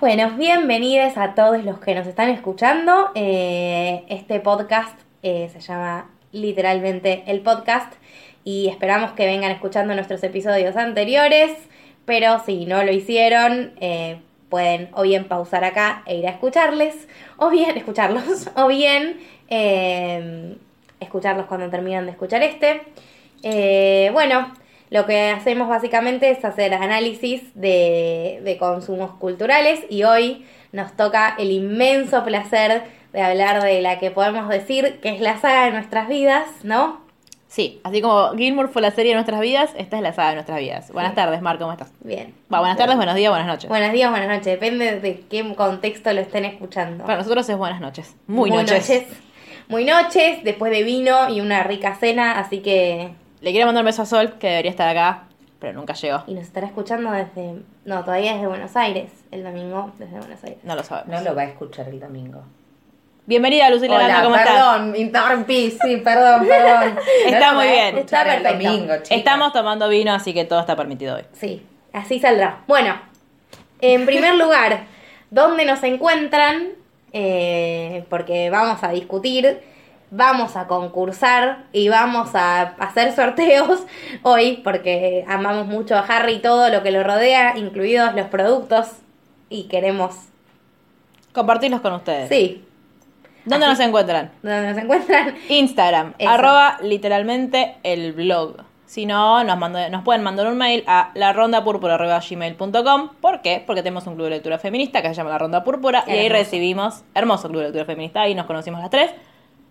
Bueno, bienvenidos a todos los que nos están escuchando. Eh, este podcast eh, se llama literalmente el podcast y esperamos que vengan escuchando nuestros episodios anteriores, pero si no lo hicieron, eh, pueden o bien pausar acá e ir a escucharles, o bien escucharlos, o bien eh, escucharlos cuando terminan de escuchar este. Eh, bueno, lo que hacemos básicamente es hacer análisis de, de consumos culturales y hoy nos toca el inmenso placer de hablar de la que podemos decir que es la saga de nuestras vidas, ¿no? Sí, así como Gilmour fue la serie de nuestras vidas, esta es la saga de nuestras vidas. Buenas tardes, Mar, ¿cómo estás? Bien. Va, buenas tardes, buenos días, buenas noches. Buenos días, buenas noches, depende de qué contexto lo estén escuchando. Para nosotros es buenas noches. Muy, noches. Muy noches, después de vino y una rica cena, así que... Le quiero mandar un beso a Sol, que debería estar acá, pero nunca llegó. Y nos estará escuchando desde... No, todavía desde Buenos Aires, el domingo desde Buenos Aires. No lo sabemos. No lo va a escuchar el domingo. Bienvenida, Lucila Aranda, ¿cómo estás? perdón, interrumpí, sí, perdón, perdón. Está lo muy va a bien. escuchar Está el perfecto. domingo, chicas. Estamos tomando vino, así que todo está permitido hoy. Sí, así saldrá. Bueno, en primer lugar, ¿dónde nos encuentran? Eh, porque vamos a discutir, vamos a concursar y vamos a hacer sorteos hoy porque amamos mucho a Harry y todo lo que lo rodea, incluidos los productos y queremos... Compartirlos con ustedes. Sí, ¿Dónde nos encuentran? ¿dónde nos encuentran? Instagram, Eso. arroba literalmente el blog. Si no, nos, manda- nos pueden mandar un mail a la ronda ¿Por qué? Porque tenemos un club de lectura feminista que se llama La Ronda Púrpura y ahí Hermoso. recibimos, hermoso club de lectura feminista, ahí nos conocimos las tres.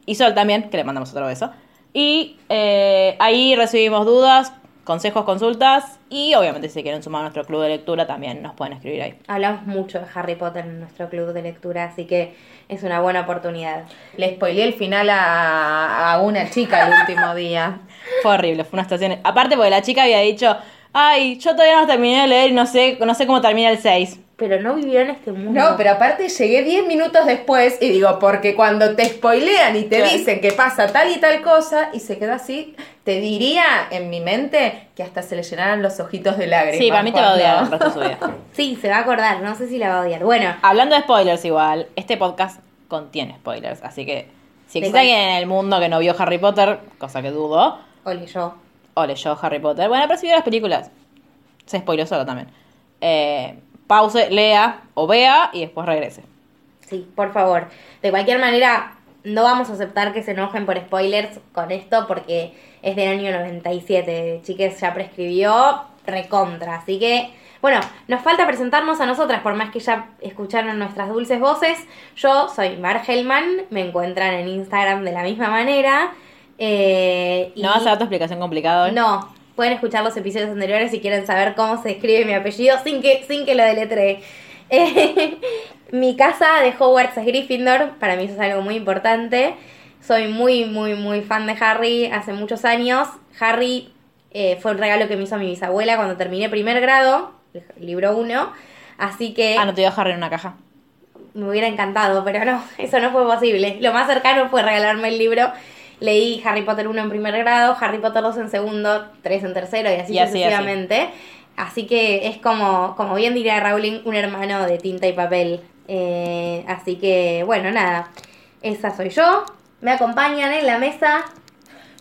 Y Sol también, que le mandamos otro beso. Y eh, ahí recibimos dudas, consejos, consultas y obviamente si quieren sumar a nuestro club de lectura también nos pueden escribir ahí. Hablamos mucho de Harry Potter en nuestro club de lectura, así que es una buena oportunidad. Le spoileé el final a, a una chica el último día. Fue horrible, fue una estación. Aparte porque la chica había dicho, ay, yo todavía no terminé de leer y no sé, no sé cómo termina el 6. Pero no vivieron este mundo. No, pero aparte llegué 10 minutos después y digo, porque cuando te spoilean y te Claro. dicen que pasa tal y tal cosa y se queda así, te diría en mi mente que hasta se le llenaran los ojitos de lágrimas. Sí, para mí te va a cuando- odiar el resto de su vida. Sí, se va a acordar, no sé si la va a odiar. Bueno, Hablando de spoilers igual, este podcast contiene spoilers, así que si De existe cual- alguien en el mundo que no vio Harry Potter, cosa que dudo, Oli, yo. o leyó Harry Potter, bueno, pero si vio las películas, se spoiló solo también. Eh, pause, lea o vea y después regrese. Sí, por favor. De cualquier manera, no vamos a aceptar que se enojen por spoilers con esto porque es del año 97. Chiques, ya prescribió recontra. Así que, bueno, nos falta presentarnos a nosotras, por más que ya escucharon nuestras dulces voces. Yo soy Mar Hellman, me encuentran en Instagram de la misma manera. eh, y- ¿No vas a dar tu explicación complicada hoy? No, pueden escuchar los episodios anteriores si quieren saber cómo se escribe mi apellido sin que, sin que lo deletree. Eh, mi casa de Hogwarts es Gryffindor, para mí eso es algo muy importante. Soy muy, muy, muy fan de Harry hace muchos años. Harry eh, fue un regalo que me hizo mi bisabuela cuando terminé primer grado, libro 1. Así que Ah, no te voy a dejar en una caja. me hubiera encantado, pero no, eso no fue posible. Lo más cercano fue regalarme el libro. Leí Harry Potter 1 en primer grado, Harry Potter 2 en segundo, 3 en tercero y así Y así, sucesivamente. Así. que es como, como bien diría Rowling, un hermano de tinta y papel. Eh, así que, bueno, nada, esa soy yo. Me acompañan en la mesa.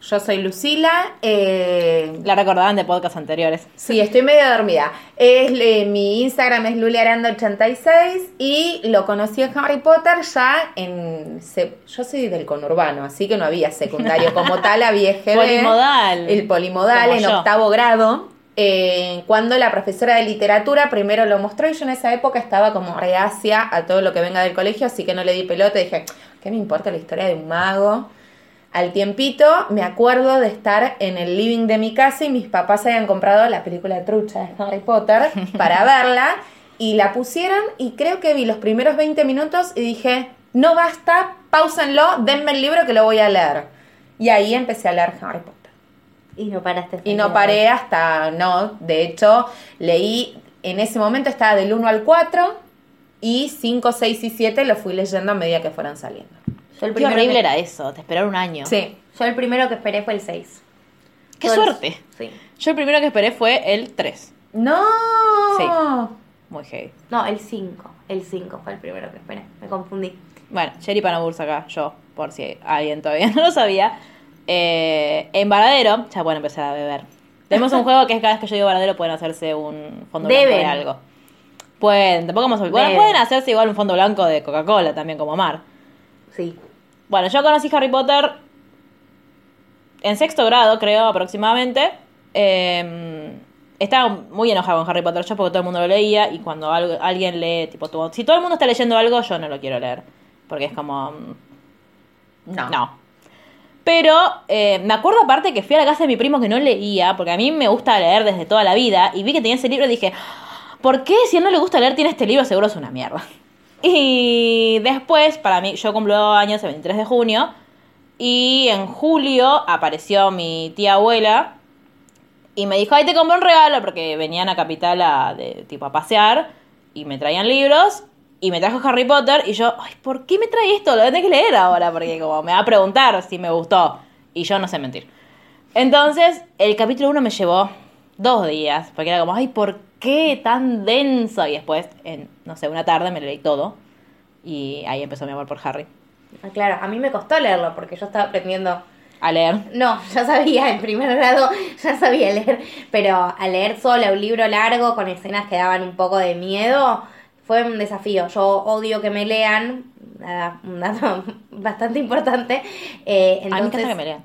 Yo soy Lucila. Eh, La recordaban de podcasts anteriores. Sí, estoy medio dormida. Es, eh, mi Instagram es luliarando86 y lo conocí en Harry Potter ya en... se- yo soy del conurbano, así que no había secundario como tal, había EGB. Polimodal. El polimodal Como en yo. octavo grado. eh, cuando la profesora de literatura primero lo mostró y yo en esa época estaba como reacia a todo lo que venga del colegio, así que no le di pelota y dije, ¿Qué me importa la historia de un mago? Al tiempito me acuerdo de estar en el living de mi casa y mis papás habían comprado la película trucha de Harry Potter para verla y la pusieron y creo que vi los primeros 20 minutos y dije, no basta, pausenlo, denme el libro que lo voy a leer. Y ahí empecé a leer Harry Potter. Y no este paraste. hasta Y el no día de hoy. paré hasta, no, de hecho, leí, en ese momento estaba del 1 al 4 y 5, 6 y 7 lo fui leyendo a medida que fueron saliendo. Yo el Qué primero horrible que- era eso, te esperar un año. Sí. Yo el primero que esperé fue el 6. ¡Qué suerte! Sí. Yo el primero que esperé fue el 3. No. Sí. Muy heavy. No, el 5. El 5 fue el primero que esperé. Me confundí. Bueno, Sherry Panaburs acá, yo, por si alguien todavía no lo sabía. Eh, en Varadero, ya pueden empezar a beber. Tenemos un juego que es cada vez que yo digo Varadero pueden hacerse un fondo blanco de Deben. algo. Pueden, tampoco vamos a... Bueno, Deben. pueden hacerse igual un fondo blanco de Coca-Cola también, como Mar. Sí. Bueno, yo conocí Harry Potter en sexto grado, creo, aproximadamente. Eh, estaba muy enojado con Harry Potter yo porque todo el mundo lo leía y cuando algo- alguien lee, tipo, todo- si todo el mundo está leyendo algo, yo no lo quiero leer. Porque es como... mm, No. no. Pero eh, me acuerdo aparte que fui a la casa de mi primo que no leía, porque a mí me gusta leer desde toda la vida, y vi que tenía ese libro y dije, ¿por qué si a él no le gusta leer tiene este libro? Seguro es una mierda. Y después, para mí, yo cumplo años el 23 de junio, y en julio apareció mi tía abuela, y me dijo, ay, te compré un regalo, porque venían a Capital a, de, tipo, a pasear y me traían libros y me trajo Harry Potter y yo, ay, ¿por qué me trae esto? Lo voy a tener que leer ahora, porque como me va a preguntar si me gustó y yo no sé mentir. Entonces, el capítulo 1 me llevó dos días, porque era como, ay, ¿por qué tan denso? Y después, en, no sé, una tarde me lo leí todo y ahí empezó mi amor por Harry. Ah, Claro, a mí me costó leerlo porque yo estaba aprendiendo. A leer. No, ya sabía en primer grado, ya sabía leer, pero a leer sola un libro largo con escenas que daban un poco de miedo fue un desafío. Yo odio que me lean, nada, un dato bastante importante. eh, a mí me entonces, encanta que me lean.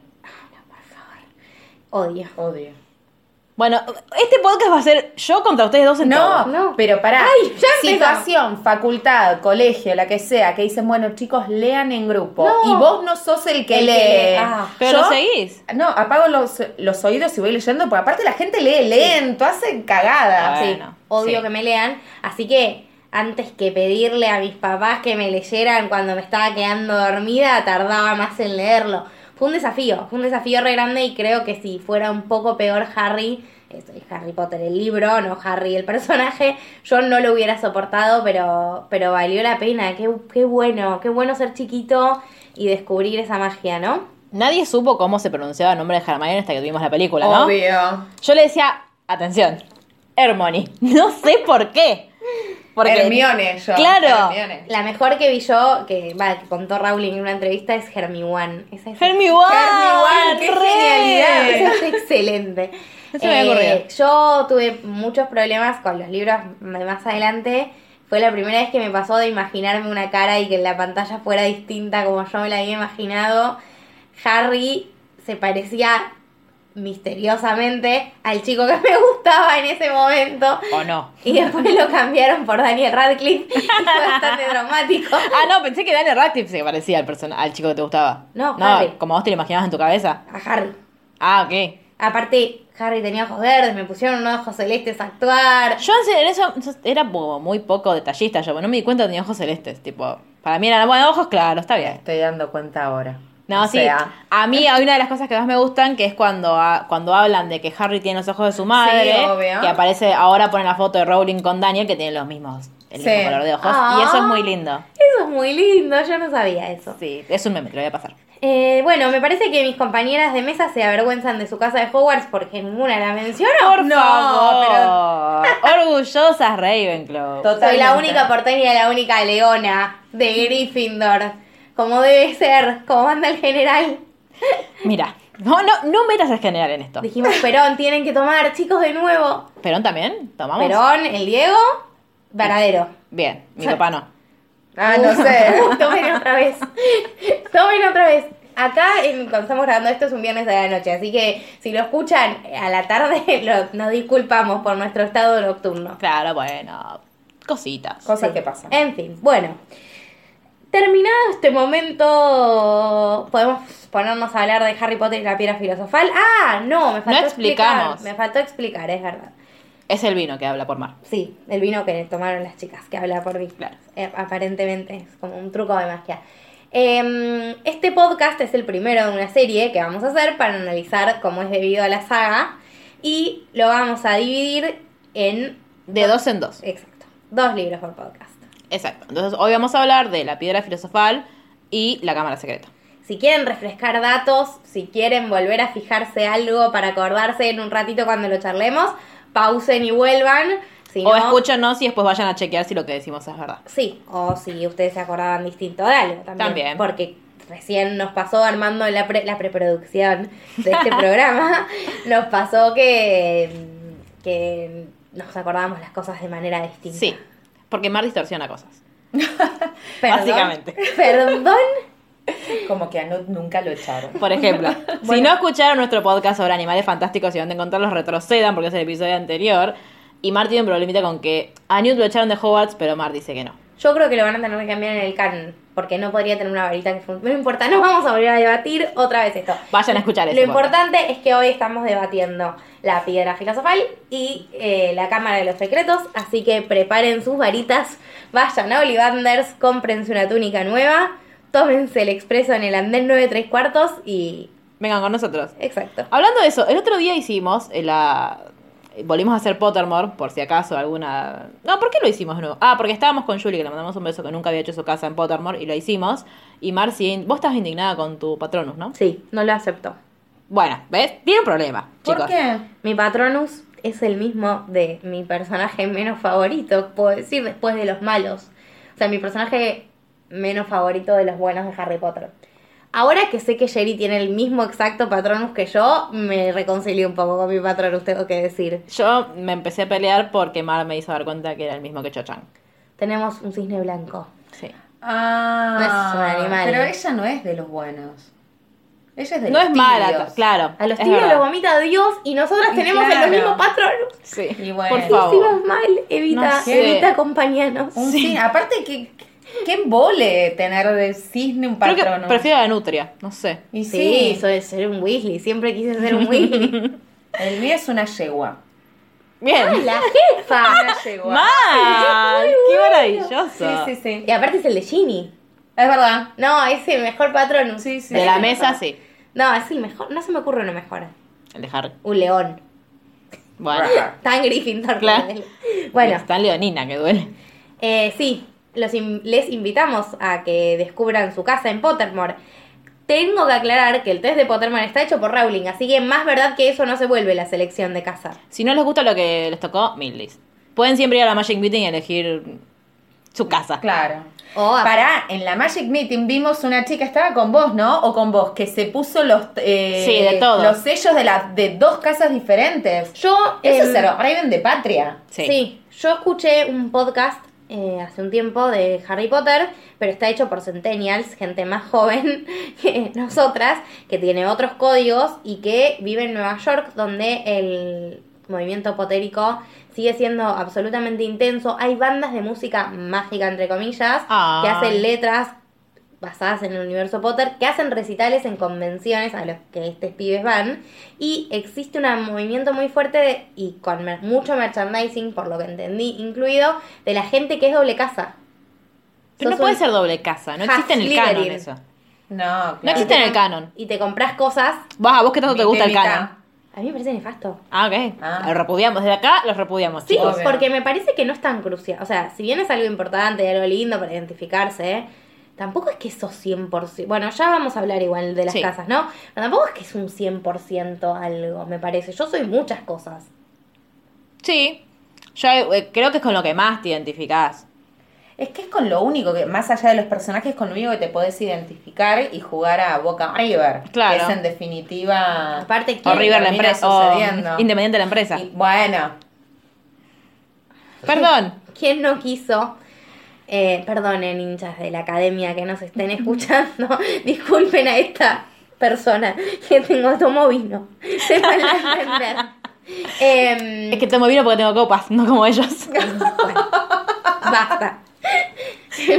odio. Odio. Bueno, este podcast va a ser yo contra ustedes dos en todo. No, No. pero pará. Ay, ya empezó. Situación, facultad, colegio, la que sea, que dicen, bueno, chicos, lean en grupo. No. Y vos no sos el que El que lee. lee, ah. Pero Yo- lo seguís. No, apago los, los oídos y voy leyendo, porque aparte la gente lee lento, hace cagada. Sí, Bueno, odio sí. que me lean. Así que antes que pedirle a mis papás que me leyeran cuando me estaba quedando dormida, tardaba más en leerlo. Fue un desafío, fue un desafío re grande y creo que si fuera un poco peor Harry, eso es Harry Potter el libro, no Harry el personaje, yo no lo hubiera soportado, pero, pero valió la pena. Qué, qué bueno, qué bueno ser chiquito y descubrir esa magia, ¿no? Nadie supo cómo se pronunciaba el nombre de Hermione hasta que tuvimos la película, ¿no? Obvio. Yo le decía, atención, Hermione. No sé por qué. Porque, Hermione, yo. Claro. Hermione. La mejor que vi yo, que, va, que contó Rowling en una entrevista, es Hermione. Esa es Hermione, Hermione, qué re. genialidad. Eso es excelente. Eh, No se me había ocurrido. yo tuve muchos problemas con los libros de más adelante. Fue la primera vez que me pasó de imaginarme una cara y que la pantalla fuera distinta como yo me la había imaginado. Harry se parecía misteriosamente al chico que me gustaba en ese momento. ¿O no? Y después lo cambiaron por Daniel Radcliffe y fue bastante dramático. Ah, no, pensé que Daniel Radcliffe se parecía al, persona, al chico que te gustaba. No, no Harry. como vos te lo imaginabas en tu cabeza. A Harry. Ah, ok. Aparte, Harry tenía ojos verdes, me pusieron unos ojos celestes a actuar. Yo en serio, en eso en eso era como muy poco detallista. Yo no me di cuenta que tenía ojos celestes. Tipo, para mí eran bueno, ojos claros, está bien. Estoy dando cuenta ahora. No, O sí. sea, a mí hay una de las cosas que más me gustan, que es cuando, ah, cuando hablan de que Harry tiene los ojos de su madre, Sí, obvio. que aparece ahora ponen la foto de Rowling con Daniel, que tienen los mismos, el Sí. mismo color de ojos. Ah. Y eso es muy lindo. Eso es muy lindo, yo no sabía eso. Sí, es un meme, te lo voy a pasar. Eh, bueno, me parece que mis compañeras de mesa se avergüenzan de su casa de Hogwarts porque ninguna la mencionó. Por favor. Orgullosas Ravenclaw. Soy la totalmente. única porteña y la única leona de Gryffindor. Como debe ser, como manda el general. Mira, no, no, no metas al general en esto. Dijimos, Perón, tienen que tomar, chicos, de nuevo. ¿Perón también? ¿Tomamos? Perón, el Diego, Varadero. Bien, mi papá no. Ah, no sé. Tomen otra vez. Tomen otra vez. Acá, en- cuando estamos grabando esto, es un viernes a la noche. Así que si lo escuchan a la tarde, lo- nos disculpamos por nuestro estado nocturno. Claro, bueno. Cositas. Cosas que pasan. En fin, bueno. Terminado este momento, podemos ponernos a hablar de Harry Potter y la piedra filosofal. Ah, no, me faltó No explicamos. explicar. Me faltó explicar, es verdad. Es el vino que habla por mar. Sí, el vino que tomaron las chicas, que habla por mí. Claro. Eh, aparentemente es como un truco de magia. Eh, este podcast es el primero de una serie que vamos a hacer para analizar cómo es debido a la saga y lo vamos a dividir en... De dos en dos. Exacto, dos libros por podcast. Exacto. Entonces, hoy vamos a hablar de la piedra filosofal y la cámara secreta. Si quieren refrescar datos, si quieren volver a fijarse algo para acordarse en un ratito cuando lo charlemos, pausen y vuelvan. Si O no- escúchanos y después vayan a chequear si lo que decimos es verdad. Sí, o si ustedes se acordaban distinto de algo también. También. Porque recién nos pasó armando la, pre- la preproducción de este programa, nos pasó que, que nos acordábamos las cosas de manera distinta. Sí. Porque Mar distorsiona cosas. Perdón. básicamente. Perdón. Como que a Nut nunca lo echaron. Por ejemplo, si no escucharon nuestro podcast sobre animales fantásticos y dónde encontrarlos, retrocedan porque es el episodio anterior. Y Mar tiene un problemita con que a Newt lo echaron de Hogwarts, pero Mar dice que no. Yo creo que lo van a tener que cambiar en el canon, porque no podría tener una varita que funcione. No importa, no vamos a volver a debatir otra vez esto. Vayan a escuchar Lo ese importante es que hoy estamos debatiendo la piedra filosofal y eh, la cámara de los secretos, así que preparen sus varitas, vayan a Ollivanders, cómprense una túnica nueva, tómense el expreso en el andén 9 3 cuartos y... Vengan con nosotros. Exacto. Hablando de eso, el otro día hicimos eh, la. eh, Volvimos a hacer Pottermore, por si acaso alguna. No, ¿por qué lo hicimos de nuevo? Ah, porque estábamos con Julie, que le mandamos un beso que nunca había hecho su casa en Pottermore, y lo hicimos. Y Marci, vos estás indignada con tu patronus, ¿no? Sí, no lo aceptó. Bueno, ¿ves? Tiene un problema, chicos. Mi patronus es el mismo de mi personaje menos favorito, puedo decir, después de los malos. O sea, mi personaje menos favorito de los buenos de Harry Potter. Ahora que sé que Jerry tiene el mismo exacto patronus que yo, me reconcilié un poco con mi patronus, tengo que decir. Yo me empecé a pelear porque Mar me hizo dar cuenta que era el mismo que Cho Chang. Tenemos un cisne blanco. Sí. Ah, No es un animal. Pero ella no es de los buenos. Ella es de No los es mala, tibios. claro. A los es tibios verdad. los vomita Dios y nosotras Y tenemos el claro. mismo patronus. Sí. Y bueno. Por Sí, No favor. hicimos mal, Evita, No sé. Evita, acompáñanos. Un cisne. Aparte, que qué embole tener de cisne un Creo patrono. que prefiero a la Nutria, no sé. Y Sí, sí, soy ser un Weasley, siempre quise ser un Weasley. Ah, el mío es una yegua. Bien. ¡La jefa! Ah, Una yegua. ¡Mar! ¡Qué maravilloso! Sí, sí, sí. Y aparte es el de Ginny. Es verdad. No, es el mejor patronus. Sí, sí. De la mesa, sí. No, es el mejor. No se me ocurre uno mejor. El de Harry. Un león. Bueno. Tan Gryffindor. Claro. ponele. Bueno, Es tan leonina que duele. eh, sí. Los in- les invitamos a que descubran su casa en Pottermore. Tengo que aclarar que el test de Pottermore está hecho por Rowling, así que más verdad que eso no se vuelve la selección de casa. Si no les gusta lo que les tocó, Millis. Pueden siempre ir a la Magic Meeting y elegir su casa. Claro. O a- Pará, en la Magic Meeting vimos una chica, estaba con vos, ¿no? O con vos, que se puso los, eh, Sí, de todo. los sellos de, la, de dos casas diferentes. Yo. Eso em, se lo raven de patria. Sí. Sí. yo escuché un podcast eh, hace un tiempo de Harry Potter, pero está hecho por centennials, gente más joven que nosotras, que tiene otros códigos y que vive en Nueva York, donde el movimiento potérico sigue siendo absolutamente intenso. Hay bandas de música mágica, entre comillas, Ay. que hacen letras basadas en el universo Potter, que hacen recitales en convenciones a los que estos pibes van, y existe un movimiento muy fuerte de- y con mer- mucho merchandising, por lo que entendí, incluido, de la gente que es doble casa. Pero no Sos puede un ser doble casa, no existe en el Slytherin. canon eso. No, No existe en el canon. Y te compras cosas. Vas a vos que tanto te gusta el Mitad, canon. A mí me parece nefasto. Ah, ok. Ah. Lo repudiamos. Desde acá los repudiamos, Sí, chicos. Obvio. porque me parece que no es tan crucial. O sea, si bien es algo importante, algo lindo para identificarse, ¿eh? tampoco es que eso 100%. Bueno, ya vamos a hablar igual de las Sí. casas, ¿no? Pero tampoco es que es un 100% algo, me parece. Yo soy muchas cosas. Sí. Yo eh, creo que es con lo que más te identificás. Es que es con lo único que, más allá de los personajes, con lo único que te podés identificar y jugar a Boca River. Claro. Que es en definitiva. Aparte, O ¿quién River la termina empresa. O sucediendo. Independiente de la empresa. Y bueno, Perdón. ¿Quién no quiso? Eh, perdonen, hinchas de la academia que nos estén escuchando. Disculpen a esta persona que tengo tomo vino. Se van a Em, entender. Em, Es que tomo vino porque tengo copas, no como ellos. Basta.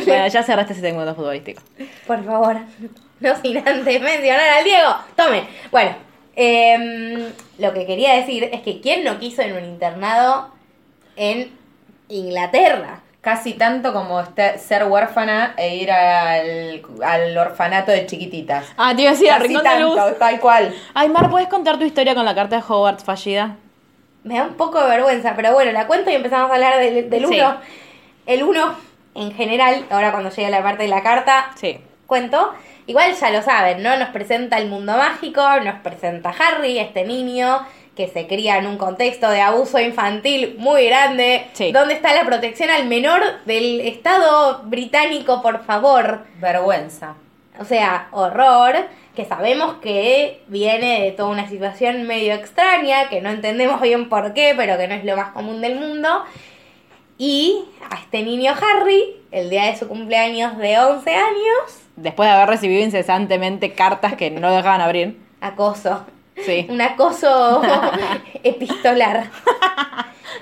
Bueno, ya cerraste ese segmento futbolístico. Por favor, no sin antes mencionar al Diego. Tome. Bueno, em, lo que quería decir es que ¿quién no quiso en un internado en Inglaterra? Casi tanto como este- ser huérfana e ir al, al orfanato de chiquititas. Ah, te iba a decir, al Casi rincón de tanto, luz. tal cual. Ay, Mar, ¿puedes contar tu historia con la carta de Hogwarts fallida? Me da un poco de vergüenza, pero bueno, la cuento y empezamos a hablar del, del Sí. uno. El uno, en general, ahora cuando llegue la parte de la carta, Sí. cuento. Igual ya lo saben, ¿no? Nos presenta el mundo mágico, nos presenta Harry, este niño que se cría en un contexto de abuso infantil muy grande. Sí. ¿Dónde está la protección al menor del Estado británico, por favor? Vergüenza. O sea, horror, que sabemos que viene de toda una situación medio extraña, que no entendemos bien por qué, pero que no es lo más común del mundo. Y a este niño Harry, el día de su cumpleaños de 11 años, Después de haber recibido incesantemente cartas que no dejaban abrir. acoso. Sí. Un acoso epistolar.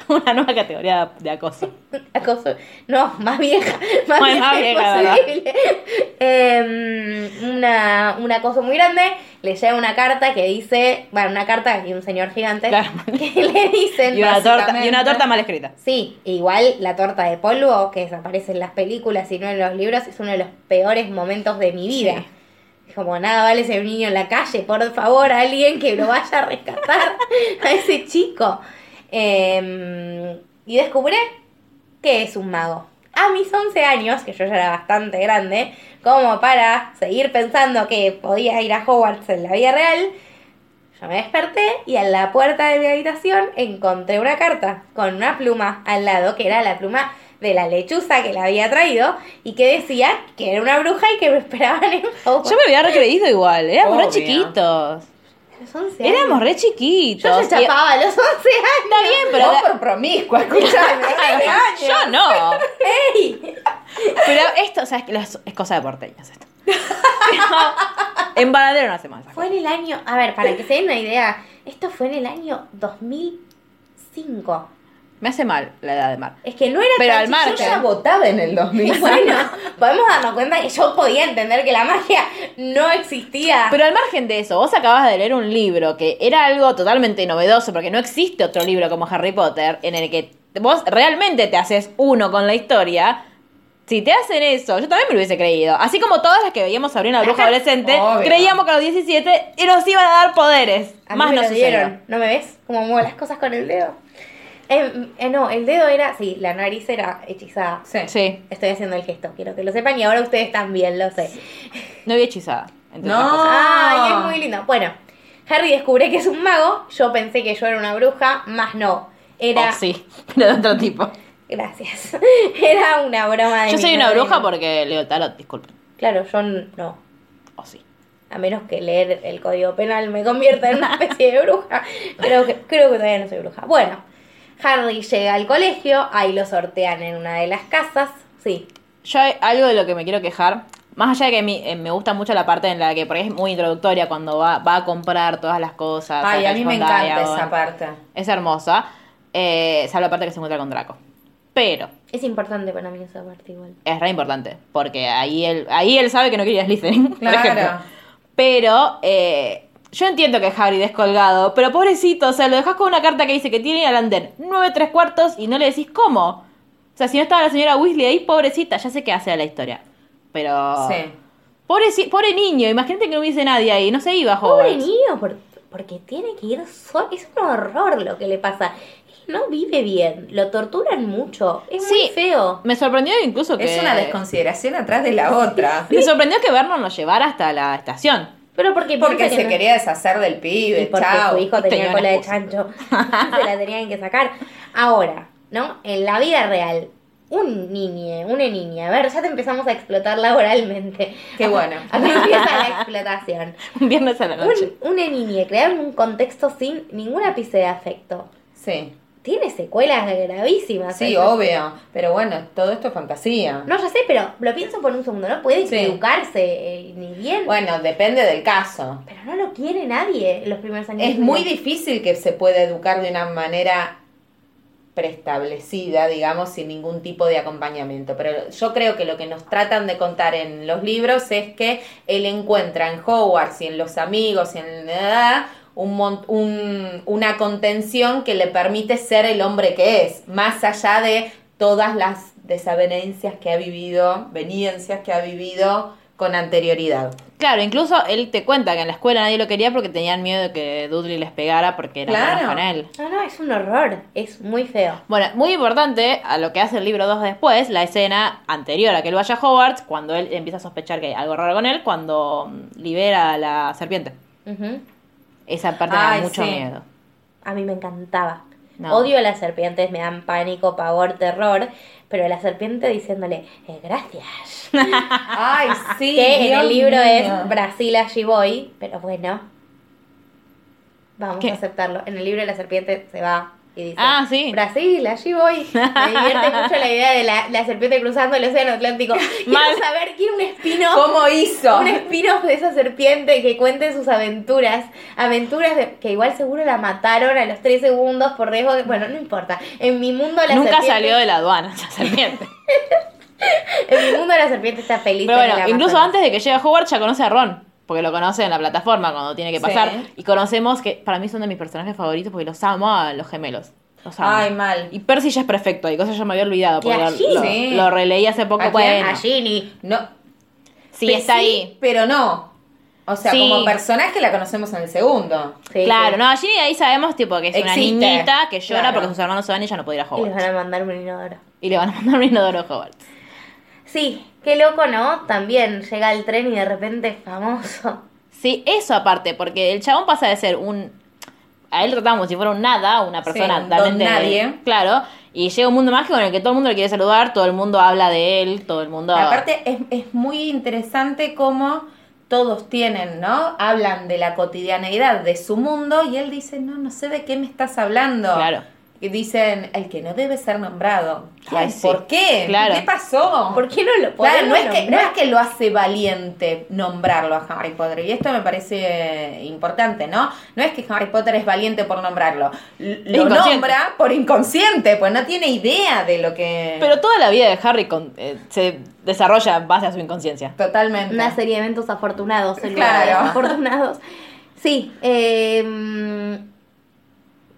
Una nueva categoría de acoso. Acoso. No, más vieja. Más Bueno, vieja, más vieja, la imposible. Em, una, un acoso muy grande. Le llega una carta que dice. Bueno, una carta y un señor gigante. Claro. Que le dicen. Y una torta, y básicamente- una torta mal escrita. Sí, igual la torta de polvo que desaparece en las películas y no en los libros es uno de los peores momentos de mi vida. Es Como nada vale ser un niño en la calle, por favor, alguien que lo vaya a rescatar a ese chico. Em, y descubrí que es un mago. A mis 11 años, que yo ya era bastante grande, como para seguir pensando que podía ir a Hogwarts en la vida real, yo me desperté y en la puerta de mi habitación encontré una carta con una pluma al lado, que era la pluma de la lechuza que la había traído y que decía que era una bruja y que me esperaban en Hogwarts. Yo me había recreído igual. Éramos re Obvio. chiquitos. A los 11 años. Éramos re Yo chiquitos. ya chapaba a los 11 años. Está bien, Pero por promiscua, escúchame. Y- Yo no. ¡Ey! Pero esto, o sea, es que las- es cosa de porteños esto. Pero en Baladero no hacemos esas Fue en el año, a ver, para que se den una idea, esto fue en el año 2005. cosas. Me hace mal la edad de Mar. Es que no era Pero tan al chiquita. Yo ya votaba en el 2000. Bueno, podemos darnos cuenta que yo podía entender que la magia no existía. Pero al margen de eso, vos acabas de leer un libro que era algo totalmente novedoso, porque no existe otro libro como Harry Potter en el que vos realmente te haces uno con la historia. Si te hacen eso, yo también me lo hubiese creído. Así como todas las que veíamos a Sabrina la Bruja Adolescente, Obvio. creíamos que a los 17 nos iban a dar poderes. A mí Más me no lo sucedieron. dieron. ¿No me ves? Como muevo las cosas con el dedo. Eh, eh, no, el dedo era, sí, la nariz era hechizada. Sí, Estoy haciendo el gesto, quiero que lo sepan y ahora ustedes también lo sé. no había hechizada. entre No. otras cosas. Ay, Ah. es muy lindo. Bueno, Harry descubre que es un mago. Yo pensé que yo era una bruja, más no. Era. Oh, sí, pero de otro tipo. Gracias. Era una broma de. Yo mi soy una madre. bruja porque leo el tarot, disculpen. Claro, yo no. O sí. A menos que leer el código penal me convierta en una especie de bruja. Creo que, creo que todavía no soy bruja. Bueno, Harry llega al colegio, ahí lo sortean en una de las casas. Sí, Yo hay algo de lo que me quiero quejar, más allá de que mi- eh, me gusta mucho la parte en la que, porque es muy introductoria cuando va, va a comprar todas las cosas. Ay, saca a mí el me Hyundai, encanta ahora. esa parte. Es hermosa, eh, salvo la parte que se encuentra con Draco. Pero es importante para mí esa parte igual. es re importante, porque ahí él, ahí él sabe que no quería listening, Claro. por ejemplo. Pero eh, yo entiendo que Harry descolgado, pero pobrecito, o sea, lo dejas con una carta que dice que tiene al andén nueve tres cuartos y no le decís cómo. O sea, si no estaba la señora Weasley ahí, pobrecita, ya sé qué hace a la historia. Oh. Pero... Sí. Pobre, pobre niño, imagínate que no hubiese nadie ahí, no se iba a Pobre Hogwarts. niño, por- porque tiene que ir solo. Es un horror lo que le pasa. No vive bien, lo torturan mucho. Es muy Sí. feo. Me sorprendió incluso que... Es una desconsideración atrás de la otra. Me sorprendió que Vernon lo llevara hasta la estación. Pero porque Porque piensa que se no- quería deshacer Y del pibe, porque Eh, chao. su hijo Tenía tenía una cola de excusa. chancho. se la tenían que sacar. Ahora, ¿no? En la vida real, un niño, una niña. A ver, ya te empezamos a explotar laboralmente. Qué bueno. Acá empieza la explotación. Un viernes a la noche. Un, una niña creada en un contexto sin ningún ápice de afecto. Sí. Tiene secuelas gravísimas. Sí, Eso- obvio. Pero bueno, todo esto es fantasía. No, ya sé, pero lo pienso por un segundo. No puede Sí. educarse eh, ni bien. Bueno, depende del caso. Pero no lo quiere nadie en los primeros años. Es muy difícil que se pueda educar de una manera preestablecida, digamos, sin ningún tipo de acompañamiento. Pero yo creo que lo que nos tratan de contar en los libros es que él encuentra en Hogwarts y en los amigos y en la un, mon- un- una contención que le permite ser el hombre que es, más allá de todas las desavenencias que ha vivido, veniencias que ha vivido con anterioridad. Claro, incluso él te cuenta que en la escuela nadie lo quería porque tenían miedo de que Dudley les pegara porque era Claro. bueno con él. No, no, es un horror. Es muy feo. Bueno, muy importante a lo que hace el libro 2 después, la escena anterior a que él vaya a Hogwarts, cuando él empieza a sospechar que hay algo raro con él, cuando mm, libera a la serpiente. Ujú. Esa parte me da Ay, mucho sí. miedo. A mí me encantaba. No. Odio a las serpientes, me dan pánico, pavor, terror. Pero la serpiente diciéndole, eh, gracias. Ay, sí. que en Dios el libro mío. es Brasil allí voy, pero bueno. Vamos ¿Qué? a aceptarlo. En el libro la serpiente se va y dice, Ah, sí. Brasil, allí voy. Me divierte mucho la idea de la, la serpiente cruzando el océano Atlántico. Quiero Mal. saber quién un espino. ¿Cómo hizo? Un espino de esa serpiente que cuente sus aventuras. Aventuras de- que igual seguro la mataron a los tres segundos por riesgo de- Bueno, no importa. En mi mundo la Nunca serpiente... salió de la aduana esa serpiente. En mi mundo la serpiente está feliz. Pero en el bueno, incluso Amazonas. antes de que llegue a Hogwarts ya conoce a Ron. Porque lo conoce en la plataforma cuando tiene que pasar. Sí. Y conocemos que para mí son de mis personajes favoritos porque los amo a los gemelos. Los amo. Ay, mal. Y Percy ya es perfecto, hay cosas que yo me había olvidado. Porque Y lo, allí. lo- Sí. lo releí hace poco. Allí, bueno, A Ginny. No, sí, Pe- está sí, ahí. Pero no. O sea, Sí. como personaje la conocemos en el segundo. Sí, claro, sí. no, allí ahí sabemos tipo que es una Existe. niñita que llora Claro. porque sus hermanos se van y ya no puede ir a Y les Hogwarts. van a mandar un inodoro. Y le van a mandar un inodoro a Hogwarts. Sí, qué loco, ¿no? También llega el tren y de repente es famoso. Sí, eso aparte, porque el chabón pasa de ser un. A él lo tratamos como si fuera un nada, una persona Sí, un don totalmente. nadie. Claro, y llega un mundo mágico en el que todo el mundo le quiere saludar, todo el mundo habla de él, todo el mundo. Aparte, es, es muy interesante cómo todos tienen, ¿no? Hablan de la cotidianeidad de su mundo y él dice, no, no sé de qué me estás hablando. Claro. Y dicen, el que no debe ser nombrado. Ay, Ay, sí. ¿Por qué? Claro. ¿Qué pasó? ¿Por qué no lo Claro, no podemos es, que, no nombrar? es que lo hace valiente nombrarlo a Harry Potter, y esto me parece eh, importante, ¿no? No es que Harry Potter es valiente por nombrarlo, L- lo Inconsciente. nombra por inconsciente, pues no tiene idea de lo que... Pero toda la vida de Harry con- eh, se desarrolla en base a su inconsciencia. Totalmente. Una serie de eventos afortunados. en lugar de Claro. Desafortunados. Sí, eh,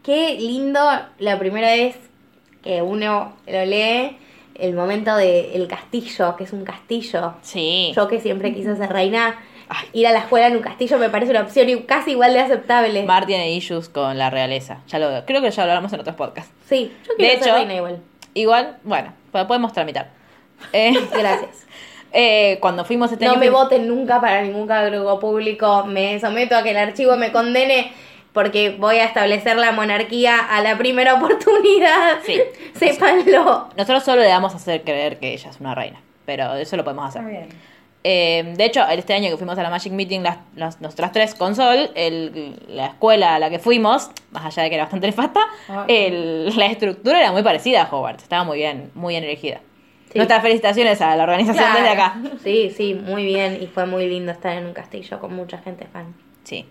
qué lindo la primera vez que uno lo lee, el momento del castillo, que es un castillo. Sí. Yo que siempre quise ser reina, ir a la escuela en un castillo me parece una opción y casi igual de aceptable. Mar tiene issues con la realeza. Ya lo Creo que ya lo hablamos en otros podcasts. Sí, yo De quiero ser hecho- reina igual. Igual, bueno, pues pa- podemos tramitar. Eh, Gracias. eh, cuando fuimos este No año- me voten nunca para ningún cargo público. Me someto a que el archivo me condene porque voy a establecer la monarquía a la primera oportunidad. Sí. Sépanlo. Nosotros solo le damos a hacer creer que ella es una reina. Pero eso lo podemos hacer. Eh, de hecho, este año que fuimos a la Magic Meeting, las, las- nosotras tres con Sol, el- la escuela a la que fuimos, más allá de que era bastante nefasta, Ah. el- la estructura era muy parecida a Hogwarts. Estaba muy bien, muy bien elegida. Sí. Nuestras felicitaciones a la organización Claro. desde acá. Sí, sí, muy bien. Y fue muy lindo estar en un castillo con mucha gente fan. Sí.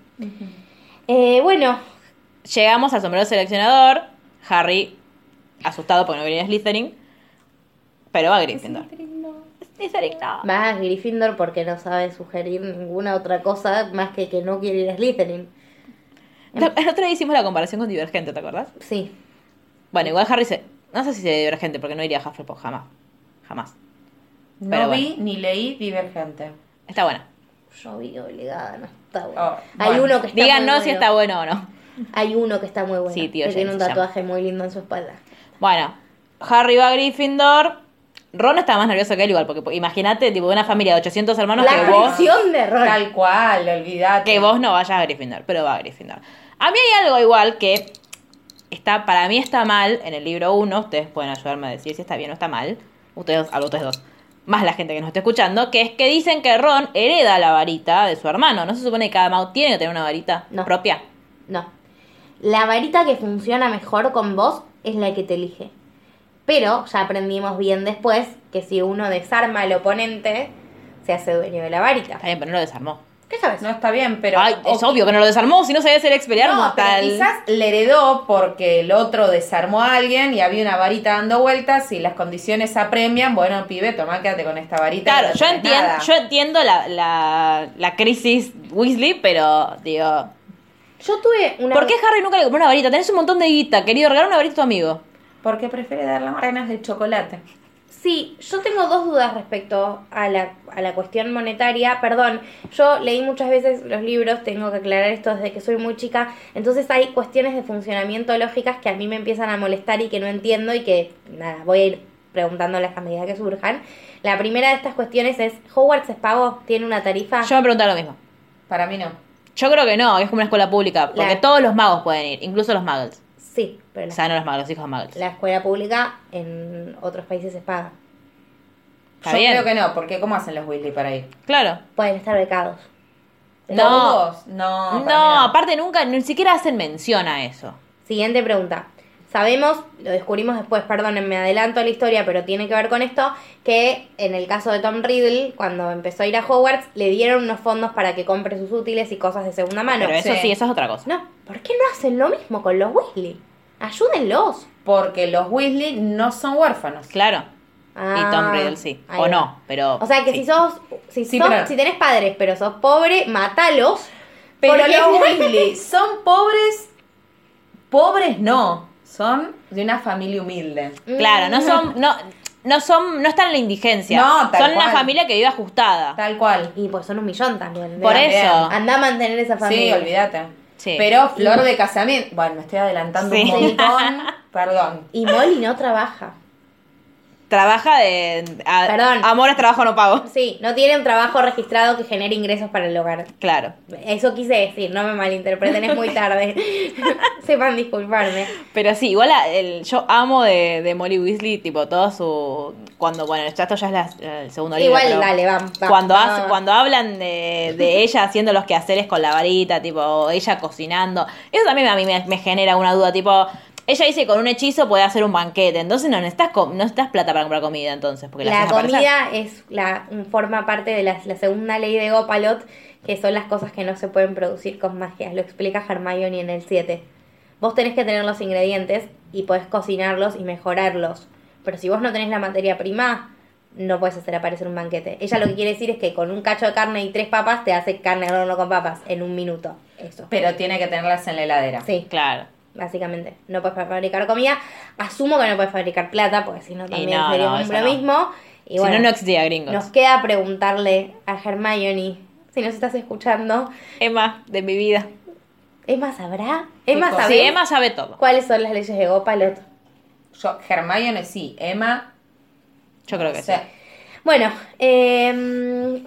Eh, bueno, Llegamos al sombrero seleccionador. Harry, asustado porque no venía Slytherin, pero va a Gryffindor. Slytherin no. va a Gryffindor porque no sabe sugerir ninguna otra cosa más que que no quiere ir a Slytherin. La- El otro día hicimos la comparación con Divergente, ¿te acordás? Sí. Bueno, igual Harry se... No sé si sería Divergente, porque no iría a Hufflepuff jamás. Jamás. No Pero vi ni leí Divergente. Está buena. Yo vi obligada, no está bueno. Oh, Hay bueno. uno que está muy Díganos bueno. si está bueno o no. Hay uno que está muy bueno. Sí, tío, que ya tiene un se llama. tatuaje muy lindo en su espalda. Bueno, Harry va a Gryffindor. Ron está más nervioso que él igual, porque imagínate, tipo, una familia de 800 hermanos la que vos, presión de Ron. Tal cual, olvidate. que vos no vayas a Gryffindor, pero va a Gryffindor. A mí hay algo igual que está, para mí está mal en el libro 1, ustedes pueden ayudarme a decir si está bien o está mal, ustedes, hablo ustedes dos, más la gente que nos está escuchando, que es que dicen que Ron hereda la varita de su hermano. ¿No se supone que cada mago tiene que tener una varita No. propia? No. La varita que funciona mejor con vos es la que te elige. Pero ya aprendimos bien después que si uno desarma al oponente, se hace dueño de la varita. Está bien, pero no lo desarmó. ¿Qué sabes? No está bien, pero. Ay, es o- obvio que no lo desarmó, si no sabía hacer expelear No, pero mortal. quizás le heredó porque el otro desarmó a alguien y había una varita dando vueltas y las condiciones apremian. Bueno, pibe, tomá, quédate con esta varita. Claro, no yo, tenés entien- nada. yo entiendo la, la, la crisis Weasley, pero digo... Yo tuve una. ¿Por qué Harry nunca le compró una varita? Tenés un montón de guita, querido, regalar una varita a tu amigo. Porque prefiere dar las ganas de chocolate. Sí, yo tengo dos dudas respecto a la, a la cuestión monetaria. Perdón, yo leí muchas veces los libros, tengo que aclarar esto desde que soy muy chica. Entonces hay cuestiones de funcionamiento lógicas que a mí me empiezan a molestar y que no entiendo y que, nada, voy a ir preguntándolas a medida que surjan. La primera de estas cuestiones es, ¿Hogwarts es pago? ¿Tiene una tarifa? Yo me preguntaba lo mismo. Para mí no. Yo creo que no, es como una escuela pública, porque La- todos los magos pueden ir, incluso los muggles. Sí, pero O la, sea, no los magos, los hijos de muggles. la escuela pública en otros países es paga. Está yo bien. creo que no, porque ¿cómo hacen los Weasley para ir? Claro. Pueden estar becados. No, ¿Todos? No. no, para mí aparte nunca, ni siquiera hacen mención a eso. Siguiente pregunta. Sabemos, lo descubrimos después, perdónenme, me adelanto a la historia, pero tiene que ver con esto, que en el caso de Tom Riddle, cuando empezó a ir a Hogwarts, le dieron unos fondos para que compre sus útiles y cosas de segunda mano. Pero eso sí. sí, eso es otra cosa. No, ¿por qué no hacen lo mismo con los Weasley? Ayúdenlos. Porque los Weasley no son huérfanos. Claro. Ah, y Tom Riddle sí. ahí O va. no, pero. O sea que sí. si sos, si, Sí, sos- pero- si tenés padres pero sos pobre, mátalos. Pero porque- los Weasley son pobres. Pobres no. Son de una familia humilde. Claro, Mm. no son. No, no son. No están en la indigencia. No, tal son una cual. familia que vive ajustada. Tal cual. Y pues son un millón también. Por También. eso. Andá a mantener esa Sí, familia. olvídate. Sí. Pero flor de casamiento. Bueno, me estoy adelantando Sí. un montón. Perdón. Y Molly no trabaja. Trabaja de. a- Perdón. Amor es trabajo, no pago. Sí, no tiene un trabajo registrado que genere ingresos para el hogar. Claro. Eso quise decir, no me malinterpreten, es muy tarde. Sepan disculparme. Pero sí, igual a- el, yo amo de, de Molly Weasley, tipo, todo su. Cuando, bueno, ya esto ya es la- el segundo libro. Igual, pero dale, vamos. Cuando, hace- cuando hablan de, de ella haciendo los quehaceres con la varita, tipo, o ella cocinando, eso también a mí me, me genera una duda, tipo, ella dice que con un hechizo puede hacer un banquete, entonces no necesitas, co- no necesitas plata para comprar comida, entonces, porque la, La haces aparecer. comida es la forma parte de la, la segunda ley de Gopalot, que son las cosas que no se pueden producir con magia. Lo explica Hermione en el 7. Vos tenés que tener los ingredientes y podés cocinarlos y mejorarlos. Pero si vos no tenés la materia prima, no puedes hacer aparecer un banquete. Ella lo que quiere decir es que con un cacho de carne y tres papas te hace carne al horno con papas en un minuto. Eso. Pero tiene que tenerlas en la heladera. Sí, Claro. básicamente. No puedes fabricar comida. Asumo que no puedes fabricar plata, porque si no también no, sería no, un eso lo no. mismo. Y si bueno, no, no existía gringos. nos queda preguntarle a Hermione, si nos estás escuchando, Emma, de mi vida. ¿Emma sabrá? ¿Emma cosa? sabrá Sí, Emma sabe todo. cuáles son las leyes de Gopalot? Yo, Hermione sí, Emma. Yo creo que o sea, sí. Bueno, eh,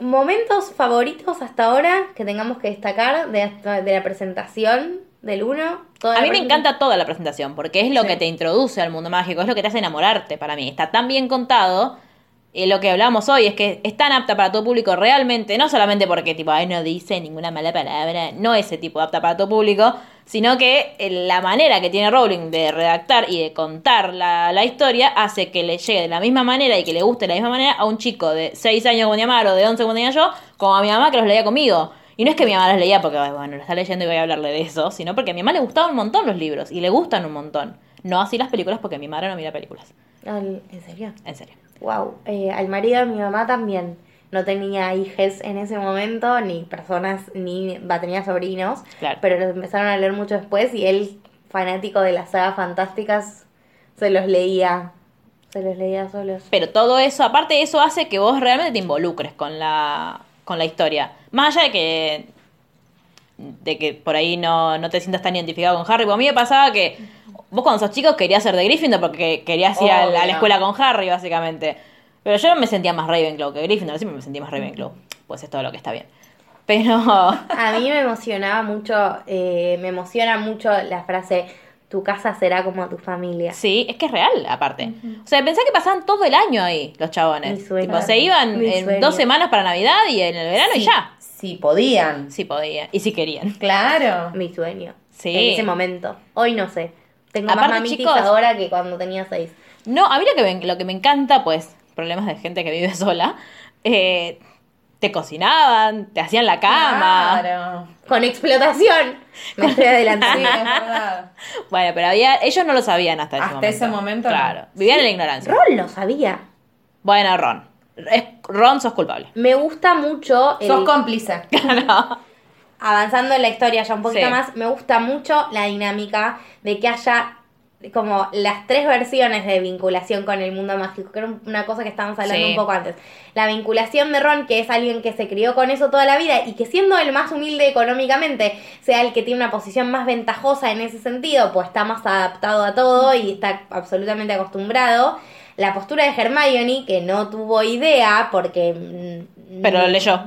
momentos favoritos hasta ahora que tengamos que destacar de, de la presentación del 1. A mí me encanta toda la presentación, porque es lo que te introduce al mundo mágico, es lo que te hace enamorarte para mí. Está tan bien contado. Y eh, lo que hablamos hoy es que es tan apta para todo público realmente, no solamente porque tipo, ay, no dice ninguna mala palabra, no ese tipo apta para todo público, sino que eh, la manera que tiene Rowling de redactar y de contar la, la historia hace que le llegue de la misma manera y que le guste de la misma manera a un chico de 6 años como mi mamá o de 11 como tenía yo, como a mi mamá que los leía conmigo. Y no es que mi mamá los leía porque, ay, bueno, lo está leyendo y voy a hablarle de eso, sino porque a mi mamá le gustaban un montón los libros y le gustan un montón. No así las películas porque mi madre no mira películas. Al- ¿En serio? En serio. Wow, Eh, al marido de mi mamá también. No tenía hijes en ese momento, ni personas, ni va tenía sobrinos, Claro. pero los empezaron a leer mucho después y él, fanático de las sagas fantásticas, se los leía. Se los leía solos. Pero todo eso, aparte eso hace que vos realmente te involucres con la, con la historia. Más allá de que, de que por ahí no, no te sientas tan identificado con Harry. Porque a mí me pasaba que vos cuando sos chico querías ser de Gryffindor porque querías ir a la, a la Obvio. escuela con Harry, básicamente. Pero yo me sentía más Ravenclaw que Gryffindor, siempre me sentí más Ravenclaw. Pues es todo lo que está bien. Pero... A mí me emocionaba mucho, eh, me emociona mucho la frase, tu casa será como tu familia. Sí, es que es real, aparte. O sea, pensé que pasaban todo el año ahí los chabones. Mi sueño. Tipo, se iban Mi en sueño. dos semanas para Navidad y en el verano y sí, ya. sí podían. Sí podían. Y sí querían. Claro. Mi sueño. Sí. En ese momento. Hoy no sé. Tengo más Aparte, mamitis chicos- ahora que cuando tenía seis. No, a mí lo que me, lo que me encanta, pues, problemas de gente que vive sola, eh, te cocinaban, te hacían la cama. Claro. Con explotación. Me estoy Sí, es adelantando. verdad. Bueno, pero había, ellos no lo sabían hasta ese Hasta momento. ese momento no. Claro, vivían en la ignorancia. Ron lo sabía. Bueno, Ron. Es- Ron, sos culpable. Me gusta mucho. el- Sos cómplice. avanzando en la historia ya un poquito Sí. más, me gusta mucho la dinámica de que haya como las tres versiones de vinculación con el mundo mágico, que era un- una cosa que estábamos hablando Sí. un poco antes. La vinculación de Ron, que es alguien que se crió con eso toda la vida y que siendo el más humilde económicamente, sea el que tiene una posición más ventajosa en ese sentido, pues está más adaptado a todo y está absolutamente acostumbrado. La postura de Hermione, que no tuvo idea porque... mm, Pero lo ni- leyó.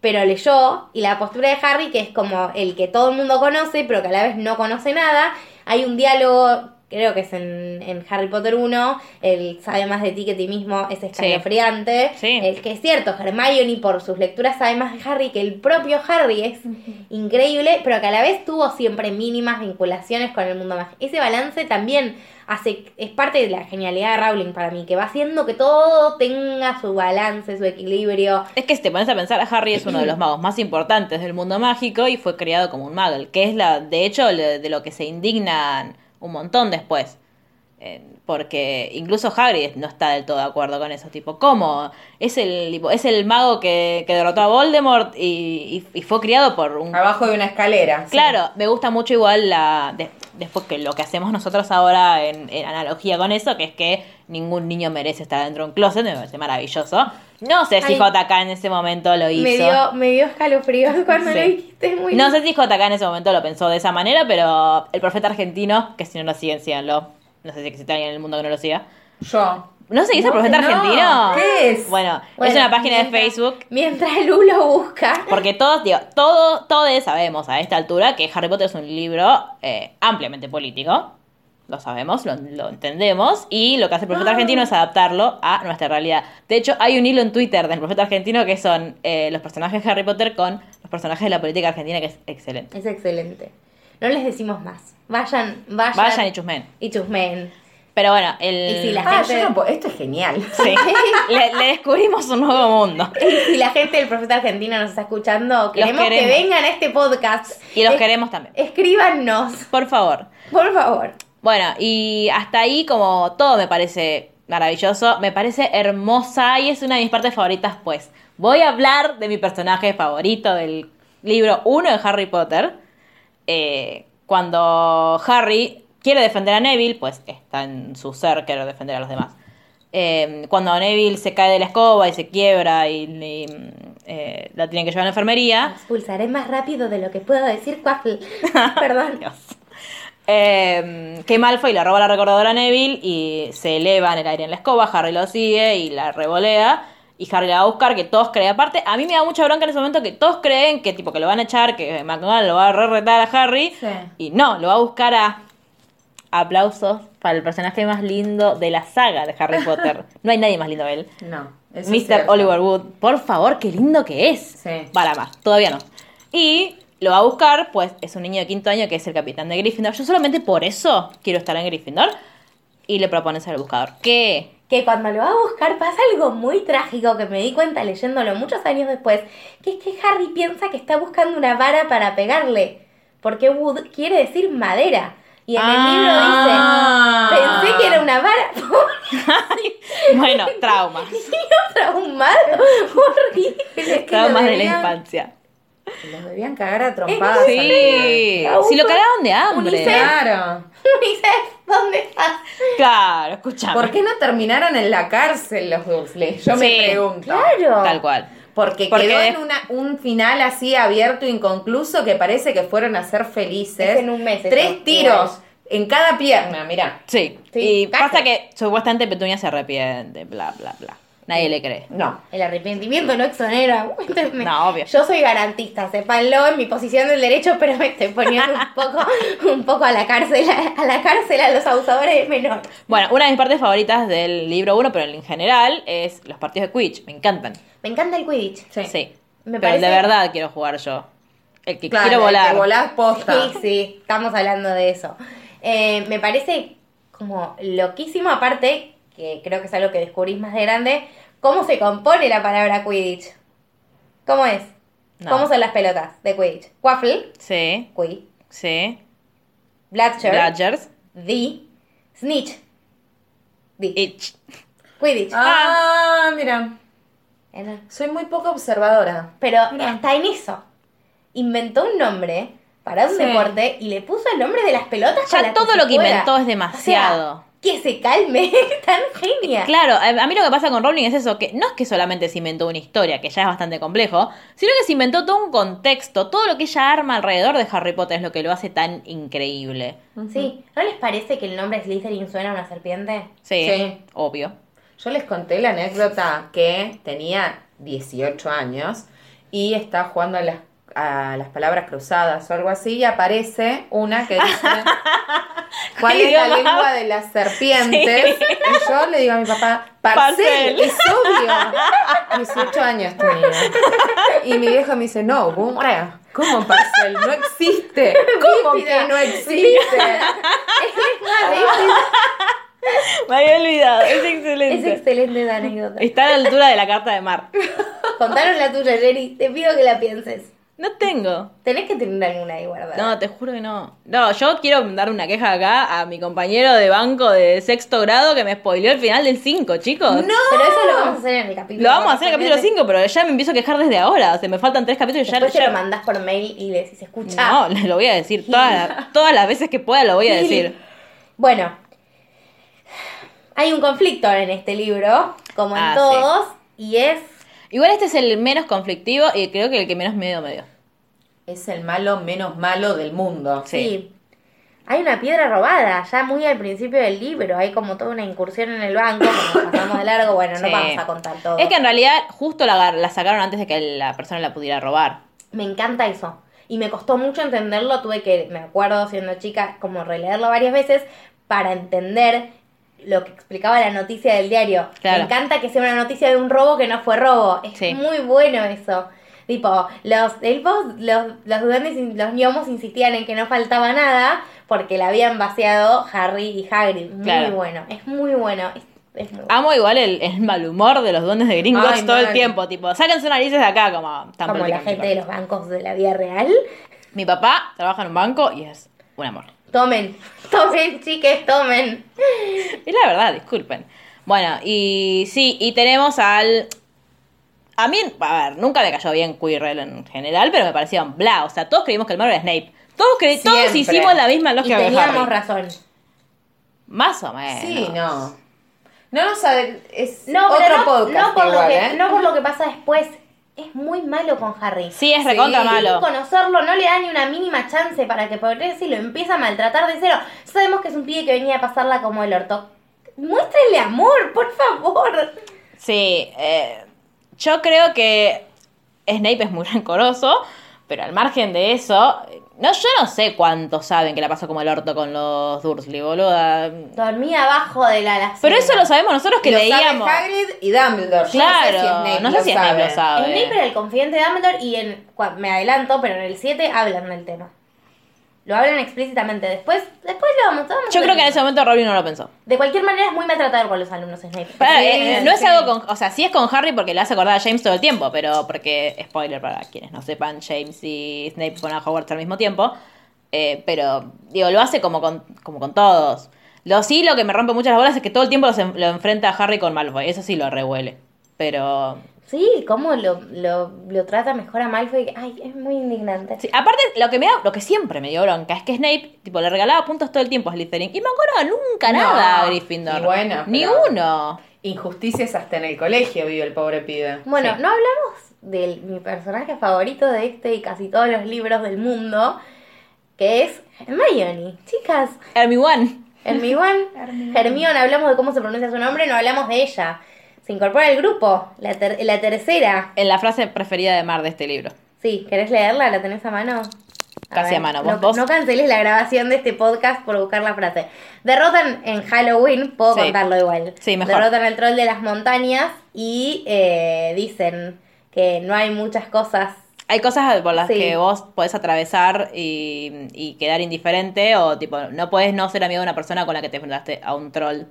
pero leyó, y la postura de Harry, que es como el que todo el mundo conoce, pero que a la vez no conoce nada. Hay un diálogo, creo que es en, en Harry Potter 1, el sabe más de ti que ti mismo, es escalofriante. Sí. El que es cierto, Hermione por sus lecturas sabe más de Harry que el propio Harry, es increíble, pero que a la vez tuvo siempre mínimas vinculaciones con el mundo mágico. Ese balance también hace, es parte de la genialidad de Rowling para mí, que va haciendo que todo tenga su balance, su equilibrio. Es que si te pones a pensar, Harry es uno de los magos más importantes del mundo mágico y fue criado como un muggle, que es la, de hecho le- de lo que se indignan un montón después. Eh, porque incluso Harry no está del todo de acuerdo con eso. Tipo, ¿cómo? Es el, tipo, es el mago que, que derrotó a Voldemort y, y- y fue criado por un Abajo de una escalera. Claro, me gusta mucho igual la de- después que lo que hacemos nosotros ahora en, en analogía con eso, que es que ningún niño merece estar dentro de un closet, me parece maravilloso. No sé si Ay. JK en ese momento lo hizo. Me dio, me dio escalofríos cuando Sí. lo dijiste, es muy No sé si JK en ese momento lo pensó de esa manera, pero el profeta argentino, que si no lo siguen, síganlo. No sé si existe alguien en el mundo que no lo siga. Yo. ¿No seguís al No, profeta no. argentino? ¿Qué es? Bueno, Bueno, es una página de mientras- Facebook Mientras Lulo busca. Porque todos, digo, todo, todos sabemos a esta altura que Harry Potter es un libro eh, ampliamente político. Lo sabemos, lo, lo entendemos. Y lo que hace el Ah. profeta argentino es adaptarlo a nuestra realidad. De hecho, hay un hilo en Twitter del profeta argentino que son eh, los personajes de Harry Potter con los personajes de la política argentina, que es excelente. Es excelente. No les decimos más. Vayan, vayan. Vayan y chusmen. y chusmen. Pero bueno, el. Y si la- Ah, gente- yo no puedo- Esto es genial. Sí. le, le descubrimos un nuevo mundo. Si la gente del profeta argentino nos está escuchando, queremos, que queremos. vengan a este podcast. Y los Es- queremos también. Escríbanos, Por favor. por favor. Bueno, y hasta ahí como todo me parece maravilloso, me parece hermosa y es una de mis partes favoritas, pues. Voy a hablar de mi personaje favorito del libro 1 de Harry Potter. Eh, cuando Harry quiere defender a Neville, pues está en su ser querer defender a los demás. Eh, cuando Neville se cae de la escoba y se quiebra y, y, eh, la tienen que llevar a la enfermería, Expulsaré más rápido de lo que puedo decir, Quaffle. Perdón. Eh, que Malfoy le roba la recordadora a Neville y se eleva en el aire en la escoba. Harry lo sigue y la revolea. Y Harry la va a buscar, que todos creen. Aparte, a mí me da mucha bronca en ese momento que todos creen que tipo que lo van a echar, que McGonagall lo va a re retar a Harry. Sí. Y no, lo va a buscar a. Aplausos para el personaje más lindo de la saga de Harry Potter. No hay nadie más lindo que él. No. eso es Mr. cierto. Oliver Wood, por favor, qué lindo que es. Sí. Para más, todavía no. Y lo va a buscar, pues es un niño de quinto año que es el capitán de Gryffindor. Yo solamente por eso quiero estar en Gryffindor. Y le propone ser el buscador. ¿Qué? que cuando lo va a buscar pasa algo muy trágico que me di cuenta leyéndolo muchos años después, que es que Harry piensa que está buscando una vara para pegarle, porque wood quiere decir madera. Y en Ah. el libro dice, pensé que era una vara, Bueno, traumas. un traumado, horrible. Traumas de la deberían- infancia. Los debían cagar a trompadas. amiga. Sí. Si lo cagaban de hambre. Claro. Ulises, ¿dónde estás? Claro, escuchame. ¿Por qué no terminaron en la cárcel los Dursley? Yo Sí. me pregunto. Claro. Tal cual. Porque, Porque quedó de- en una- un final así abierto, inconcluso, que parece que fueron a ser felices. Es en un mes Tres eso, tiros en cada pierna, mirá. Sí. Sí, y cacho. pasa que supuestamente Petunia se arrepiente, bla, bla, bla. Nadie le cree. No. El arrepentimiento no exonera. Cuéntame. No, obvio. Yo soy garantista, sépanlo en mi posición del derecho, pero me estoy poniendo un poco, un poco a la cárcel, a la cárcel a los abusadores de menor. Bueno, una de mis partes favoritas del libro 1, pero en general, es los partidos de Quidditch. Me encantan. Me encanta el Quidditch. Sí. Sí. Me pero parece- de verdad quiero jugar yo. El que Claro, quiero volar. el que volás posta. Sí, sí, estamos hablando de eso. Eh, me parece como loquísimo, aparte, que creo que es algo que descubrís más de grande, cómo se compone la palabra Quidditch. ¿Cómo es? No. ¿Cómo son las pelotas de Quidditch? Waffle, Sí, Quid, sí. Blatcher, Bludgers. D, Snitch, D, Itch. Quidditch. Ah, mira. Era- Soy muy poco observadora. Pero hasta en eso, inventó un nombre para un Sí. deporte y le puso el nombre de las pelotas. Ya para todo se lo que pueda. inventó es O sea, demasiado. que se calme, tan genia. Claro, a a mí lo que pasa con Rowling es eso, que no es que solamente se inventó una historia, que ya es bastante complejo, sino que se inventó todo un contexto, todo lo que ella arma alrededor de Harry Potter es lo que lo hace tan increíble. Sí, ¿no les parece que el nombre Slytherin suena a una serpiente? Sí, Sí. obvio. Yo les conté la anécdota que tenía 18 años y estaba jugando a las, a las palabras cruzadas o algo así y aparece una que dice ¿Cuál es la Idioma. lengua de las serpientes? Y yo le digo a mi papá, parcel, Parcel. es obvio. 18 años tenía. Y mi vieja me dice, no, boomerang. ¿Cómo parcel? No existe. ¿Cómo Bípeda. que no existe? Me había olvidado, es excelente. Es excelente esa anécdota. Está a la altura de la carta de mar. Contaron la tuya, Jerry. Te pido que la pienses. No tengo. Tenés que tener alguna ahí guardada. No, te juro que no. No, yo quiero dar una queja acá a mi compañero de banco de sexto grado que me spoileó el final del 5, chicos. No. Pero eso lo vamos a hacer en el capítulo. Lo vamos a hacer en el capítulo Después 5, pero ya me empiezo a quejar desde ahora. O sea, me faltan tres capítulos y ya... Después te ya- lo mandás por mail y le decís, No, escucha. lo voy a decir todas, las- todas las veces que pueda, lo voy a decir. Bueno, hay un conflicto en este libro, como en Ah, sí. todos, y es... Igual este es el menos conflictivo y creo que el que menos miedo me dio. Es el malo menos malo del mundo. Sí. sí, Hay una piedra robada, ya muy al principio del libro. Hay como toda una incursión en el banco, que nos pasamos de largo. Bueno, no Sí. vamos a contar todo. Es que en realidad justo la, agar- la sacaron antes de que la persona la pudiera robar. Me encanta eso. Y me costó mucho entenderlo, tuve que, me acuerdo siendo chica, como releerlo varias veces para entender lo que explicaba la noticia del diario. Claro. Me encanta que sea una noticia de un robo que no fue robo. Es Sí. muy bueno eso. Tipo, los elfos, los, los duendes, y los gnomos insistían en que no faltaba nada porque la habían vaciado Harry y Hagrid. Muy Claro. bueno, es muy bueno. Es, es muy bueno. Amo igual el, el mal humor de los duendes de Gringos Ay, todo el mal. tiempo. Tipo, sáquense narices de acá, como tan Como la políticamente gente de los bancos de la vida real. correcto. Mi papá trabaja en un banco y es un amor. Tomen, tomen, chiques, tomen. Es la verdad, disculpen. Bueno, y sí, y tenemos al... A mí, a ver, nunca me cayó bien Quirrell en general, pero me parecía un bla. O sea, todos creímos que el malo era Snape. Todos, cre- todos Siempre. hicimos la misma Y lógica de teníamos Harry. razón. Más o menos. Sí, no. No nos sabe- es No, otro pero no, podcast no por igual, lo que, ¿eh? no por lo que pasa después. Es muy malo con Harry. Sí, es recontra Sí. malo. Sin conocerlo, no le da ni una mínima chance para que progrese y lo empieza a maltratar de cero. Sabemos que es un pibe que venía a pasarla como el orto. Muéstrenle amor, por favor. Sí, eh, yo creo que Snape es muy rencoroso, pero al margen de eso, no, yo no sé cuántos saben que la pasó como el orto con los Dursley, boluda. Dormía abajo de la alacena. Pero eso lo sabemos nosotros que lo leíamos. sabe Hagrid y Dumbledore. Yo Claro, no sé si Snape lo sabe. Snape era el confidente de Dumbledore y en, cua- me adelanto, pero en el 7 hablan del tema. Lo hablan explícitamente. Después, después lo vamos, vamos Yo a creo que en ver. ese momento Rowling no lo pensó. De cualquier manera es muy maltratador con los alumnos Snape. Claro, Sí, eh, no es sí. algo con. O sea, sí es con Harry porque le hace acordar a James todo el tiempo, pero porque, spoiler para quienes no sepan, James y Snape fueron a Hogwarts al mismo tiempo. eh, pero, digo, lo hace como con, como con todos. Lo sí, lo que me rompe muchas las bolas es que todo el tiempo los en- lo enfrenta a Harry con Malfoy. Eso sí lo rehuele. Pero. Sí, cómo lo, lo, lo trata mejor a Malfoy. Ay, es muy indignante. sí, aparte, lo que me da- lo que siempre me dio bronca es que Snape, tipo, le regalaba puntos todo el tiempo a Slytherin. Y no acuerdo nunca No, nada a Gryffindor. y bueno, Ni pero- uno. Injusticias hasta en el colegio vive el pobre pibe. Bueno, Sí. no hablamos de mi personaje favorito de este y casi todos los libros del mundo, que es Hermione. Chicas, Hermione. Hermione, Hermione, hablamos de cómo se pronuncia su nombre, no hablamos de ella. Se incorpora al grupo, la, ter- la tercera. En la frase preferida de Mar de este libro. Sí, ¿querés leerla? ¿La tenés a mano? Casi a mano, vos- no, vos. no canceles la grabación de este podcast por buscar la frase. Derrotan en Halloween, puedo Sí. contarlo igual. Sí, mejor. Derrotan al troll de las montañas y eh, dicen que no hay muchas cosas. Hay cosas por las Sí. que vos podés atravesar y, y quedar indiferente o tipo, no podés no ser amigo de una persona con la que te enfrentaste a un troll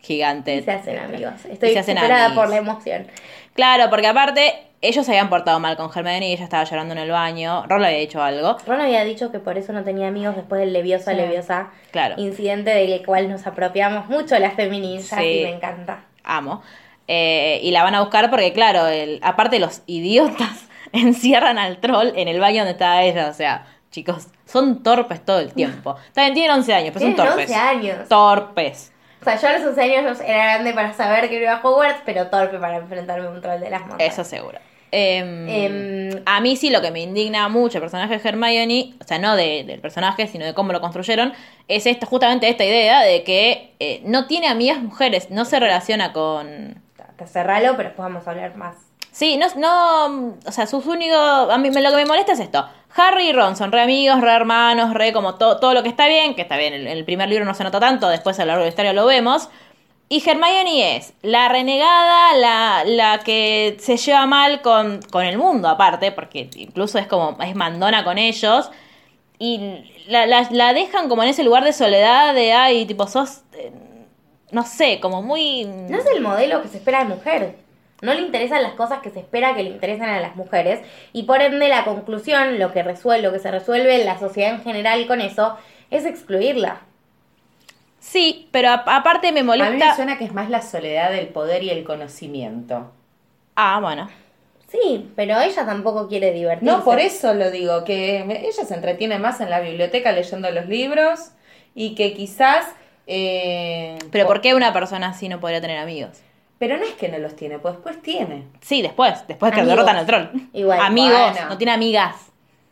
gigante. Y se hacen amigos. Estoy se hacen superada amigos. por la emoción. Claro, porque aparte, ellos se habían portado mal con Hermione y ella estaba llorando en el baño. Ron le había dicho algo. Ron había dicho que por eso no tenía amigos después del leviosa leviosa Claro. incidente del cual nos apropiamos mucho las feministas Sí. y me encanta. Amo. Eh, y la van a buscar porque, claro, el- aparte los idiotas encierran al troll en el baño donde está ella. O sea, chicos, son torpes todo el tiempo. También tienen 11 años, pero son Tienen torpes. 11 años. Torpes. O sea, yo a los 11 años era grande para saber que no iba a Hogwarts, pero torpe para enfrentarme a un troll de las montañas. Eso seguro. Em, Em, a mí sí lo que me indigna mucho el personaje de Hermione, o sea, no de- del personaje, sino de cómo lo construyeron, es esto, justamente esta idea de que eh, no tiene amigas mujeres, no se relaciona con... Te cerralo, pero después vamos a hablar más. Sí, no, no, o sea, sus únicos, a mí me- lo que me molesta es esto. Harry y Ron son re amigos, re hermanos, re como to- todo lo que está bien, que está bien, en el primer libro no se nota tanto, después a lo largo de la historia lo vemos. Y Hermione es la renegada, la, la que se lleva mal con, con el mundo aparte, porque incluso es como, es mandona con ellos. Y la, la- la dejan como en ese lugar de soledad, de, ay, tipo, sos, eh, no sé, como muy... No es el modelo que se espera de mujer. No le interesan las cosas que se espera que le interesan a las mujeres. Y por ende, la conclusión, lo que resuelve, lo que se resuelve en la sociedad en general con eso, es excluirla. Sí, pero a- aparte me A molesta... mí me suena que es más la soledad del poder y el conocimiento. Ah, bueno. Sí, pero ella tampoco quiere divertirse. No, por eso lo digo, que me- ella se entretiene más en la biblioteca leyendo los libros y que quizás... eh, Pero po- ¿por qué una persona así no podría tener amigos? Pero no es que no los tiene, pues después tiene. Sí, después, después que Amigos. derrotan al troll. Igual, amigos, bueno. no tiene amigas.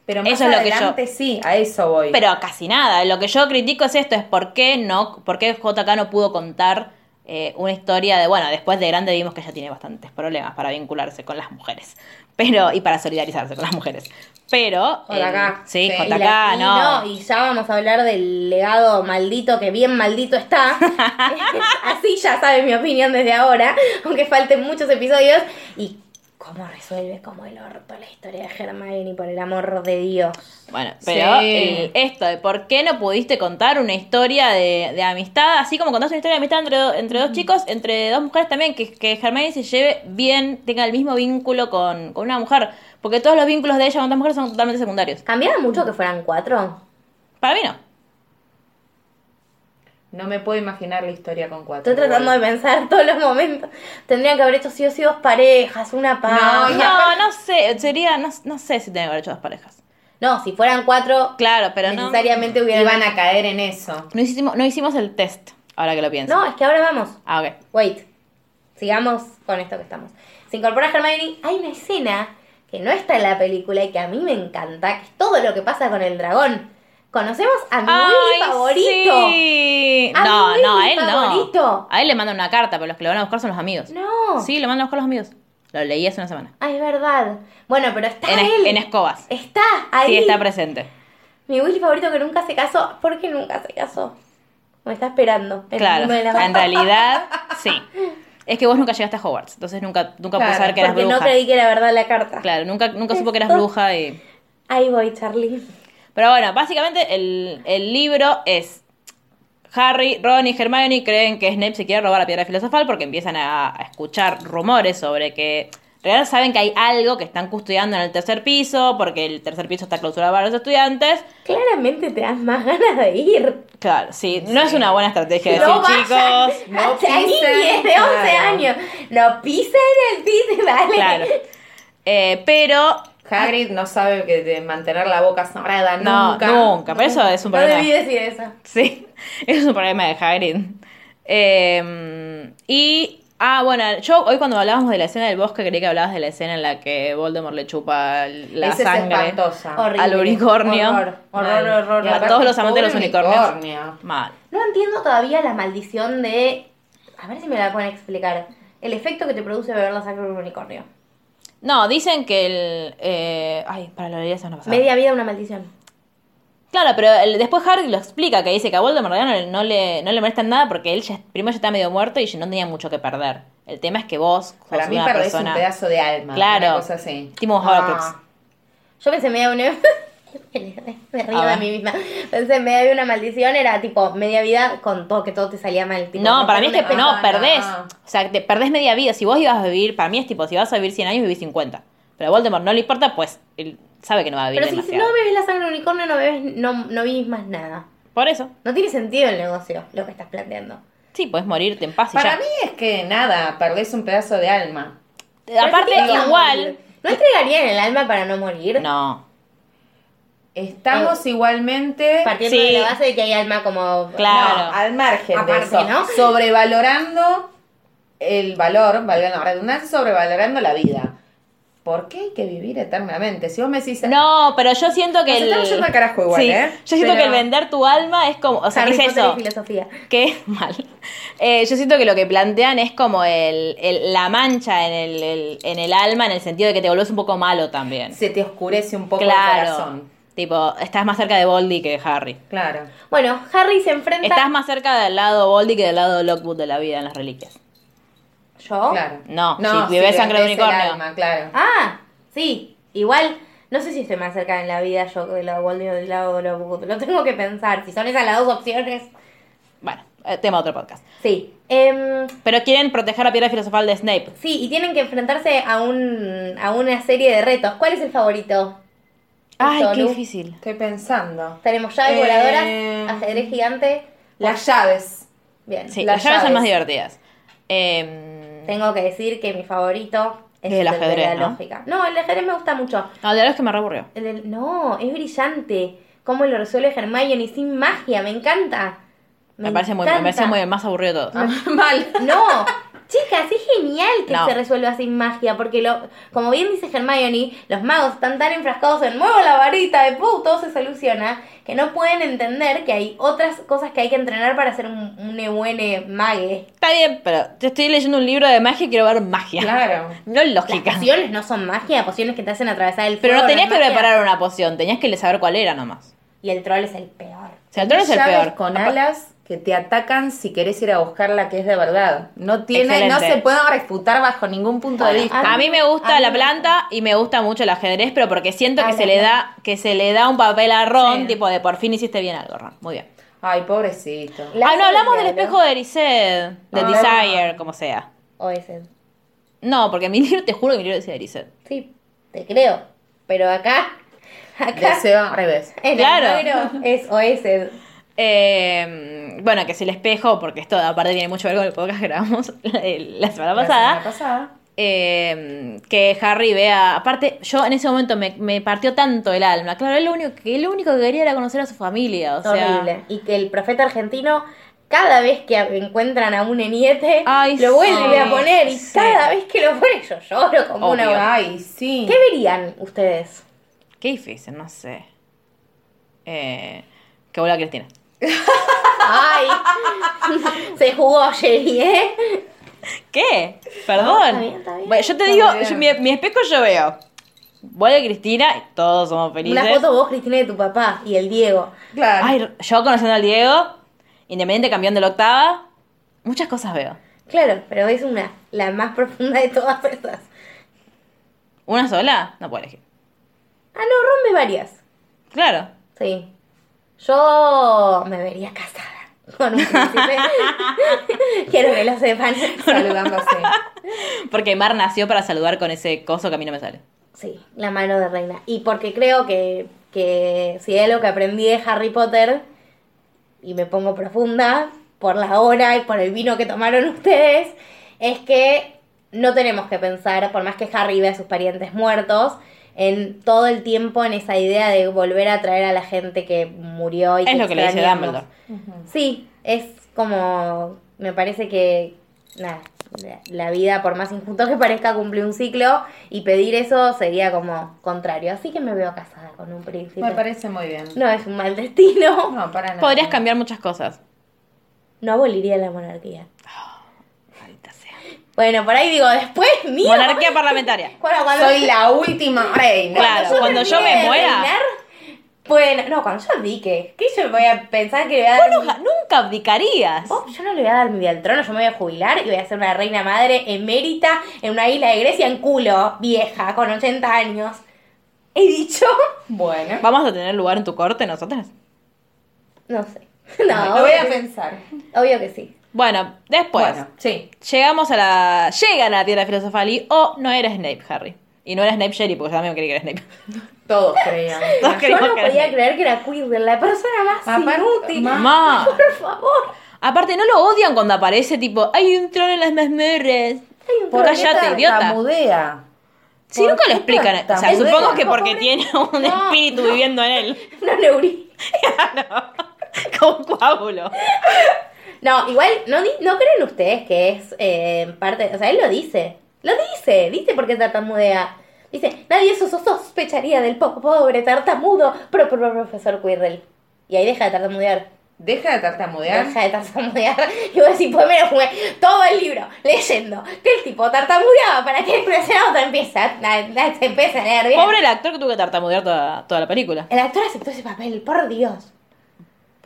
Pero más Eso es lo que yo- adelante sí, a eso voy. Pero casi nada. Lo que yo critico es esto, es por qué no, por qué JK no pudo contar eh, una historia de, bueno, después de grande vimos que ella tiene bastantes problemas para vincularse con las mujeres. Pero, y para solidarizarse con las mujeres. Pero. eh, JK. sí, Y JK, la- y no. Y ya vamos a hablar del legado maldito que bien maldito está. Así ya saben mi opinión desde ahora, aunque falten muchos episodios. Y cómo resuelve como el orto la historia de Hermione, por el amor de Dios. Bueno, pero Sí. el- esto de por qué no pudiste contar una historia de, de amistad, así como contaste una historia de amistad entre, do- entre dos chicos, entre dos mujeres también, que, que Hermione se lleve bien, tenga el mismo vínculo con, con una mujer, porque todos los vínculos de ella con otras mujeres son totalmente secundarios. ¿Cambiaba mucho que fueran cuatro? Para mí no. No me puedo imaginar la historia con cuatro. Estoy tratando de pensar todos los momentos. Tendrían que haber hecho sí o sí dos parejas, una paja. y No, no sé, sería, no, no sé si tiene que haber hecho dos parejas. No, si fueran cuatro, Claro, pero no, necesariamente hubieran... Iban a caer en eso. no, hicimos, no hicimos el test, ahora que lo pienso. No, es que ahora vamos. Ah, ok. Wait, sigamos con esto que estamos. Se incorpora Hermione, hay una escena que no está en la película y que a mí me encanta, que es todo lo que pasa con el dragón. Conocemos a mi Willy Ay, favorito. sí. A No, mi no, a Willy él no. favorito. A él le mandan una carta, pero los que lo van a buscar son los amigos. No. Sí, lo mandan a buscar los amigos. Lo leí hace una semana. Ah, es verdad. Bueno, pero está En, es- él. en escobas. Está ahí. Sí, está presente. Mi Willy favorito que nunca se casó. ¿Por qué nunca se casó? Me está esperando. en Claro. uno de las- En realidad, sí. Es que vos nunca llegaste a Hogwarts, entonces nunca, nunca Claro, pude saber que eras Porque bruja. no creí que era verdad la carta. Claro, nunca, nunca supo que eras Esto- bruja y. Ahí voy, Charlie. Pero bueno, básicamente el, el libro es. Harry, Ron y Hermione creen que Snape se quiere robar la piedra filosofal porque empiezan a, a escuchar rumores sobre que. En realidad saben que hay algo que están custodiando en el tercer piso porque el tercer piso está clausurado para los estudiantes. Claramente te das más ganas de ir. Claro, sí, no es una buena estrategia decir, No vayan chicos. no a- a pisen, niñes de 11 claro. años. No pisen el piso, dale. Claro. Eh, pero. Hagrid no sabe que de mantener la boca cerrada No, nunca. nunca. Pero eso es un No problema. debí decir eso. Sí, es un problema de Hagrid. Eh, y, ah, bueno, yo hoy cuando hablábamos de la escena del bosque creí que hablabas de la escena en la que Voldemort le chupa la Esa sangre es espantosa. Horrible. al unicornio. Horror, horror, Mal. horror, Y a aparte, todos los amantes de los pobre unicornios. unicornio. Mal. No entiendo todavía la maldición de... A ver si me la pueden explicar. El efecto que te produce beber la sangre de un unicornio. No, dicen que el... eh, ay, para lo leí la semana pasada. Media vida una maldición. Claro, pero el- después Harry lo explica, que dice que a Voldemort en realidad no, le, no le molestan nada porque él ya, primero ya está medio muerto y no tenía mucho que perder. El tema es que vos, sos Para mí una perdés Ah, persona... un pedazo de alma. Claro. Una cosa así. Tipo Horcrux. Yo pensé media una... Me río A de ver. mí misma. Pensé, media vida una maldición era tipo media vida con todo, que todo te salía mal. tipo, No, para mí es una que cosa. no, no. perdés. O sea, te perdés media vida. Si vos ibas a vivir, para mí es tipo, si vas a vivir 100 años, vivís 50. Pero a Voldemort no le importa, pues él sabe que no va a vivir Pero si demasiado. no bebes la sangre de unicornio, no bebes, no, no vivís más nada. Por eso. No tiene sentido el negocio, lo que estás planteando. Sí, podés morirte en paz y Para ya. mí es que nada, perdés un pedazo de alma. Aparte, Pero este si te vas a igual. morir, ¿No entregarían el alma para no morir? No. Estamos Eh, igualmente Partiendo Sí. de la base de que hay alma como. Claro. No, al margen Aparte, de eso, ¿no? sobrevalorando el valor, valga la redundancia, sobrevalorando la vida. ¿Por qué hay que vivir eternamente? Si vos me decís, No, pero yo siento que Nos el. estamos yendo al carajo igual, Sí. ¿eh? Yo siento Pero- que el vender tu alma es como. O sea, ¿qué Harry es Potter eso? y filosofía. Qué mal. Eh, yo siento que lo que plantean es como el, el- la mancha en el, el- en el alma, en el sentido de que te volvés un poco malo también. se te oscurece un poco el claro. corazón. Tipo, estás más cerca de Boldy que de Harry. Claro. Bueno, Harry se enfrenta. Estás más cerca del lado Boldy que del lado Lockwood de la vida en las reliquias. ¿Yo? Claro. No, si bebés sangre de bebés el unicornio. alma, claro. Ah, sí. Igual, no sé si estoy más cerca en la vida yo del lado Goldie o del lado Lockwood. Lo tengo que pensar. Si son esas las dos opciones. Bueno, eh, tema de otro podcast. Sí. Em, Pero quieren proteger la piedra filosofal de Snape. sí, y tienen que enfrentarse a, un, a una serie de retos. ¿Cuál es el favorito? Sonu. difícil. Estoy pensando. Tenemos llaves Eh, Em. voladoras, ajedrez gigante. Las llaves. Bien. Sí, las, Las llaves son llaves. más divertidas. Em, Tengo que decir que mi favorito es Es el de la ajedrez, ¿no? lógica. No, el ajedrez me gusta mucho. no, de los que me reburrió. El del- no, es brillante. Cómo lo resuelve Hermione sin magia, me encanta. Me, parece muy, me encanta. parece muy más aburrido todo. Mal. No, chicas, es genial que No. se resuelva sin magia, porque lo, como bien dice Hermione, los magos están tan enfrascados en muevo la varita de ¡pum! todo se soluciona, que no pueden entender que hay otras cosas que hay que entrenar para ser un, un buen mague. Está bien, pero yo estoy leyendo un libro de magia y quiero ver magia. Claro. No Las lógica. pociones no son magia, pociones que te hacen atravesar el fuego. Pero no no tenías es que magia. preparar una poción, tenías que saber cuál era nomás. Y el troll es el peor. O sea, el trono es el Llaves peor. con alas que te atacan si querés ir a buscar la que es de verdad. No tiene, no Excelente. se pueden refutar bajo ningún punto de vista. A mí me gusta A mí la me planta y me gusta mucho el ajedrez, pero porque siento que Ay, se la le da que se le da un papel a Ron, Sí. tipo de por fin hiciste bien algo, Ron. Muy bien. Ay, pobrecito. La ah, no sombra, hablamos del ¿no? espejo de Erised, del Ah. Desire, como sea. O ese. No, porque mi libro, te juro que mi libro decía Erised. Sí, te creo. Pero acá, acá, Deseo al revés. en Claro. el negro es o ese. Eh, bueno, que es el espejo, porque esto aparte tiene mucho que ver con el podcast que grabamos la, la semana La pasada. semana pasada. Eh, que Harry vea. Aparte, yo en ese momento me, me partió tanto el alma. Claro, él lo único que, él lo único que quería era conocer a su familia. O sea, Horrible. Y que el profeta argentino, cada vez que encuentran a un eniete, Ay, lo vuelve sí, a poner. Y sí. cada vez que lo pone, yo lloro como una. Obvio. boba. Ay, sí. ¿Qué verían ustedes? Qué difícil, no sé. Eh, que vuelva Cristina. Ay, se jugó Jerry, ¿eh? ¿Qué? No, Perdón. está bien, está bien. Bueno, yo te digo, bien. yo- mi, mi espejo yo veo. Vuelve Cristina, y todos somos felices. Una foto vos, Cristina, de tu papá y el Diego. Claro. Ay, yo conociendo al Diego, independiente cambiando la octava, muchas cosas veo. Claro, pero es una, la más profunda de todas esas. ¿Una sola? No puedo elegir. Ah, no, rompe varias. Claro. Sí. Yo me vería casada con un príncipe. Quiero que lo sepan. Saludándose. Porque Mar nació para saludar con ese coso que a mí no me sale. Sí, la mano de reina. Y porque creo que, que si es lo que aprendí de Harry Potter, y me pongo profunda por la hora y por el vino que tomaron ustedes, es que no tenemos que pensar, por más que Harry vea a sus parientes muertos, en todo el tiempo en esa idea de volver a traer a la gente que murió y Es lo que le dice extrañamos. Dumbledore. Sí, es como. Me parece que. Nada. la- La vida, por más injusto que parezca, cumple un ciclo y pedir eso sería como contrario. Así que me veo casada con un príncipe. Me parece muy bien. No es un mal destino. No, para nada. Podrías cambiar muchas cosas. No aboliría la monarquía. Maldita sea. Bueno, por ahí digo, después mío. Monarquía parlamentaria. Bueno, cuando, Soy la última reina. Claro, cuando yo me termine de muera. reinar, bueno, no, cuando yo abdique, que yo voy a pensar que le voy a dar mi- Nunca, nunca abdicarías. Oh, yo no le voy a dar mi vida al trono, yo me voy a jubilar y voy a ser una reina madre emérita en una isla de Grecia en culo, vieja, con 80 años. he dicho. Bueno. ¿Vamos a tener lugar en tu corte nosotras? No sé. No, lo voy a obvio- pensar. Obvio que sí. Bueno, después. Bueno, sí. Llegamos a la. Llegan a la piedra filosofal y. Oh, no era Snape, Harry. Y no era Snape Sherry, porque yo también creí que era Snape. Todos creían. Todos Yo creímos no que era podía Snape. creer que era Quirrell, la persona más Aparte, inútil. ma- Ma. Por favor. Aparte, no lo odian cuando aparece, tipo, hay un trono en las mazmorras. Hay un Por trono. callate, idiota. Tartamudea. Si nunca lo qué explican. O sea, tartamudea? supongo que porque Pobre- tiene un No, espíritu viviendo en él. No neurí. Con coágulo. No, igual, no, di- no creen ustedes que es eh, parte. O sea, él lo dice. Lo dice. Dice porque tartamudea. Dice, nadie eso sospecharía del poco pobre tartamudo, pero pro, pro- profesor Quirrell. Y ahí deja de tartamudear. Deja de tartamudear. Deja de tartamudear. Y vos decís, pues mira, fue todo el libro leyendo que el tipo tartamudeaba para que el otra empieza. na- na- se empieza a leer bien. Pobre el actor que tuvo que tartamudear toda, toda la película. El actor aceptó ese papel, por Dios.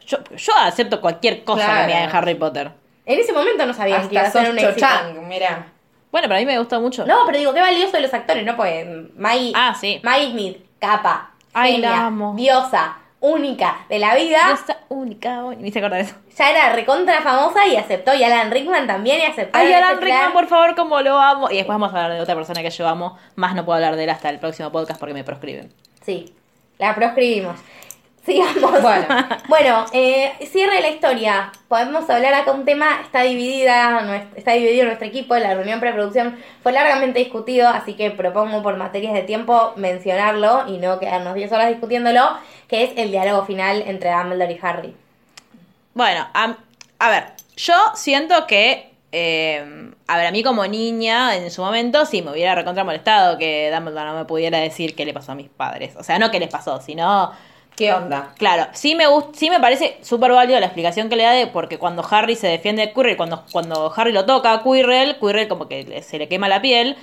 Yo, yo acepto cualquier cosa Claro. que me haga en Harry Potter. En ese momento no sabían que iba a Hasta ser un sos éxito. chochang, mira. Bueno, pero a mí me gusta mucho. No, pero digo, qué valioso de los actores, ¿no? Pues Maggie, Ah, sí. Maggie Smith, capa, Ay, genia, la amo. diosa, única de la vida, Esa única. Ni se acuerda de eso. ya era recontra famosa y aceptó, y Alan Rickman también, y aceptó. Ay, Alan Rickman, por favor, como lo amo. Y después vamos a hablar de otra persona que yo amo. Más no puedo hablar de él hasta el próximo podcast porque me proscriben. Sí, la proscribimos. Sigamos. Bueno. Bueno, eh, cierre la historia. Podemos hablar acá un tema, está dividida, nues- está dividido nuestro equipo, la reunión preproducción fue largamente discutido, así que propongo por materias de tiempo mencionarlo y no quedarnos 10 horas discutiéndolo, que es el diálogo final entre Dumbledore y Harry. Bueno, a, a ver, yo siento que, eh, a ver, a mí como niña, en su momento, sí, me hubiera recontra molestado que Dumbledore no me pudiera decir qué le pasó a mis padres. O sea, no qué les pasó, sino... ¿Qué onda? Claro, sí me gust- sí me parece súper válido la explicación que le da de porque cuando Harry se defiende de Quirrell, cuando, cuando Harry lo toca a Quirrell, Quirrell como que le- se le quema la piel.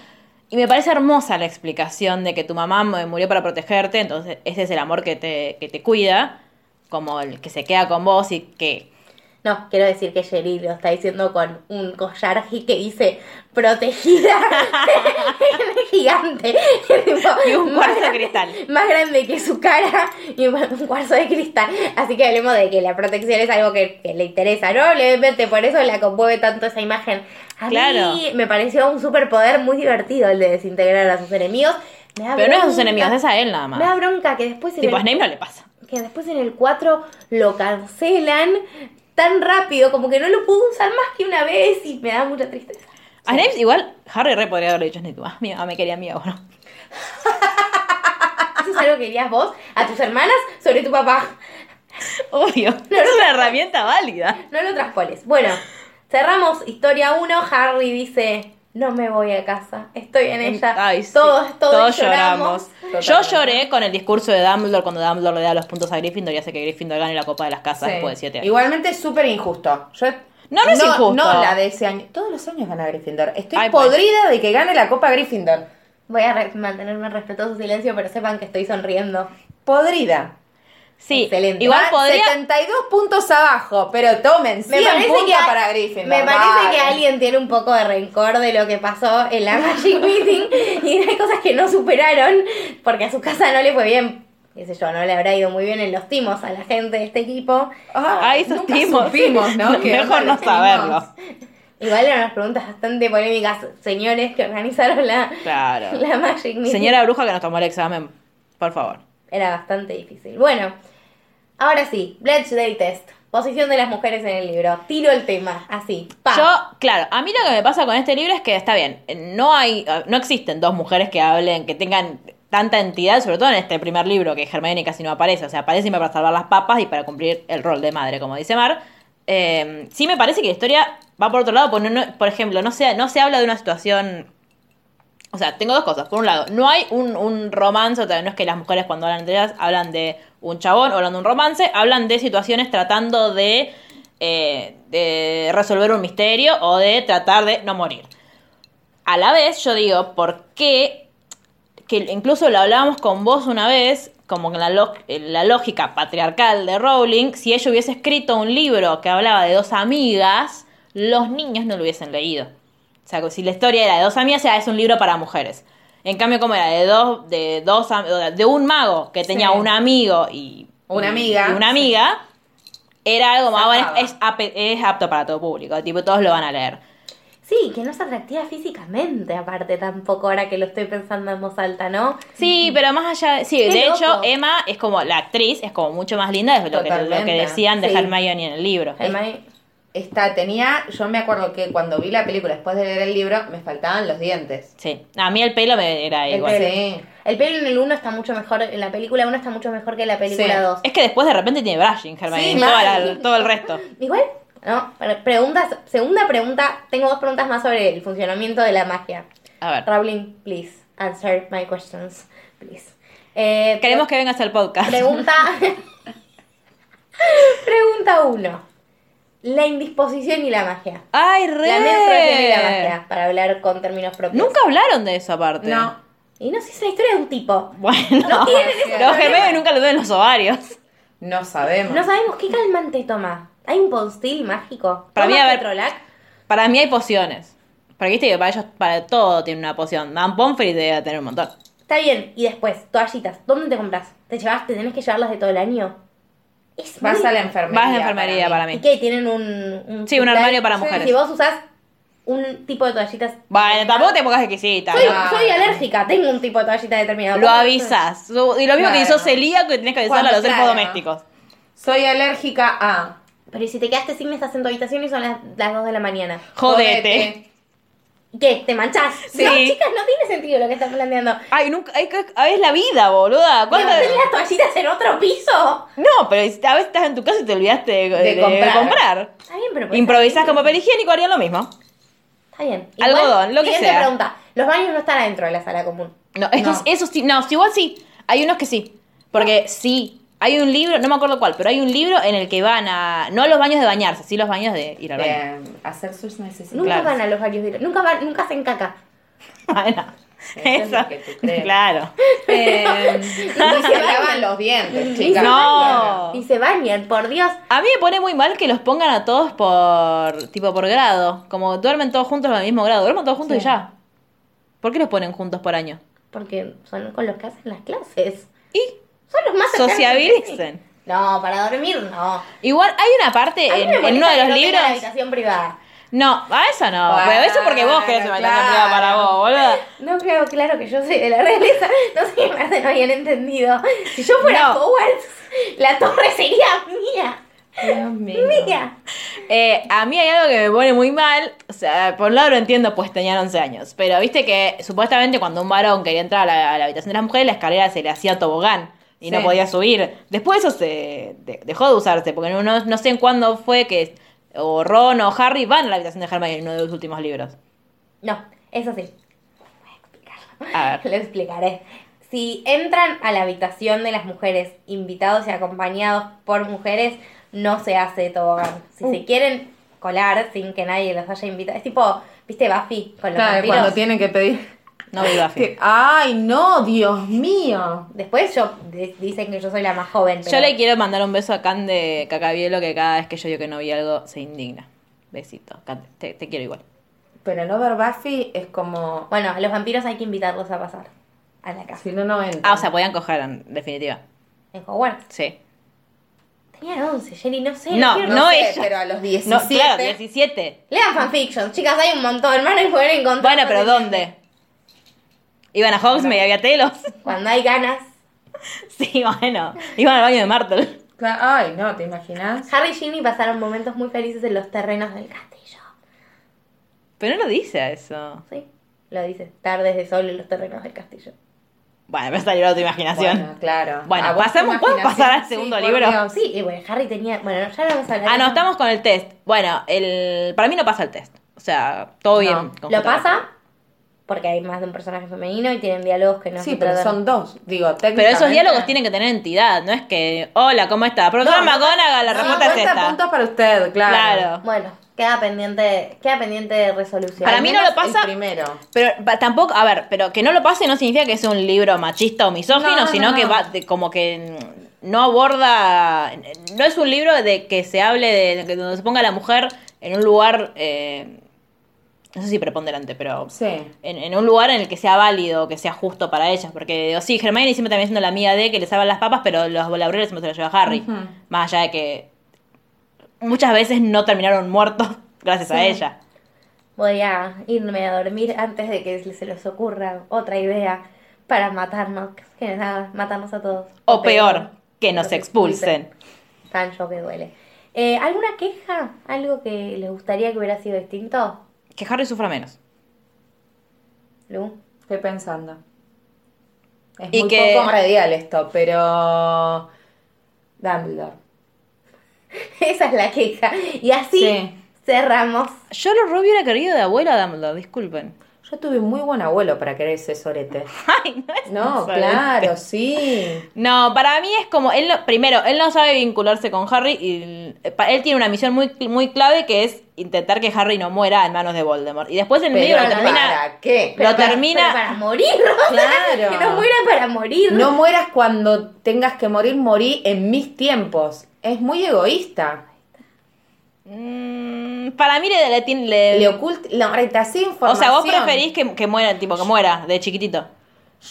Y me parece hermosa la explicación de que tu mamá mu- murió para protegerte, entonces ese es el amor que te, que te cuida, como el que se queda con vos y que No, quiero decir que Sherry lo está diciendo con un collar gi- que dice protegida gigante. Tipo, Y un más cuarzo de grande- cristal. Más grande que su cara y un un cuarzo de cristal. Así que hablemos de que la protección es algo que, que le interesa, ¿no? Obviamente por eso la conmueve tanto esa imagen. A Claro. mí me pareció un superpoder muy divertido el de desintegrar a sus enemigos. Me da Pero no es a sus bronca- enemigos, es a él nada Me da más. bronca que después en Tipo, a el- Snape no le pasa. que después en el 4 lo cancelan tan rápido, como que no lo pudo usar más que una vez y me da mucha tristeza. A Snape igual, Harry re podría haberle dicho a Snape, ah, mi mamá me quería a mí, ah, bueno. Eso es algo que dirías vos a tus hermanas sobre tu papá. Obvio, es una herramienta válida. No lo traspoles. Bueno, cerramos historia 1. Harry dice, no me voy a casa, estoy en ella. Ay, sí. todos, todos, lloramos. Yo lloré con el discurso de Dumbledore cuando Dumbledore le da los puntos a Gryffindor y hace que Gryffindor gane la Copa de las Casas Sí. después de 7 años. Igualmente es súper injusto. Yo- No, no es injusto. No la de ese año. Todos los años gana Gryffindor. Estoy Ay, bueno. podrida de que gane la Copa Gryffindor. Voy a re- mantenerme respetuoso silencio, pero sepan que estoy sonriendo. Podrida. sí, excelente. igual Va podría... 72 puntos abajo, pero tomen 100 puntos hay- para Gryffindor. me parece vale. que alguien tiene un poco de rencor de lo que pasó en la Magic Meeting y hay cosas que no superaron porque a su casa no le fue bien. Qué sé yo, no le habrá ido muy bien en los timos a la gente de este equipo. Ah, Ay, esos nunca timos. supimos, ¿no? Que Mejor onda no los timos. saberlo. Igual eran unas preguntas bastante polémicas, señores que organizaron la, Claro. la Magic Meeting. Señora bruja que nos tomó el examen, por favor. Era bastante difícil. Bueno, ahora sí, Day Test. Posición de las mujeres en el libro. Tiro el tema, así. pa. Yo, claro, a mí lo que me pasa con este libro es que está bien, no hay, no existen dos mujeres que hablen, que tengan tanta entidad, sobre todo en este primer libro, que Hermione casi no aparece, o sea, aparece siempre para salvar las papas y para cumplir el rol de madre, como dice Mar. Eh, sí me parece que la historia va por otro lado, porque no- no- por ejemplo, no se, no se habla de una situación... O sea, tengo dos cosas. Por un lado, no hay un, un romance, o sea, no es que las mujeres cuando hablan entre ellas hablan de un chabón, hablan de un romance, hablan de situaciones tratando de, eh, de resolver un misterio o de tratar de no morir. A la vez, yo digo, ¿por qué? Que incluso lo hablábamos con vos una vez, como que la, lo- en la lógica patriarcal de Rowling, si ella hubiese escrito un libro que hablaba de dos amigas, los niños no lo hubiesen leído. O sea, que si la historia era de dos amigas, ya es un libro para mujeres. En cambio, como era de dos, de dos, am- de un mago que tenía Sí. un amigo y Una amiga. y una amiga, era algo más bueno, Zafaba. es, ape- es apto para todo público, tipo todos lo van a leer. Sí, que no es atractiva físicamente, aparte tampoco, ahora que lo estoy pensando en voz alta, ¿no? Sí, pero más allá, de- sí, Qué de loco. hecho Emma es como la actriz es como mucho más linda de lo que, lo que Totalmente, decían de sí. Hermione en el libro. Hermione- Esta tenía, yo me acuerdo que cuando vi la película después de leer el libro, me faltaban los dientes. Sí, a mí el pelo me era El Ah, igual. pelo. Sí. El pelo en el 1 está mucho mejor, en la película 1 está mucho mejor que en la película Sí. 2. Es que después de repente tiene brushing, Hermione, Sí, toda la- mal. todo el resto. Igual, no, pre- preguntas, segunda pregunta, tengo dos preguntas más sobre el funcionamiento de la magia. A ver, Rowling, please, answer my questions, please. Eh, queremos pre- que vengas al podcast. Pregunta... pregunta 1. La indisposición y la magia. Ay, re. La menstruación y la magia, para hablar con términos propios. Nunca hablaron de eso aparte. No. Y no sé, es la historia de un tipo. Bueno, No tienen ese los problema. gemelos nunca le duelen los ovarios. No sabemos. No sabemos qué calmante toma. Hay un postil mágico. Para mí, ¿Toma a ver- Ketrolac? Para mí hay pociones. Porque viste que para ellos, para todo tiene una poción. Dan Pomfrey debe tener un montón. Está bien. Y después, toallitas. ¿Dónde te compras? ¿Te llevas? ¿Te tenés que llevarlas de todo el año? Es Vas muy- a la enfermería. Vas a la enfermería para mí. ¿Y qué? ¿Tienen un, un Sí, un hospital? armario para Sí. mujeres. Si vos usás un tipo de toallitas... Bueno, tampoco te pongas exquisita. Soy, ¿no? soy alérgica, tengo un tipo de toallita determinado. Lo avisas. Su- Y lo mismo que Claro. hizo celíaco que tenés que avisar a Cuando- los elfos claro. domésticos. Soy alérgica a. Pero ¿y si te quedaste sin mesas en tu habitación y son las, las 2 de la mañana? Jodete. ¿Y ¿Qué? ¿Te manchás? Sí. No, chicas, no tiene sentido lo que estás planteando. Ay, nunca. Ay, que- ay, es la vida, boluda. ¿Cuándo- ¿Levanté las toallitas en otro piso? No, pero a veces estás en tu casa y te olvidaste de, de- de comprar. comprar. Está bien, pero... Improvisás con papel higiénico, harían lo mismo. Está bien. Algodón, lo que siguiente sea. pregunta. Los baños no están adentro de la sala común. No, estos, esos sí, no, sí, igual sí. Hay unos que sí. Porque sí, hay un libro, no me acuerdo cuál, pero hay un libro en el que van a. No los baños de bañarse, sí los baños de ir al baño. Eh, hacer sus necesidades. Nunca Claro. van a los baños de... Nunca, van, nunca hacen caca. Bueno, Eso es eso. lo que tú crees. Claro. Eh, no se lavan los dientes, chicas. No. Y se bañan, por Dios. A mí me pone muy mal que los pongan a todos por. tipo por grado. Como duermen todos juntos en el mismo grado. Duermen todos juntos y ya. ¿Por qué los ponen juntos por año? Porque son con los que hacen las clases. Y Son los más... cercanos. sociabilicen. No, para dormir no. Igual hay una parte A mí en, me en uno molesta de que los no tenga libros. la habitación privada. No, a eso no. Bueno, pero eso porque vos querés una habitación claro. privada para vos, boluda. No creo, claro que yo soy de la realeza. No sé qué parte no habían entendido. Si yo fuera No. Hogwarts, la torre sería mía. Mía. Eh, a mí hay algo que me pone muy mal. O sea, por un lado lo entiendo, pues tenían 11 años. Pero viste que supuestamente cuando un varón quería entrar a la, a la habitación de las mujeres, la escalera se le hacía tobogán y no Sí. podía subir. Después eso se de- dejó de usarse, porque no, no- no sé en cuándo fue que o Ron o Harry van a la habitación de Hermione en uno de los últimos libros. No, eso sí. A ver. Lo explicaré. Si entran a la habitación de las mujeres, invitados y acompañados por mujeres, no se hace tobogán. Si Uh. se quieren colar sin que nadie los haya invitado, es tipo, viste, Buffy con los Claro, vampiros. cuando tienen que pedir. No vi Buffy. que- Ay, no, Dios mío. Después yo de- dicen que yo soy la más joven. Yo pero- le quiero mandar un beso a Can de Cacabielo, que cada vez que yo digo que no vi algo se indigna. Besito, Can, te, te quiero igual. Pero no ver Buffy es como. Bueno, a los vampiros hay que invitarlos a pasar a la casa. Si no, no entra. Ah, o sea, podían coger, en definitiva. En Hogwarts. Sí. Tenían 11, Jenny, no sé. No, quiero- no, sé, ella. Pero a los 17. No, claro, 17. Lean fanfictions, chicas, hay un montón. Van a poder encontrar. Bueno, pero ¿dónde? Iban a Hogsmeade, había telos. Cuando hay ganas. Sí, bueno. Iban al baño de Martel. Cla- Ay, no, ¿te imaginas? Harry y Ginny pasaron momentos muy felices en los terrenos del castillo. Pero no lo dice eso. Sí, lo dice. Tardes de sol en los terrenos del castillo. Bueno, me salió otra imaginación. Bueno, claro. Bueno, A vos tu pasamos- ¿puedo imaginación, pasar al sí, segundo por libro? Dios. Oh, Sí, y bueno, Harry tenía. Bueno, ya lo vamos a hablar. Ah, no, estamos con el test. Bueno, el para mí no pasa el test. O sea, todo bien. No. con Lo J.K.. pasa porque hay más de un personaje femenino y tienen diálogos que no Sí, se pero tratan- son dos, digo, Pero esos técnicamente- diálogos tienen que tener entidad, no es que, hola, ¿cómo está? Profesor No, no, McGonagall, la No, respuesta es 50 esta. Ah, puntos para usted, claro. Claro. Bueno, queda pendiente, queda pendiente de resolución. Para Al mí no lo menos pasa- el primero. Pero pa- tampoco, a ver, pero que no lo pase no significa que sea un libro machista o misógino, No, no, sino no. que va de- como que mm, no aborda, no es un libro de que se hable de, de que donde se ponga a la mujer en un lugar eh, no sé si preponderante, pero Sí. en, en un lugar en el que sea válido, que sea justo para ellas. Porque, digo, sí, Hermione siempre también siendo la amiga de que le salvan las papas, pero los laureles siempre se los lleva Harry. Ujú. Más allá de que muchas veces no terminaron muertos gracias a Sí. ella. Voy a irme a dormir antes de que se les ocurra otra idea para matarnos, que nada, matarnos a todos. O, peor, que nos expulsen. Tan yo que duele. Eh, ¿Alguna queja? ¿Algo que les gustaría que hubiera sido distinto? Que Harry sufra menos. Lu. Estoy pensando. Es Y muy que- poco radial esto, pero. Dumbledore. Esa es la queja. Y así Sí. cerramos. Yo lo Robbie hubiera querido de abuelo a Dumbledore, disculpen. Yo tuve un muy buen abuelo para querer ese sorete. Ay, no es No, sorete. claro, sí. No, para mí es como, él no- primero, él no sabe vincularse con Harry y eh, pa- él tiene una misión muy, cl- muy clave que es intentar que Harry no muera en manos de Voldemort. Y después en el medio Pero lo termina... ¿para qué? Lo para- termina- pero para morir. o sea, Claro. que no muera para morir. No mueras cuando tengas que morir, morí en mis tiempos. Es muy egoísta. Mm, para mí le... le, tiene- le- Le oculta, le retasé o información. sea, vos preferís que, que muera, tipo, que muera de chiquitito.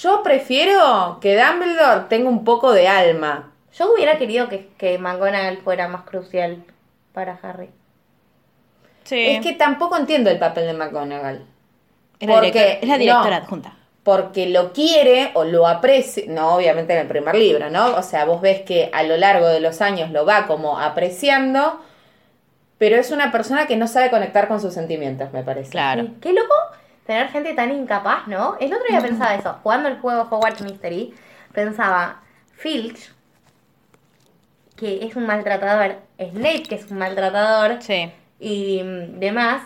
Yo prefiero que Dumbledore tenga un poco de alma. Yo hubiera querido que, que McGonagall fuera más crucial para Harry. Sí. Es que tampoco entiendo el papel de McGonagall. es la, porque- directora- es la directora no. adjunta. porque lo quiere o lo aprecia, no obviamente en el primer libro, ¿no? O sea, vos ves que a lo largo de los años lo va como apreciando, pero es una persona que no sabe conectar con sus sentimientos, me parece. Claro. Sí, Qué loco tener gente tan incapaz, ¿no? El otro día pensaba eso, jugando el juego Hogwarts Mystery, pensaba, Filch, que es un maltratador, Snape, que es un maltratador, Sí. y mm, demás,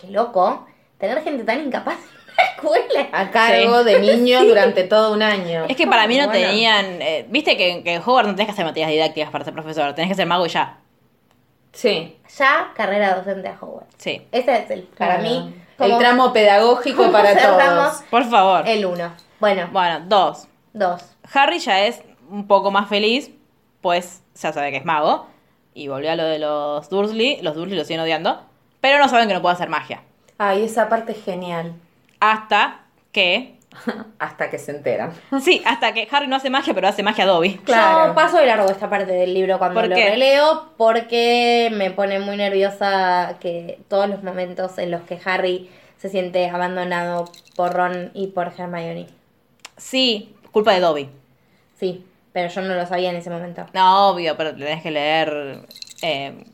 qué loco tener gente tan incapaz en la escuela. A cargo de niño durante todo un año. Es que para mí no Bueno. tenían... eh, Viste que, que en Hogwarts no tenés que hacer materias didácticas para ser profesor, tenés que ser mago y ya. Sí, Ya carrera docente a Hogwarts. Sí. Ese es el, para claro. mí, el como tramo pedagógico cómo para cerramos todos. Por favor. el uno. Bueno, Bueno, dos. dos. Harry ya es un poco más feliz, pues ya sabe que es mago. Y volvió a lo de los Dursley. Los Dursley lo siguen odiando. Pero no saben que no puede hacer magia. Ay, esa parte es genial. Hasta que. Hasta que se enteran. Sí, hasta que Harry no hace magia, pero hace magia a Dobby. Claro. Yo paso de largo esta parte del libro cuando ¿Por lo qué? releo porque me pone muy nerviosa que todos los momentos en los que Harry se siente abandonado por Ron y por Hermione. Sí, culpa de Dobby. Sí, pero yo no lo sabía en ese momento. No, obvio, pero tenés que leer eh,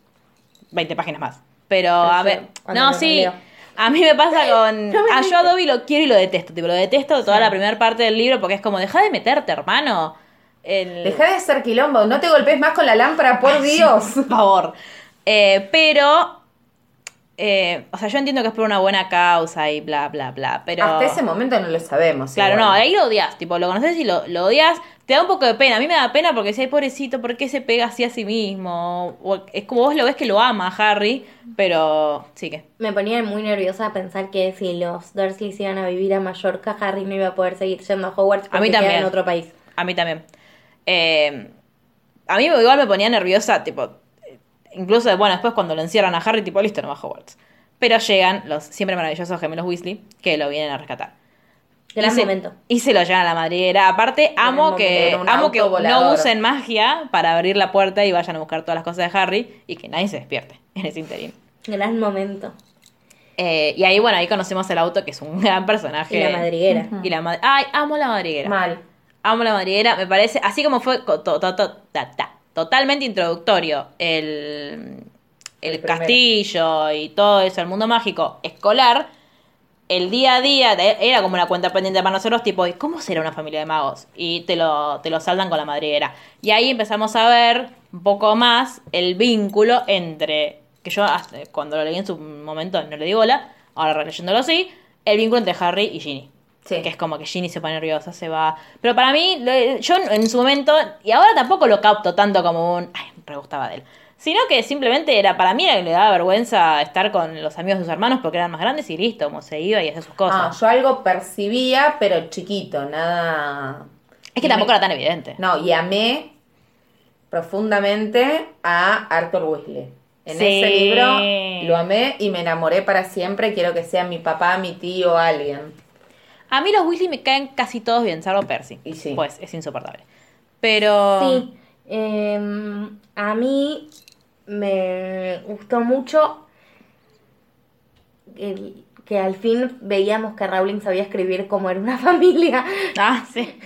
20 páginas más. Pero, a yo, ver. cuando No, lo sí. leo. A mí me pasa con. Ah, yo a Dobby lo quiero y lo detesto. Tipo, lo detesto toda la primera parte del libro porque es como, deja de meterte, hermano. El- Deja de hacer quilombo, no te golpees más con la lámpara, por Dios. por favor. Eh, pero, eh, o sea, yo entiendo que es por una buena causa y bla, bla, bla, pero... Hasta ese momento no lo sabemos. Claro, igual. no, ahí lo odias, tipo, lo conoces y lo, lo odias, te da un poco de pena, a mí me da pena porque si hay pobrecito, ¿por qué se pega así a sí mismo? O- es como vos lo ves que lo ama a Harry, pero sí que... Me ponía muy nerviosa pensar que si los Dursley se iban a vivir a Mallorca, Harry no iba a poder seguir yendo a Hogwarts porque A mí queda también. en otro país. A mí también. Eh, a mí igual me ponía nerviosa, tipo, incluso, bueno, después cuando lo encierran a Harry, tipo, listo, no va a Hogwarts. Pero llegan los siempre maravillosos gemelos Weasley que lo vienen a rescatar. Gran y se, momento. Y se lo llevan a la madriguera. Aparte, amo momento, que, era un amo que auto no volador. usen magia para abrir la puerta y vayan a buscar todas las cosas de Harry y que nadie se despierte en ese interín. Gran momento. Eh, y ahí, bueno, ahí conocemos el auto, que es un gran personaje. Y la madriguera. Y la ma- Ay, amo la madriguera. Mal. Amo la madriguera, me parece, así como fue co- to- to- to- ta- ta- totalmente introductorio el, el El primero. castillo y todo eso, el mundo mágico escolar, el día a día de- era como una cuenta pendiente para nosotros, tipo, ¿y cómo será una familia de magos? Y te lo, te lo saldan con la madriguera. Y ahí empezamos a ver un poco más el vínculo entre, que yo hasta cuando lo leí en su momento no le di bola, ahora releyéndolo sí, el vínculo entre Harry y Ginny. Sí. Que es como que Ginny se pone nerviosa, se va. Pero para mí, lo- yo en su momento, y ahora tampoco lo capto tanto como un. Ay, me re gustaba de él. Sino que simplemente era para mí era que le daba vergüenza estar con los amigos de sus hermanos porque eran más grandes y listo, como se iba y hacía sus Ah, cosas. yo algo percibía, pero chiquito, nada. es que tampoco era tan evidente. No, y amé profundamente a Arthur Weasley. En Sí. ese libro lo amé y me enamoré para siempre. Quiero que sea mi papá, mi tío, alguien. A mí los Weasley me caen casi todos bien, salvo Percy. Y sí. Pues es insoportable. Pero. Sí. eh, a mí me gustó mucho el- que al fin veíamos que Rowling sabía escribir como era una familia. Ah, sí.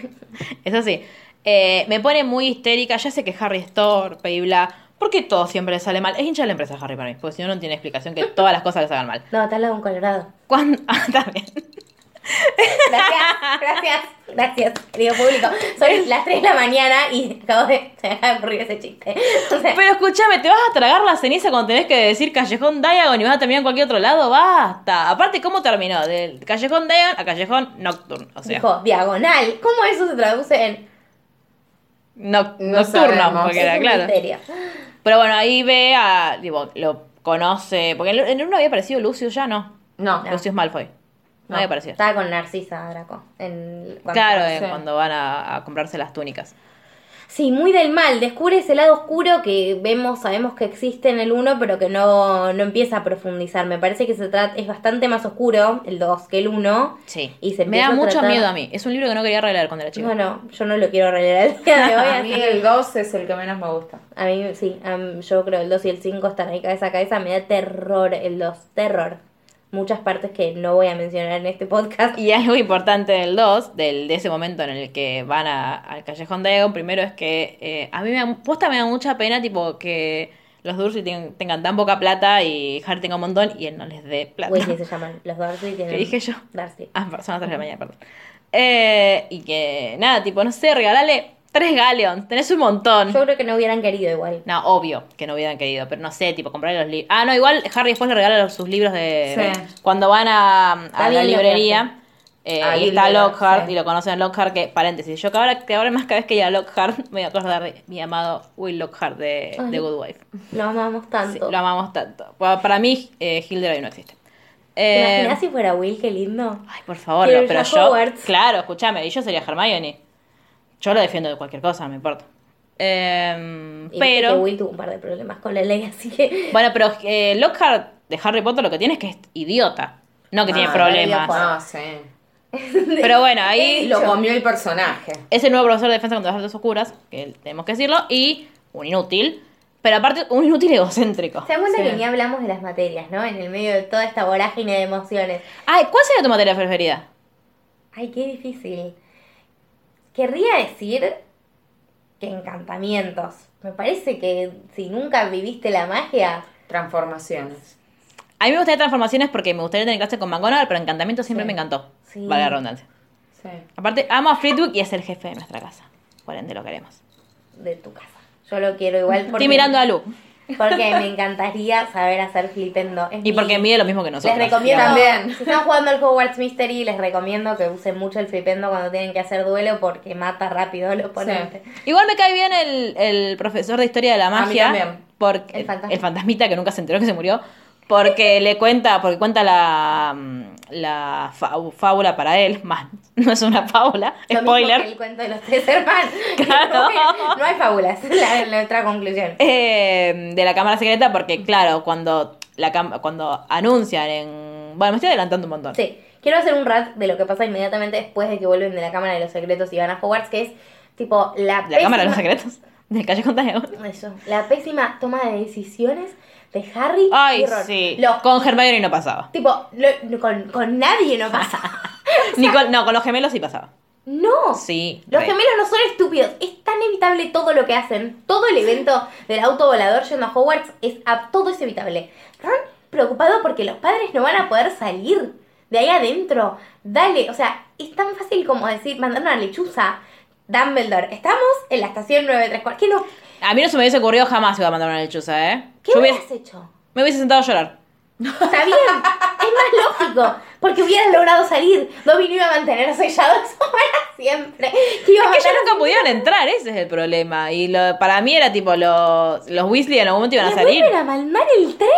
Eso sí. Eh, me pone muy histérica. Ya sé que Harry es torpe y bla. ¿Por qué todo siempre le sale mal? Es hincha de la empresa Harry para mí, porque si no, no tiene explicación que todas las cosas le salgan mal. No, tal de un colorado. Cuando... Ah, también. Gracias, gracias, gracias, querido público. Son las 3 de la mañana y acabo de, se me acaba de ocurrir ese chiste. O sea, Pero escúchame, te vas a tragar la ceniza cuando tenés que decir Callejón Diagon y vas a terminar en cualquier otro lado. Basta. Aparte, ¿cómo terminó? Del Callejón Diagon a Callejón Nocturne. O sea, dijo, diagonal. ¿Cómo eso se traduce en noc- No Nocturno, sabemos. porque es era un claro. misterio? Pero bueno, ahí ve a. Digo, lo conoce. Porque en en uno había aparecido Lucius ya, ¿no. No, Lucius Malfoy. No, No. había aparecido. Estaba con Narcisa Draco. en- cuando- Claro, eh, sí. cuando van a, a comprarse las túnicas. Sí, muy del mal. Descubre ese lado oscuro que vemos, sabemos que existe en el 1, pero que no, no empieza a profundizar. Me parece que se trata, es bastante más oscuro el 2 que el 1. Sí. Y se Me da empieza a mucho tratar- miedo a mí. Es un libro que no quería regalar cuando era chica. Bueno, yo no lo quiero releer el día de hoy. a así mí que- el 2 es el que menos me gusta. A mí, sí, a mí- yo creo el 2 y el 5 están ahí cabeza a cabeza. Me da terror el 2, terror. Muchas partes que no voy a mencionar en este podcast. Y algo importante del 2, del, de ese momento en el que van a- al Callejón Diagon, primero es que eh, a mí me da, posta me da mucha pena, tipo, que los Dursley ten- tengan tan poca plata y Harry tenga un montón y él no les dé plata. Weasley se llaman, los Darcy tienen... ¿Qué dije yo? Darcy. Ah, son las 3 de la mañana, perdón. Eh, y que, nada, tipo, no sé, regalale tres Galeons, tenés un montón. Yo creo que no hubieran querido igual. No, obvio que no hubieran querido, pero no sé, tipo, comprarle los libros. Ah, no, igual Harry después le regala los- sus libros de. Sí. Cuando van a, a Está la bien lo librería. eh, Ah, Ahí y está le da, Lockhart sí. y lo conocen a Lockhart, que paréntesis. Yo que ahora, que ahora más cada vez que llega Lockhart me voy a acordar de mi amado Will Lockhart de, Ay. de Good Wife. Lo amamos Sí, tanto. lo amamos tanto. Bueno, para mí, eh, Hilderoy no existe. ¿Te Eh, imaginas si fuera Will? Qué lindo. Ay, por favor, Quiero no, ir pero a yo. Hogwarts. Claro, escúchame, y yo sería Hermione. Yo lo defiendo de cualquier cosa, me importa. Eh, Y viste pero. que Will tuvo un par de problemas con la ley, así que... Bueno, pero eh, Lockhart de Harry Potter lo que tiene es que es idiota. No que tiene Ah, problemas. No, sí. Pero bueno, ahí Lo comió el personaje. es el nuevo profesor de defensa contra las artes oscuras, que tenemos que decirlo, y un inútil. Pero aparte, un inútil egocéntrico. Se dan cuenta Sí. que ni hablamos de las materias, ¿no? En el medio de toda esta vorágine de emociones. Ay, ¿cuál sería tu materia preferida? Ay, qué difícil. Querría decir que encantamientos. Me parece que si nunca viviste la magia, Transformaciones. A mí me gustaría transformaciones porque me gustaría tener clase con McGonagall, pero encantamiento siempre me encantó. Sí. Vale la redundancia. Sí. Aparte, amo a Fleetwood y es el jefe de nuestra casa. Por ende, lo queremos. de tu casa. Yo lo quiero igual porque, Estoy mirando a Lu. porque me encantaría saber hacer flipendo. Es Y mi- porque mide lo mismo que nosotros. Les recomiendo, También. si están jugando al Hogwarts Mystery, les recomiendo que usen mucho el flipendo cuando tienen que hacer duelo porque mata rápido al oponente. Igual me cae bien el, el profesor de historia de la mí magia. también. Porque, el, El fantasma. fantasmita que nunca se enteró que se murió. Porque le cuenta, porque cuenta la, mm, la fau- fábula para él. Más, no es una fábula. Lo mismo spoiler. que el cuento de los tres hermanos. Claro. No hay fábulas, la, la otra conclusión. Eh, de la cámara secreta, porque claro, cuando la cam- cuando anuncian en. Bueno, me estoy adelantando un montón. Sí, quiero hacer un rat de lo que pasa inmediatamente después de que vuelven de la Cámara de los Secretos y van a Hogwarts, que es tipo la, De la cámara de los secretos. Del callejón Diagon. Eso, la pésima toma de decisiones de Harry Ay, y Ron. sí. Lo- Con Hermione no pasaba. tipo, lo- con, con nadie no pasa. Ni con- no, con los gemelos sí pasaba. no. Sí. Los re. gemelos no son estúpidos, es tan evitable todo lo que hacen. Todo el evento del auto volador yendo a Hogwarts es a todo es evitable. Ron preocupado porque los padres no van a poder salir de ahí adentro. Dale, o sea, es tan fácil como decir, mandar una lechuza. Dumbledore, estamos en la estación 934. ¿Qué, no, A mí no se me hubiese ocurrido jamás iba a mandar una lechuza, ¿eh? qué Yo hubiese- hubieras hecho? me hubiese sentado a llorar. Está bien, es más lógico, porque hubieran logrado salir. Dobby no iba a mantener sellado eso para siempre. Que iba Es a que matar ellos nunca pudieron entrar, ese es el problema. Y lo, para mí era tipo, los, los Weasley en algún momento iban a Le salir. vuelven a mandar el tren.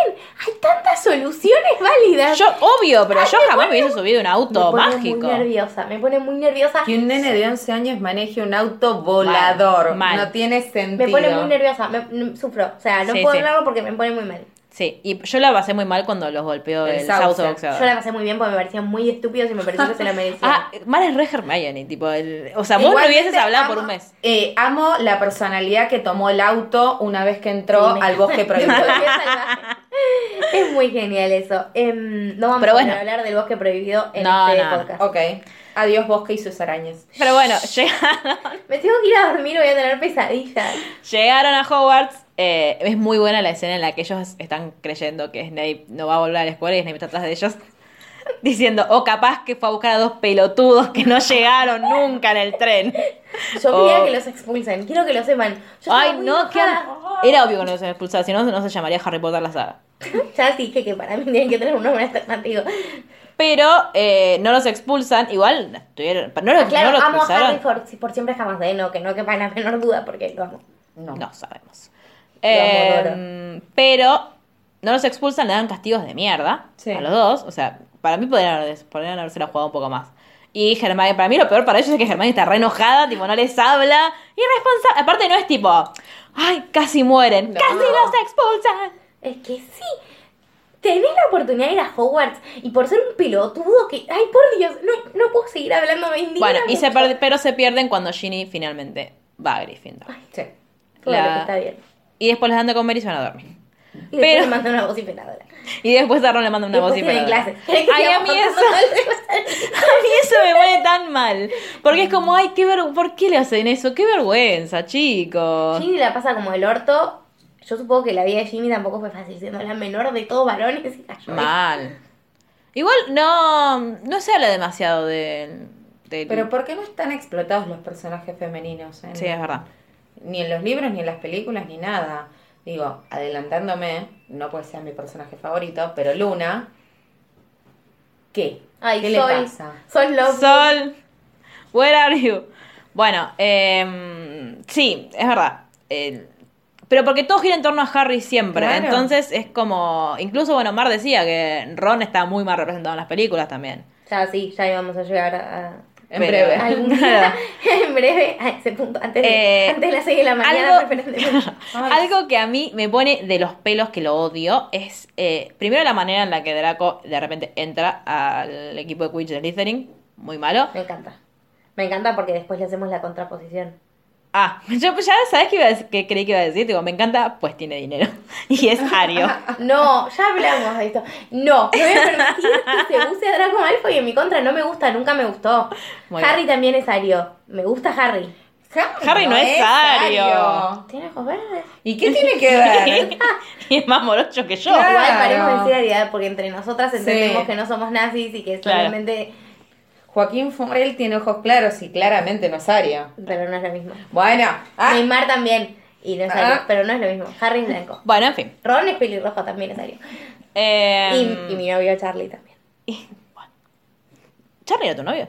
Hay tantas soluciones válidas. Yo, obvio, pero yo Ay, me jamás me pone- hubiese subido a un auto me pone mágico. muy nerviosa, me pone muy nerviosa. Que un nene de 11 años maneje un auto volador. Mal, mal. No tiene Me sentido. pone muy nerviosa, me- n- sufro. O sea, no Sí, puedo sí. hablarlo porque me pone muy mal. Sí, y yo la pasé muy mal cuando los golpeó el, El sauce, sauce. boxeador. Yo la pasé muy bien porque me parecían muy estúpidos y me pareció que se la merecían. Ah, Mar es re Hermione, tipo, el- o sea, vos no Igualmente hubieses hablado amo- por un mes. eh, amo la personalidad que tomó el auto una vez que entró Sí, me- al bosque prohibido. es muy genial eso. Em, no vamos Pero a bueno. hablar del bosque prohibido en No, este no. podcast. ok. Adiós bosque y sus arañas. Pero bueno, llegaron, Me tengo que ir a dormir, voy a tener pesadillas. llegaron a Hogwarts. eh, es muy buena la escena en la que ellos están creyendo que Snape no va a volver a la escuela y Snape está atrás de ellos. Diciendo, o capaz que fue a buscar a dos pelotudos que no llegaron nunca en el tren. Yo quería Oh. que los expulsen, quiero que lo sepan. Yo Ay, estaba muy no, qué enojada. Era obvio que no se expulsaba, si no, no se llamaría Harry Potter la saga. Ya dije que para mí tienen que tener un nombre alternativo. Pero eh, no los expulsan, igual estuvieron- Ah, no los, Ah, Claro, no los amo a expulsaron. Harry por, por siempre jamás, ¿eh? No, que no quepa la menor duda porque lo amo. No. No sabemos. adoro. Eh, pero no los expulsan, le dan castigos de mierda Sí. a los dos. O sea, para mí podrían, haber- podrían habérsela jugado un poco más. Y Germán, para mí lo peor para ellos es que Germán está re enojada, tipo, no les habla. Irresponsable. Aparte, no es tipo, ay, casi mueren, No. casi los expulsan. Es que sí. Tenés la oportunidad de ir a Hogwarts y por ser un pelotudo que. Ay, por Dios, no, no puedo seguir hablando me indigna Bueno, y se mucho. perde- pero se pierden cuando Ginny finalmente va a Gryffindor. Sí. Claro, la- está bien. Y después les dan de comer y se van a dormir. Y Pero- después le mando una voz imperadora. Y después Darron le manda una Después voz tienen diferente. clases. Ay, a mí eso. A mí eso me pone tan mal. Porque es como, ay, qué ver... ¿por qué le hacen eso? Qué vergüenza, chicos. Ginny la pasa como el orto. Yo supongo que la vida de Ginny tampoco fue fácil, siendo la menor de todos varones y cayó. ahí. Mal. Igual no, no se habla demasiado de... de- Pero ¿por qué no están explotados los personajes femeninos? en- Sí, es verdad. Ni en los libros, ni en las películas, ni nada. Digo, adelantándome, no puede ser mi personaje favorito, pero Luna. ¿Qué? Ay, ¿Qué soy, le pasa? Soy Love. Sol, where are you? Bueno, em, sí, es verdad. El- pero porque todo gira en torno a Harry siempre. Claro. Entonces es como. Incluso, bueno, Mar decía que Ron está muy mal representado en las películas también. Ya sí, ya íbamos a llegar a. En Pero- breve. Ay, Algún día, en breve, a ese punto, antes de, Eh, antes de las 6 de la mañana, Algo, preferentemente. algo que a mí me pone de los pelos que lo odio es eh, primero la manera en la que Draco de repente entra al equipo de Quidditch de Slytherin, muy malo. Me encanta. Me encanta porque después le hacemos la contraposición. Ah, yo ya sabes que, iba a decir- que creí que iba a decir, digo, me encanta, pues tiene dinero y es Ario. Ah, No, ya hablamos de esto. No, no voy a permitir que se use a Draco Malfoy en mi contra. No me gusta, nunca me gustó. Muy Harry también es Ario. Me gusta Harry. Harry no es Ario. ¿Tiene ojos verdes? ¿Y qué tiene que ver? y es más morocho que yo. Claro. Igual paremos en seriedad porque entre nosotras entendemos Sí. que no somos nazis y que Claro. solamente... Joaquín Fumrel tiene ojos claros y claramente no es Aria. Pero no es lo mismo. Bueno, ah, Neymar también. Y no es Ario, Ah. pero no es lo mismo. Harry es blanco. Bueno, en fin. Ron es pelirrojo, también es Ario. Eh, Y, y mi novio Charlie también. Charlie era tu novio.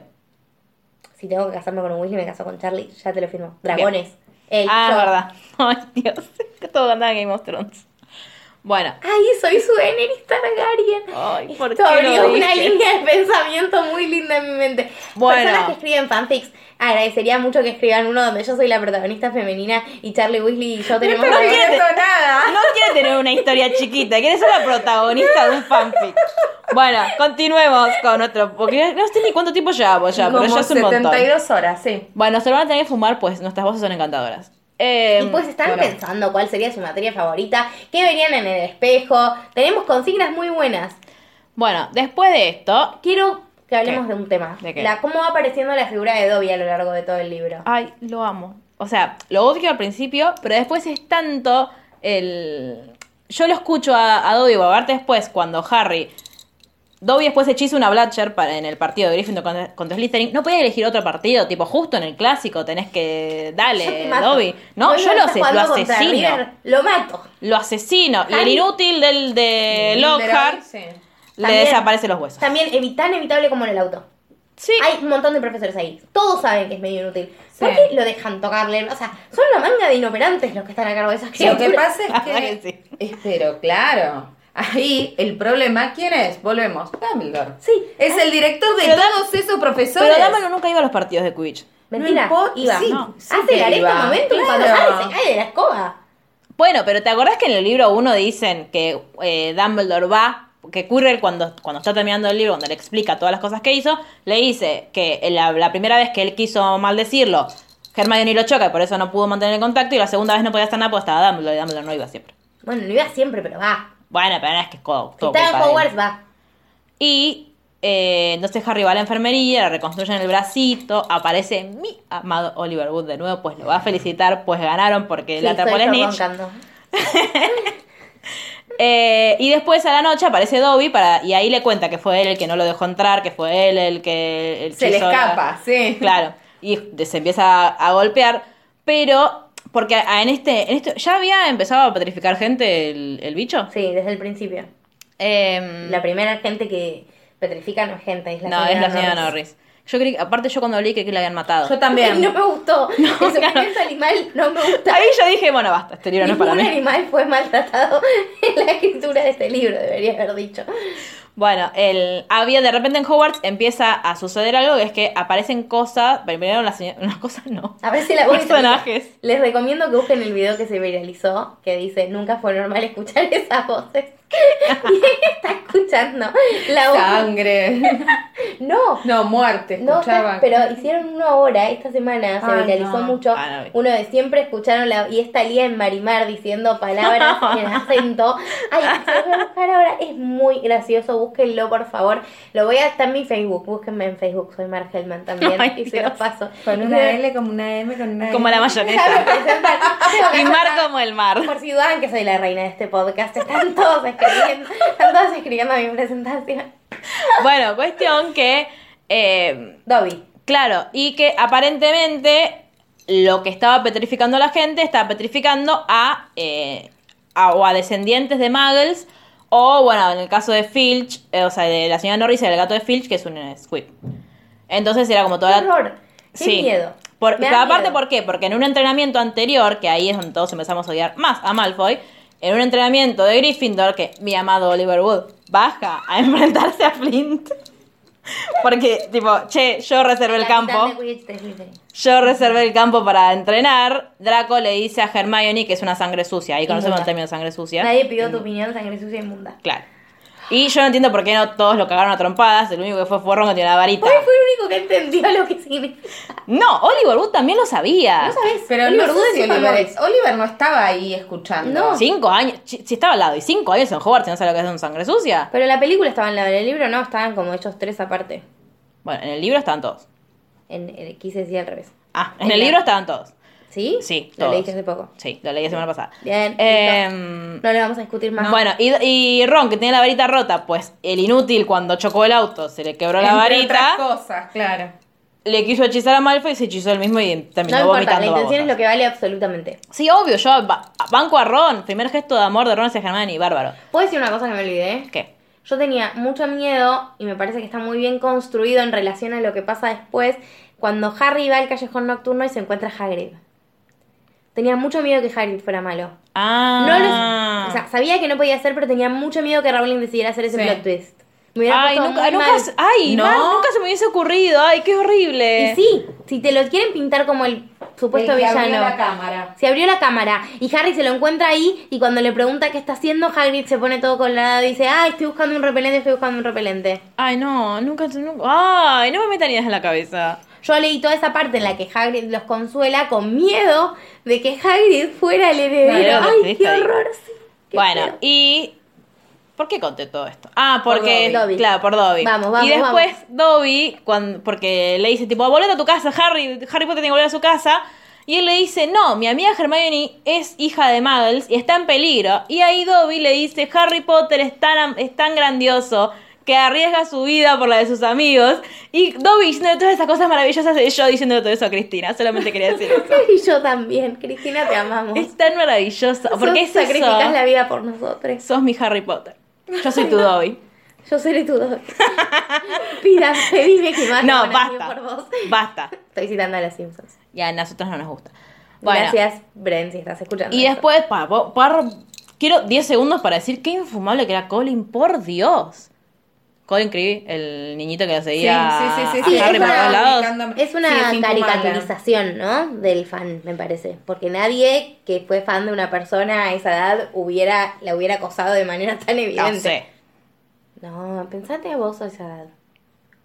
Si tengo que casarme con un Weasley, me caso con Charlie. Ya te lo firmo. Dragones. Ey, ah, yo- verdad. Ay, Dios. Que todo andaba en Game of Thrones. Bueno. Ay, soy su Daenerys Targaryen. Ay, ¿por Esto qué lo abrió una dije? línea de pensamiento muy linda en mi mente. Bueno. Personas que escriben fanfics, agradecería mucho que escriban uno donde yo soy la protagonista femenina y Charlie Weasley y yo tenemos... no una- entiendo nada. No quiere tener una historia chiquita, quiere ser la protagonista de un fanfic. Bueno, continuemos con otro. Porque no sé ni cuánto tiempo llevamos ya, pero Como ya es un montón. 72 horas, sí. Bueno, se lo van a tener que fumar, pues nuestras voces son encantadoras. Eh, Y pues están Bueno. pensando cuál sería su materia favorita, qué verían en el espejo. Tenemos consignas muy buenas. Bueno, después de esto. Quiero que hablemos ¿Qué? de un tema. ¿De qué? Ah, La, ¿Cómo va apareciendo la figura de Dobby a lo largo de todo el libro? Ay, lo amo. O sea, lo odio al principio, pero después es tanto el. Yo lo escucho a, a Dobby babarte después cuando Harry. Dobby después hechiza una Blatcher para, en el partido de Gryffindor contra, contra Slytherin. No podía elegir otro partido, tipo justo en el clásico tenés que. Yo te Dale, mato. Dobby. No, Dobby yo lo, está ases- lo jugando contra River, asesino. Lo mato. Lo asesino. Y el Harry. inútil del de Eh, Lockhart Sí. le También. desaparece los huesos. También evi- tan evitable como en el auto. Sí. Hay un montón de profesores ahí. Todos saben que es medio inútil. ¿Por Sí. qué lo dejan tocarle? O sea, son una manga de inoperantes los que están a cargo de esas Lo criaturas. que pasa es La que. verdad que es- pero claro. Ahí el problema, ¿quién es? Volvemos. Dumbledore. Sí. Es el director de Pero da- todos esos profesores. Pero Dumbledore nunca iba a los partidos de Quidditch. Mentira, no importa, iba. sí, No. sí Hace que el aresta iba. momento y Claro. cuando sale se cae de la escoba. Bueno, pero ¿te acordás que en el libro uno dicen que eh, Dumbledore va, que Currell cuando, cuando está terminando el libro, cuando le explica todas las cosas que hizo, le dice que la, la primera vez que él quiso maldecirlo, Hermione lo choca y por eso no pudo mantener el contacto, y la segunda vez no podía hacer nada porque estaba Dumbledore y Dumbledore no iba siempre. Bueno, no iba siempre, pero va. Bueno, pero no es que es todo- Si todo está en culpa de él. Hogwarts, va. Y eh, entonces Harry va a la enfermería, le reconstruyen el bracito, aparece mi amado Oliver Wood de nuevo, pues lo va a felicitar, pues ganaron porque Sí, la atrapó estoy la snitch. roncando. Eh, y después a la noche aparece Dobby para, y ahí le cuenta que fue él el que no lo dejó entrar, que fue él el que... el Se le hechizó la- escapa, sí. Claro, y se empieza a, a golpear, pero... Porque a- en este, en este- ya había empezado a petrificar gente el, el bicho. Sí, desde el principio. Em, La primera gente que petrifica no es gente, es la no, es señora la señora Norris. Norris. Yo creí, que- aparte yo cuando leí creí que la habían matado. Yo también. No me gustó. el claro. sufrimiento animal no me gusta. Ahí yo dije, bueno, basta, este libro no es para Ningún mí. animal fue maltratado en la escritura de este libro, debería haber dicho. Bueno, el, había de repente en Hogwarts empieza a suceder algo que es que aparecen cosas, primero las unas cosas no. A ver si la voy a Personajes. Les recomiendo que busquen el video que se viralizó, que dice, nunca fue normal escuchar esas voces. y ella está escuchando la voz. Sangre. No, No, muerte. no, Escuchaba. pero hicieron una hora esta semana, se Ay, viralizó no. mucho. Ah, no vi. Uno de siempre escucharon la... Y esta Lía en Marimar diciendo palabras en acento. Ay, se lo voy a buscar ahora. Es muy gracioso, búsquenlo por favor. Lo voy a... Está en mi Facebook, búsquenme en Facebook, soy Mar Hellman también. Ay, y se Dios. los paso. Con Y una me- L, como una M, con una Como M. la mayonesa. Y mar como el mar. Por si dudan que soy la reina de este podcast, están todos escribiendo, están todos escribiendo mi presentación. Bueno, cuestión que, eh, Dobby. claro, y que aparentemente lo que estaba petrificando a la gente estaba petrificando a, eh, a- o a descendientes de muggles o, bueno, en el caso de Filch, eh, o sea, de la señora Norris y el gato de Filch, que es un eh, squid. Entonces era como Qué toda la... horror. Qué miedo. Ah, Por- Me da pero aparte, miedo. ¿por qué? Porque en un entrenamiento anterior, que ahí es donde todos empezamos a odiar más a Malfoy, en un entrenamiento de Gryffindor, que mi amado Oliver Wood baja a enfrentarse a Flint. Porque, tipo, che, yo reservé el La mitad campo. de Quidditch es libre. Yo reservé el campo para entrenar. Draco le dice a Hermione que es una sangre sucia. Ahí conocemos el Inmunda. término sangre sucia. Nadie pidió tu opinión, sangre sucia inmunda. Claro. Y yo no entiendo por qué no todos lo cagaron a trompadas. El único que fue Forrón que tiene una varita. Hoy fue el único que entendió lo que significa. No, Oliver Wood también lo sabía. No sabes. Pero Oliver no Wood sé si encima Oliver, no es- Oliver no estaba ahí escuchando. No. Cinco años, Ch- si estaba al lado, y cinco años en Hogwarts, y no sabe lo que es un sangre sucia. Pero la película estaba en la del libro, no, estaban como hechos tres aparte. Bueno, en el libro estaban todos. En, en- quise decir al revés. Ah, en el libro estaban todos. ¿Sí? Sí, Lo todos. leíste hace poco. Sí, lo leí la semana pasada. Bien, Eh, No le vamos a discutir más. Bueno, y, y Ron, que tiene la varita rota, pues el inútil cuando chocó el auto se le quebró la Entre otras varita, cosas, claro. le quiso hechizar a Malfoy y se hechizó él mismo y terminó no importa, la vomitando. intención es babosas. lo que vale absolutamente. Sí, obvio, yo ba- banco a Ron. Primer gesto de amor de Ron hacia Germán y bárbaro. ¿Puedo decir una cosa que me olvidé? ¿Qué? Yo tenía mucho miedo y me parece que está muy bien construido en relación a lo que pasa después cuando Harry va al callejón nocturno y se encuentra a Hagrid. Tenía mucho miedo que Hagrid fuera malo. Ah, No lo- o sea, sabía que no podía ser, pero tenía mucho miedo que Rowling decidiera hacer ese Sí. plot twist. Me hubiera ay, puesto nunca, muy nunca mal. se- ah, eh. ay, No. Mar, nunca se me hubiese ocurrido. Ay, qué horrible. Y sí, si te lo quieren pintar como el supuesto El que abrió villano. la cámara. Se abrió la cámara y Harry se lo encuentra ahí y cuando le pregunta qué está haciendo, Hagrid se pone todo colorado y dice, ah, estoy buscando un repelente, estoy buscando un repelente. Ay, no, nunca, nunca. Ay, no me metan ideas en la cabeza. Yo leí toda esa parte en la que Hagrid los consuela con miedo de que Hagrid fuera el heredero. Claro, Ay, sí, qué está ahí. horror. sí, qué bueno, feo. y. ¿Por qué conté todo esto? Ah, porque. Por Dobby. Claro, por Dobby. Vamos, vamos, Y después Dobby, cuando, porque le dice, tipo, volvete a tu casa, Harry. Harry Potter tiene que volver a su casa. Y él le dice, no, mi amiga Hermione es hija de Muggles y está en peligro. Y ahí Dobby le dice, Harry Potter es tan, am- es tan grandioso que arriesga su vida por la de sus amigos. Y Dobby diciendo todas esas cosas maravillosas y yo diciendo todo eso a Cristina. Solamente quería decir eso. Y yo también, Cristina, te amamos. Es tan maravilloso. Porque Sos- es eso. sacrificás la vida por nosotros. Sos mi Harry Potter. Yo soy tu Dobby. Yo seré tu dos. Pida, pedime que más No, Por vos. basta. Basta. Estoy citando a los Simpsons. Ya, a nosotros no nos gusta. Bueno, Gracias, Bren, si estás escuchando. Y esto. después, pa, po- par- quiero 10 segundos para decir qué infumable que era Colin, por Dios. Colin Creevy, el niñito que lo seguía Sí, sí, sí, sí, a sí, Harry es por una- todos lados. Es Sí, una es infumable. caricaturización, ¿no? Del fan, me parece. Porque nadie que fue fan de una persona a esa edad hubiera, la hubiera acosado de manera tan evidente. No sé. No, pensate a vos a esa edad.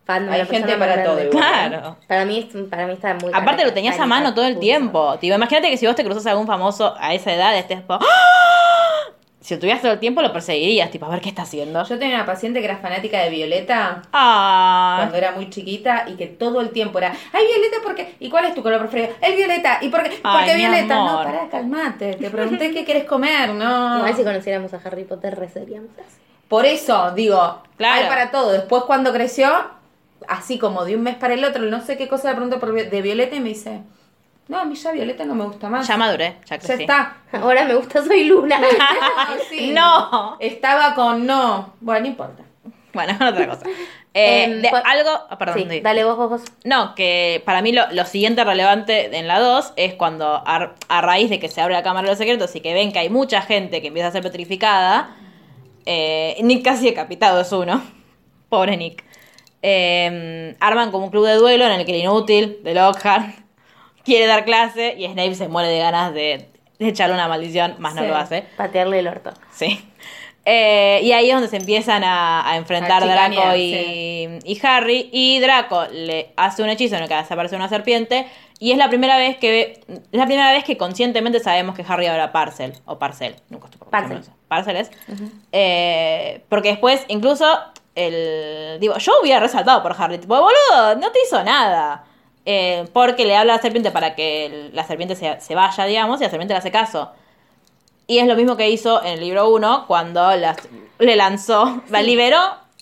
Fan de Hay una persona gente más para todo grande. igual. Claro. Para mí, es- para mí está muy ¿eh? Aparte lo tenías a mano todo el caricaturiza. tiempo. Tipo, imagínate que si vos te cruzas a algún famoso a esa edad, estés tipo, ¡Ah! Si lo tuvieras todo el tiempo, lo perseguirías. Tipo, a ver qué está haciendo. Yo tenía una paciente que era fanática de Violeta Ah. cuando era muy chiquita y que todo el tiempo era, ay Violeta, ¿por qué? ¿Y cuál es tu color preferido? El Violeta, ¿y por qué? Ay, Porque mi Violeta, amor. no, pará, calmate, te pregunté qué quieres comer, no. Igual si conociéramos a Harry Potter, reseríamos así. Por eso, digo, Claro. hay para todo. Después cuando creció, así como de un mes para el otro, no sé qué cosa le pregunto por Vi- de Violeta y me dice, no, a mí ya Violeta no me gusta más. Ya maduré, ya ya crecí. está. Ahora me gusta Soy Luna. Ay, sí. No. Estaba con no. Bueno, no importa. Bueno, otra cosa. Eh, Em, de cu- algo... ah, perdón. sí, di. dale vos, vos, vos. No, que para mí lo, lo siguiente relevante en la 2 es cuando a, a raíz de que se abre la Cámara de los Secretos y que ven que hay mucha gente que empieza a ser petrificada, eh, Nick casi decapitado es uno. Pobre Nick. Eh, arman como un club de duelo en el que el inútil de Lockhart quiere dar clase y Snape se muere de ganas de, de echarle una maldición, más no Sí. lo hace. Patearle el orto. Sí. Eh, y ahí es donde se empiezan a, a enfrentar A chicanear, Draco y, y Harry. Y Draco le hace un hechizo en el que desaparece una serpiente. Y es la primera vez que ve- es la primera vez que conscientemente sabemos que Harry ahora Parcel. O Parcel. Nunca estuve por Parcel. Parcel es. Eh, porque después, incluso, el. Digo, yo hubiera resaltado por Harry. Tipo, boludo, no te hizo nada. Eh, porque le habla a la serpiente para que el- la serpiente se, se vaya, digamos, y la serpiente le hace caso. Y es lo mismo que hizo en el libro 1 cuando las- le lanzó, la liberó.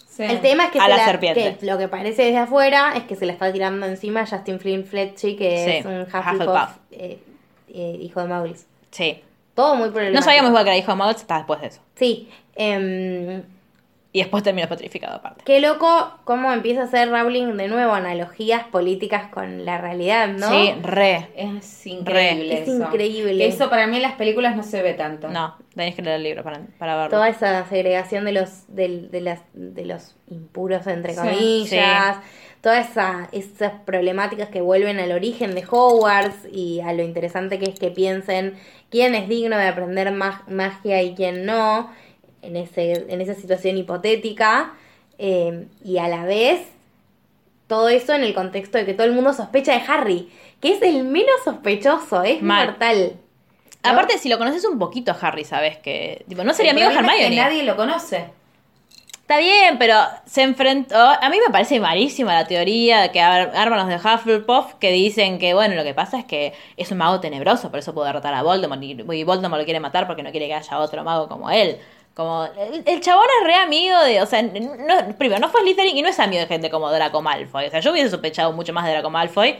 Sí. El tema es que, A se la serpiente. que lo que parece desde afuera es que se la está tirando encima Justin Flynn Fletchy, que Sí, es un Hufflepuff. Hufflepuff, eh, eh, hijo de Muggles. Sí. Todo muy problemático. No sabíamos igual que era hijo de Muggles hasta después de eso. Sí. em, Y después terminó petrificado aparte. qué loco cómo empieza a hacer Rowling de nuevo analogías políticas con la realidad, ¿no? Sí, re. Es increíble. Re. Es eso. increíble. Eso para mí en las películas no se ve tanto. No, tenés que leer el libro para, para verlo. Toda esa segregación de los, del- de, las, de los impuros, entre Sí, comillas. Todas esa- esas problemáticas que vuelven al origen de Hogwarts y a lo interesante que es que piensen quién es digno de aprender ma- magia y quién no, en, ese, en esa situación hipotética. eh, y a la vez, todo eso en el contexto de que todo el mundo sospecha de Harry, que es el menos sospechoso, es Mal. mortal. ¿no? Aparte, si lo conoces un poquito a Harry, sabes que. Tipo, no sería El amigo de problema es que Hermione. nadie lo conoce. Está bien, pero se enfrentó. A mí me parece malísima la teoría de que ar- arman los de Hufflepuff que dicen que, bueno, lo que pasa es que es un mago tenebroso, por eso pudo derrotar a Voldemort y, y Voldemort lo quiere matar porque no quiere que haya otro mago como él. Como, el, el chabón es re amigo de, o sea, n- no- primero, no fue Slytherin y no es amigo de gente como Draco Malfoy. O sea, yo hubiese sospechado mucho más de Draco Malfoy,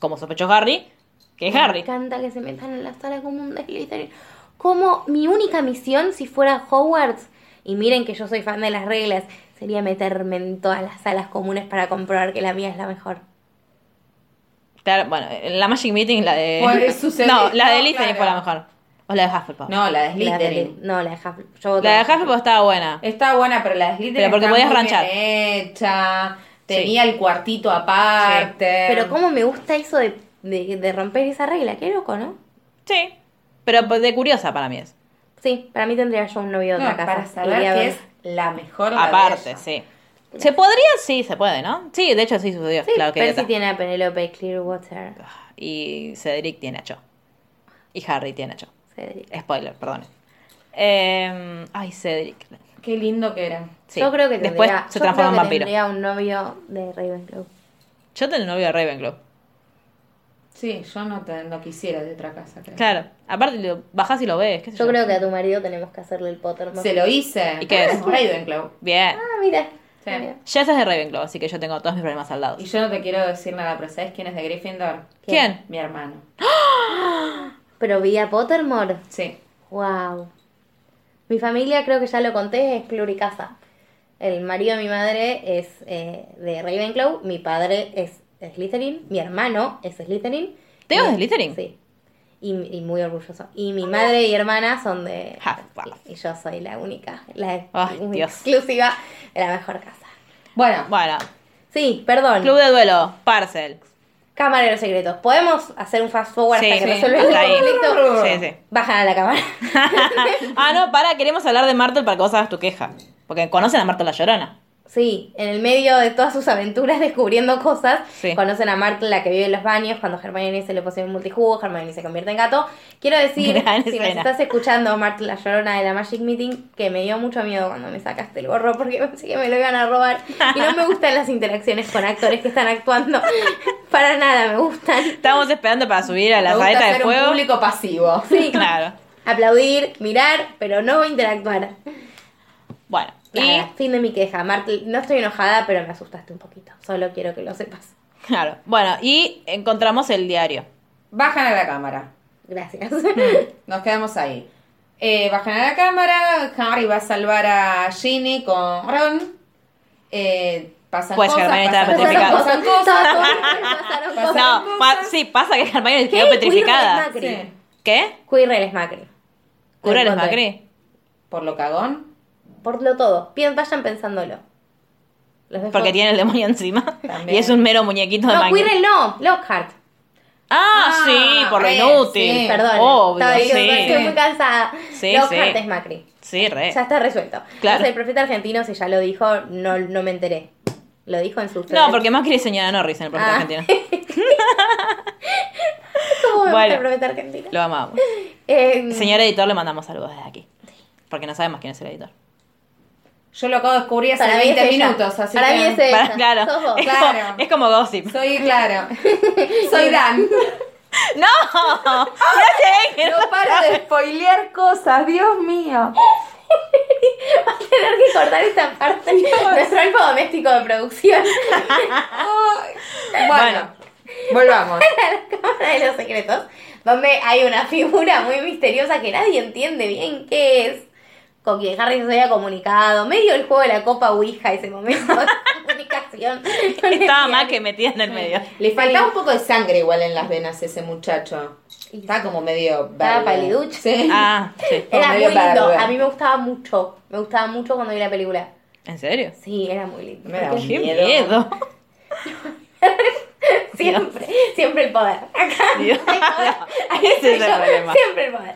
como sospechó Harry, que Me Harry. encanta que se metan en la sala como un Slytherin. Como mi única misión si fuera Hogwarts, y miren que yo soy fan de las reglas, sería meterme en todas las salas comunes para comprobar que la mía es la mejor. Claro, bueno, la Magic Meeting, la de... Pues, sucedió- no, la de no, Slytherin claro. fue la mejor. O la de Hufflepuff. No, la de La de- Slytherin. no, la de Hufflepuff. Yo voto La de por Hufflepuff estaba buena. Estaba buena, pero la de Slytherin Pero porque está podías muy ranchar. bien hecha. Tenía el cuartito eh, aparte. Pero cómo me gusta eso de, de- de romper esa regla, qué loco, ¿no? Sí. Pero pues, de curiosa para mí es. Sí, para mí tendría yo un novio de No, otra casa. para saber Iría a que ver. es la mejor la de Aparte, ella. sí. ¿Se podría? Sí, se puede, ¿no? Sí, de hecho sí sucedió. Sí, claro que Percy está. tiene a Penelope Clearwater. Y Cedric tiene a Cho. Y Harry tiene a Cho. Cedric. Spoiler, perdón. Eh, ay, Cedric. Qué lindo que era. Sí. Yo creo que Después tendría, se yo creo transforma en que vampiro. tendría un novio de Ravenclaw. Yo tengo novio de Ravenclaw. Sí, yo no, te- no quisiera de otra casa. creo. Claro. Aparte, lo- bajás y lo ves. qué sé Yo creo que a tu marido tenemos que hacerle el Potter. Se lo hice. ¿Y qué es? Ravenclaw. Bien. Ah, mira. Sí. Mira. Jess es de Ravenclaw, así que yo tengo todos mis problemas al lado. Y yo no te quiero decir nada, pero ¿sabes quién es de Gryffindor? ¿Quién? Mi hermano. Pero vi a Pottermore. Sí. Wow. Mi familia, creo que ya lo conté, es pluricasa. El marido de mi madre es eh, de Ravenclaw, mi padre es Slytherin, mi hermano es Slytherin. ¿Teo y- es Slytherin? Sí. Y, y muy orgulloso. Y mi madre y hermana son de... Hufflepuff. Y, y yo soy la única, la Ay, Dios. exclusiva de la mejor casa. Bueno, Bueno, Sí, perdón. Club de Duelo, Parcel. Camareros secretos. ¿Podemos hacer un fast forward Sí, hasta que sí, resuelvan hasta ahí. el conflicto? Sí, sí. Bajan a la cámara. ah, no, para, queremos hablar de Martel para que vos hagas tu queja. Porque conocen a Martel la Llorona. Sí, en el medio de todas sus aventuras descubriendo cosas, Sí. conocen a Marta, la que vive en los baños, cuando Hermione se le posee un multijugo, Hermione se convierte en gato. Quiero decir, Gran si me escena. estás escuchando, Marta la llorona de la Magic Meeting, que me dio mucho miedo cuando me sacaste el gorro porque pensé que me lo iban a robar. Y no me gustan las interacciones con actores que están actuando. Para nada me gustan. Estábamos esperando para subir a me la gusta saeta de ser fuego. un público pasivo. Sí, claro. Aplaudir, mirar, pero no interactuar. Bueno, y Nada, fin de mi queja. Marta, no estoy enojada, pero me asustaste un poquito. Solo quiero que lo sepas. claro. Bueno, y encontramos el diario. Bajan a la cámara. Gracias. Mm. Nos quedamos ahí. Eh, bajan a la cámara. Harry va a salvar a Ginny con Ron. Eh, pasan Pues, cosas. Hermione estaba pasan petrificada. cosas, pasan cosas. Pasaron Pasaron cosas. No, pa- sí, pasa que Hermione ¿Qué? quedó petrificada. Quirrell es Macri. ¿Qué? Quirrell es Macri. ¿Currel es Lo encontré. Macri? Por lo cagón. Por lo todo. Bien, vayan pensándolo. Los dejo. Porque tiene el demonio encima. También. Y es un mero muñequito de No, Macri. Quirrell no. Lockhart. Ah, Ah, sí, por lo re, inútil. sí. Perdón. Obvio, Estaba diciendo, Estoy sí. muy cansada. Sí, Lockhart sí. es Macri. Sí, re. Ya está resuelto. Claro. No sé, el profeta argentino, si ya lo dijo, no, no me enteré. Lo dijo en su No, porque Macri es señora Norris en el profeta Ah. argentino. ¿Cómo me gusta Bueno. el profeta argentino? Lo amamos. Mm. Eh, Señor editor, le mandamos saludos desde aquí. Porque no sabemos quién es el editor. Yo lo acabo de descubrir hace Para mí es 20 ella. minutos. Así Para que mí es ella. Para- claro. sos vos. Es, Claro. Como, es como gossip. Soy, claro. Soy Dan. ¡No! ¡No sé! que no- No paro de spoilear cosas. Dios mío. Va a tener que cortar esta parte. Nuestro elfo doméstico de producción. Bueno, volvamos. Cámara de los Secretos, donde hay una figura muy misteriosa que nadie entiende bien qué es, con quien Harry se había comunicado, medio el juego de la copa Ouija ese momento de comunicación. con el Estaba diario. más que metida en el medio. Le faltaba un poco de sangre igual en las venas a ese muchacho. Está como medio Estaba verde. paliducho. Sí. Ah, sí. Como Era muy medio para lindo, arrugar. a mí me gustaba mucho, me gustaba mucho cuando vi la película. ¿En serio? Sí, era muy lindo. Me da Porque un ¡Qué Miedo. miedo! siempre, siempre el poder. Acá. Dios. Ahí Ese estoy es el yo, problema. Siempre el poder.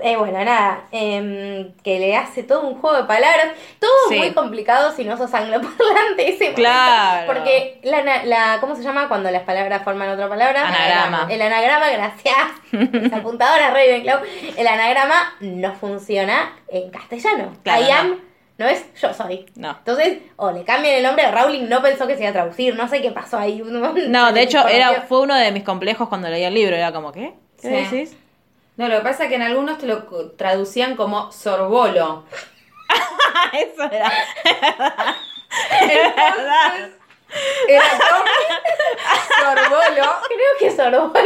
Eh, bueno, nada, em, que le hace todo un juego de palabras. Todo Sí. muy complicado si no sos angloparlante ese momento. Claro. Porque la, ana- la, ¿cómo se llama cuando las palabras forman otra palabra? Anagrama. El anagrama, gracias. Mis apuntadoras, Ravenclaw. El anagrama no funciona en castellano. Claro, I no. am no es yo soy. No. Entonces, o le cambian el nombre, o Rowling no pensó que se iba a traducir, no sé qué pasó ahí. No, de hecho, era, fue uno de mis complejos cuando leía el libro. Era como, ¿qué? ¿Qué Sí. decís? No, lo que pasa es que en algunos te lo cu- traducían como sorbolo. Ah, eso era. Es verdad. Era como sorbolo. Creo que Sorbolo va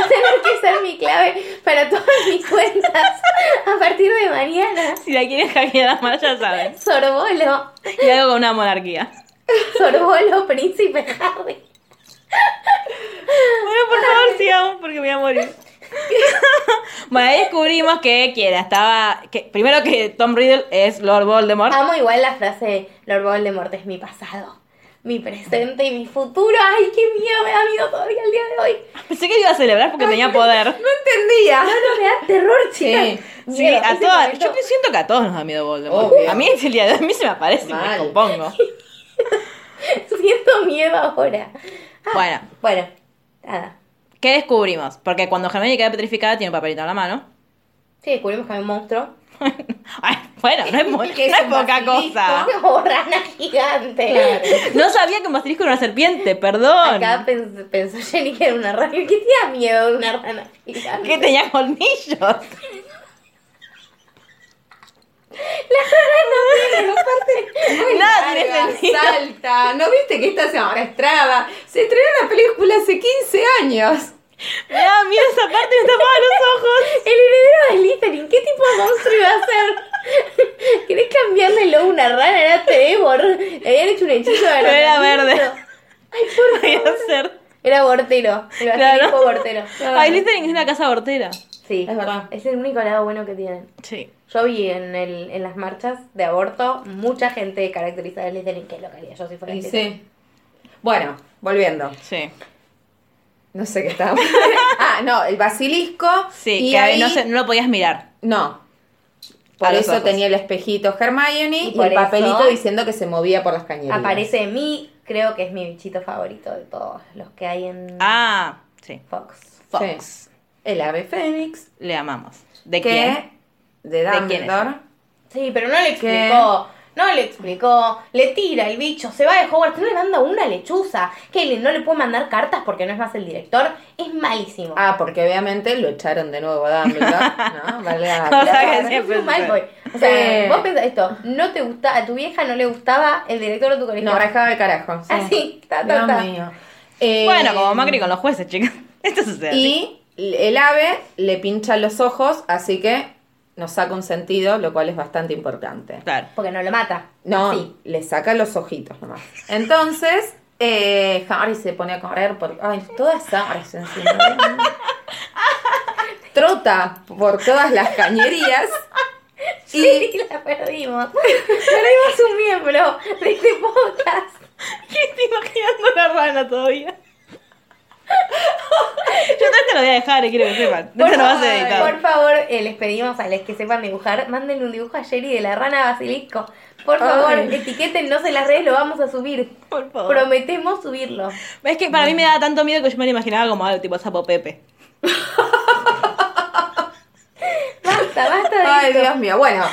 a tener que ser mi clave para todas mis cuentas a partir de mañana. Si la quieres hackear más, ya sabes. Sorbolo, Y algo con una monarquía. Sorbolo, príncipe Harry. Bueno, por favor, sigamos porque me voy a morir. bueno, ahí descubrimos que quien estaba. Que, primero que Tom Riddle es Lord Voldemort. Amo igual la frase Lord Voldemort es mi pasado, mi presente y mi futuro. Ay, qué miedo me da miedo todavía el día de hoy. Pensé que iba a celebrar porque tenía poder. No entendía. No, me da terror, chicas. Sí, Sí, Miedo. a Ese todas. momento- Yo que siento que a todos nos da miedo Voldemort. Obvio. A mí es el día de hoy, a mí se me aparece, y me Mal. descompongo. Siento miedo ahora. Ah, Bueno, Bueno, nada. ¿qué descubrimos? Porque cuando Hermione queda petrificada tiene un papelito en la mano. Sí, descubrimos que hay un monstruo. Ay, bueno, no es, muy- Que es no es un poca basilisco. cosa. Una rana gigante. No sabía que un basilisco era una serpiente, perdón. Acá pens- pensó Jenny que era una rana. ¿Qué tenía miedo de una rana gigante? Que tenía colmillos. Nada tiene Larga, sentido. Salta. ¿No viste que esta se arrastraba? Se estrenó una película hace 15 años. Me daba miedo esa parte, me tapaba los ojos. El heredero de Slytherin, ¿qué tipo de monstruo iba a ser? ¿Querés cambiarle el logo a una rana? Era Trevor. Le habían hecho un hechizo de Pero era verde. agradecimiento. Ay, por Podía favor. ser. Era Bortero. El Claro. basilisco Bortero. Ay, Littering es una casa hortera. Sí, Es verdad. Es el único lado bueno que tienen. Sí. Yo vi en, el, en las marchas de aborto mucha gente caracterizada de Leslie que es localidad. Yo sí fuera este Y de sí. Bueno, volviendo. Sí. No sé qué estaba. ah, no, el basilisco. Sí, y que ahí- no, se- no lo podías mirar. No. Por A los eso ojos. tenía el espejito Hermione Y y, por el eso- papelito diciendo que se movía por las cañerías. Aparece en mí, creo que es mi bichito favorito de todos los que hay en Ah, sí. Fox. Fox. Sí. El ave fénix. Le amamos. ¿De que- quién? De quién es? Dumbledore. Sí, pero no le ¿Qué? explicó. No le explicó. Le tira el bicho, se va de Hogwarts, no le manda una lechuza. Que le- no le puede mandar cartas porque no es más el director. Es malísimo. Ah, porque obviamente lo echaron de nuevo a Dumbledore. ¿No? Vale, la O sea que aclarar. sí. siempre Es un sucede. Malfoy. O sea, Sí. vos pensás esto, no te gusta, a tu vieja no le gustaba el director de tu colegio. No, rajaba el carajo. sí. Ah, Así, ta, ta, Dios ta. mío. Eh, Bueno, como Macri con los jueces, chicas. Esto sucede. así. Y el ave le pincha los ojos, así que nos saca un sentido, lo cual es bastante importante. Claro. Porque no lo mata. No, Sí. le saca los ojitos nomás. Entonces, eh, Harry se pone a correr por. Ay, todas Harry encima. Trota por todas las cañerías. Y Sí, la perdimos. Perdimos un miembro de este podcast. ¿Qué estoy imaginando una rana todavía? Yo también te lo voy a dejar y quiero que sepan. No se lo vas a por editar. favor, eh, les pedimos a los que sepan dibujar, mándenle un dibujo a Jerry de la rana basilisco. Por favor, Ay. etiquétennos en las redes, lo vamos a subir. Por favor. Prometemos subirlo. Es que para mí me daba tanto miedo que yo me lo imaginaba como algo tipo sapo Pepe. Basta, basta de Ay, esto. Dios mío. Bueno,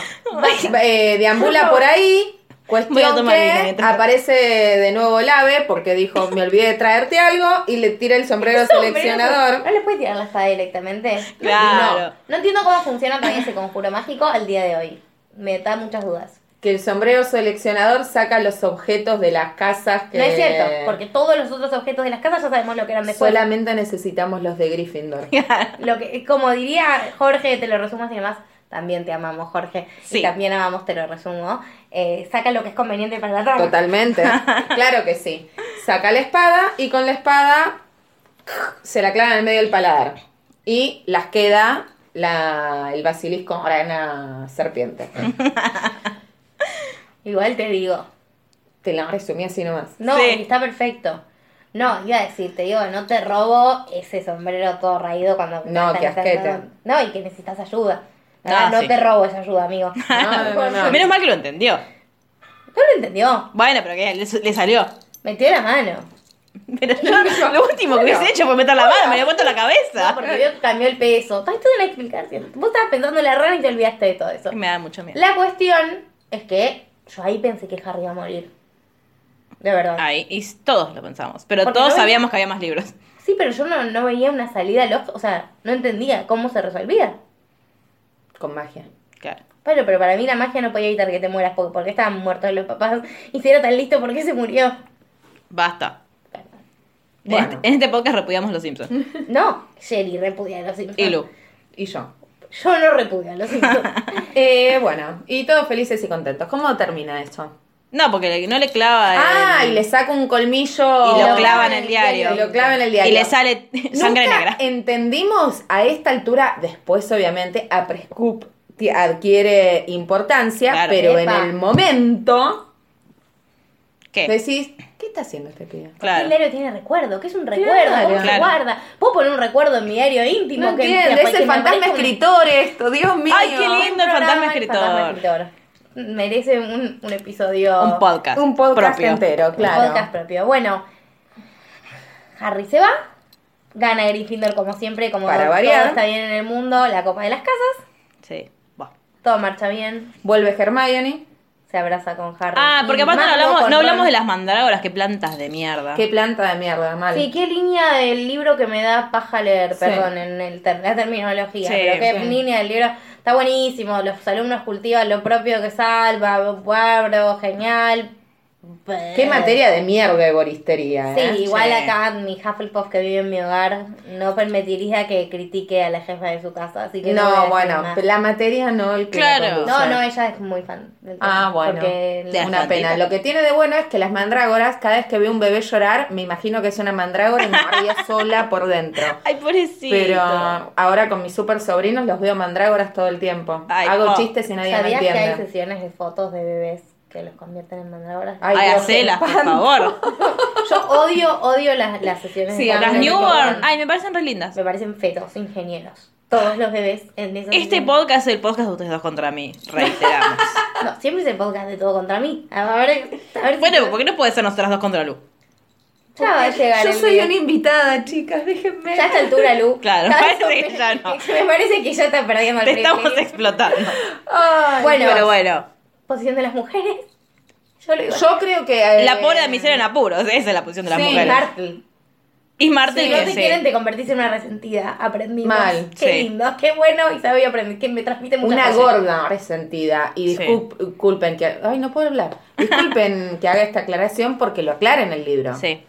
eh, deambula por ahí. Voy a Cuestión tomar vino que mientras- aparece de nuevo el ave porque dijo, me olvidé de traerte algo y le tira el sombrero al Sombrero, seleccionador. No le puedes tirar la espada directamente. No, Claro. No, no entiendo cómo funciona todavía ese conjuro mágico al día de hoy. Me da muchas dudas. Que el sombrero seleccionador saca los objetos de las casas que... No es cierto, porque todos los otros objetos de las casas ya sabemos lo que eran después. Solamente necesitamos los de Gryffindor. Lo que, como diría Jorge, te lo resumo así nomás. También te amamos, Jorge. Y Sí. también amamos, te lo resumo. Eh, saca lo que es conveniente para la rama. Totalmente. claro que sí. Saca la espada y con la espada se la clava en el medio del paladar. Y las queda la, el basilisco, ahora una serpiente. Igual te digo. Te la resumí así nomás. No, Sí. y está perfecto. No, iba a decir, te digo, no te robo ese sombrero todo raído cuando No, qué estás haciendo- asquete. No, y que necesitas ayuda. Ah, no sí. te robo esa ayuda, amigo. No, no, Ah. no. Menos mal que lo entendió. No lo entendió. Bueno, pero que le, le salió. Metió la mano. Pero yo, lo último que hubiese hecho fue meter la mano, me había puesto en la No, cabeza. porque vio que cambió el peso. Está toda una explicación. Vos estabas pensando en la rana y te olvidaste de todo eso. Y me da mucho miedo. La cuestión es que yo ahí pensé que Harry iba a morir. De verdad. Ahí, y todos lo pensamos. Pero Porque todos no- sabíamos que había más libros. Sí, pero yo no, no veía una salida lógica. O sea, no entendía cómo se resolvía. Con magia. Claro. Bueno, pero para mí la magia no podía evitar que te mueras porque, porque estaban muertos los papás. Y si era tan listo, ¿por qué se murió? Basta. En Bueno. este- en este podcast repudiamos los Simpsons. No, Sherry repudia a los Simpsons. Y Lu. Y yo. Yo no repudio a los Simpsons. Eh, bueno, y todos felices y contentos. ¿Cómo termina esto? No, porque le- no le clava. Ah, el- y le saca un Em, colmillo. y lo clava clavan en el diario. Y lo clava en el diario. Y le sale sangre Nunca negra. Entendimos a esta altura, después obviamente a Prescoop adquiere importancia, Claro. pero Epa. en el momento ¿Qué? decís, ¿qué está haciendo este pibe? El Claro. diario tiene recuerdo, que es un recuerdo, Claro. ¿cómo se Claro. guarda? ¿Puedo poner un recuerdo en mi diario íntimo? No que entiendo, mira, es el cualquier fantasma memoria- escritor esto, Dios mío. Ay, qué Un lindo el programa fantasma del escritor. escritor. Merece un, un episodio. Un podcast. Un podcast propio. entero, un claro. podcast propio. Bueno, Harry se va. Gana Gryffindor como siempre, como Para todo variar. está bien en el mundo, la copa de las casas, Sí. Buah. todo marcha bien, Vuelve Hermione. se abraza con Harry. Ah, porque Y aparte no Marco hablamos, con no hablamos Ron. de las mandrágoras, qué plantas de mierda. Qué planta de mierda, mal. Sí, qué línea del libro que me da paja leer, Sí. perdón, en el ter- la terminología, Sí, pero qué sí. línea del libro. Está buenísimo, los alumnos cultivan lo propio que salva, bárbaro, genial, Qué materia de mierda de boristería, Sí, ¿eh? igual Sí. acá mi Hufflepuff que vive en mi hogar no permitiría que critique a la jefa de su casa, así que no, voy a No, decir bueno, nada. la materia no el que la Claro. conduce. No, no, ella es muy fan del tema. Ah, bueno. Porque Te Una pena. Lo que tiene de bueno es que las mandrágoras, cada vez que veo un bebé llorar, me imagino que es una mandrágora y me ría sola por dentro. Ay, pobrecito. Pero ahora con mis super sobrinos los veo mandrágoras todo el tiempo. Ay, oh. Hago po. chistes y nadie me ¿Sabías que hay entiende. sesiones de fotos de bebés que los convierten en mandrágoras? Ay, Ay, Dios, qué hacelas, por espanto. favor. Yo odio, odio las, las sesiones Sí, de a fotos Las mí de newborn. bebés. Ay, me parecen re lindas. Me parecen fetos, ingenieros. Todos los bebés en esas Este sesiones. podcast es el podcast de ustedes dos contra mí, reiteramos. No, siempre es el podcast de todo contra mí. A ver, a ver si- bueno, ¿por qué no puede ser nosotras dos contra Lu? Ya va a llegar Yo el soy día. una invitada, chicas, déjenme. Ya a esta altura, Lu. Claro, ya parece que ya no. Me parece que ya está perdiendo el Te estamos privilegio. explotando. Ay, Bueno, Pero bueno, posición de las mujeres. Yo lo digo. yo creo que. eh, la pobre de miseria en apuros, esa es la posición de las Sí, Y mujeres. Martel. Y Marte Si no que te sí. quieren, te convertís en una resentida. Aprendimos. Mal, Qué sí. lindo, qué bueno. Y sabía aprender. Que me transmite muchas Una cosas. gorda resentida. Y Sí. discul- disculpen que. Ay, no puedo hablar. Disculpen que haga esta aclaración porque lo aclara en el libro. Sí.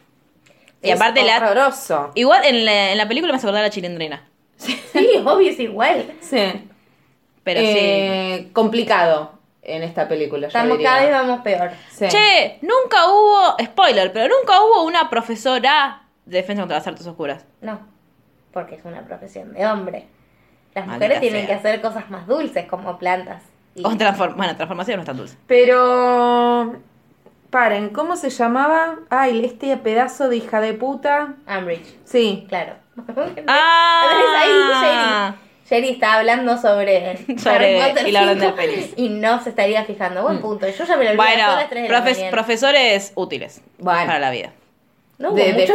Y Es aparte la... horroroso. Igual en la, en la película me hace acordar a la chilindrina. Sí, obvio, es igual. Sí. Pero Eh, Complicado en esta película. yo Estamos diría. cada vez vamos peor. Sí. sí. Che, nunca hubo, spoiler, pero nunca hubo una profesora de defensa contra las artes oscuras. No, porque es una profesión de hombre. Las Maldita mujeres tienen sea. que hacer cosas más dulces, como plantas. Y- O transform- bueno, transformación no es tan dulce. Pero. Paren, ¿cómo se llamaba? Ay, este pedazo de hija de puta. Ambridge, Sí. claro. Ah. Entonces ahí Jerry, Jerry está hablando sobre, Sobre Harry Potter y la Orden 5, del Fénix. Y no se estaría fijando. Buen punto. Yo ya me lo olvidé a Bueno, las 3 de la profes- mañana. profesores útiles Bueno. para la vida. No hubo de mucho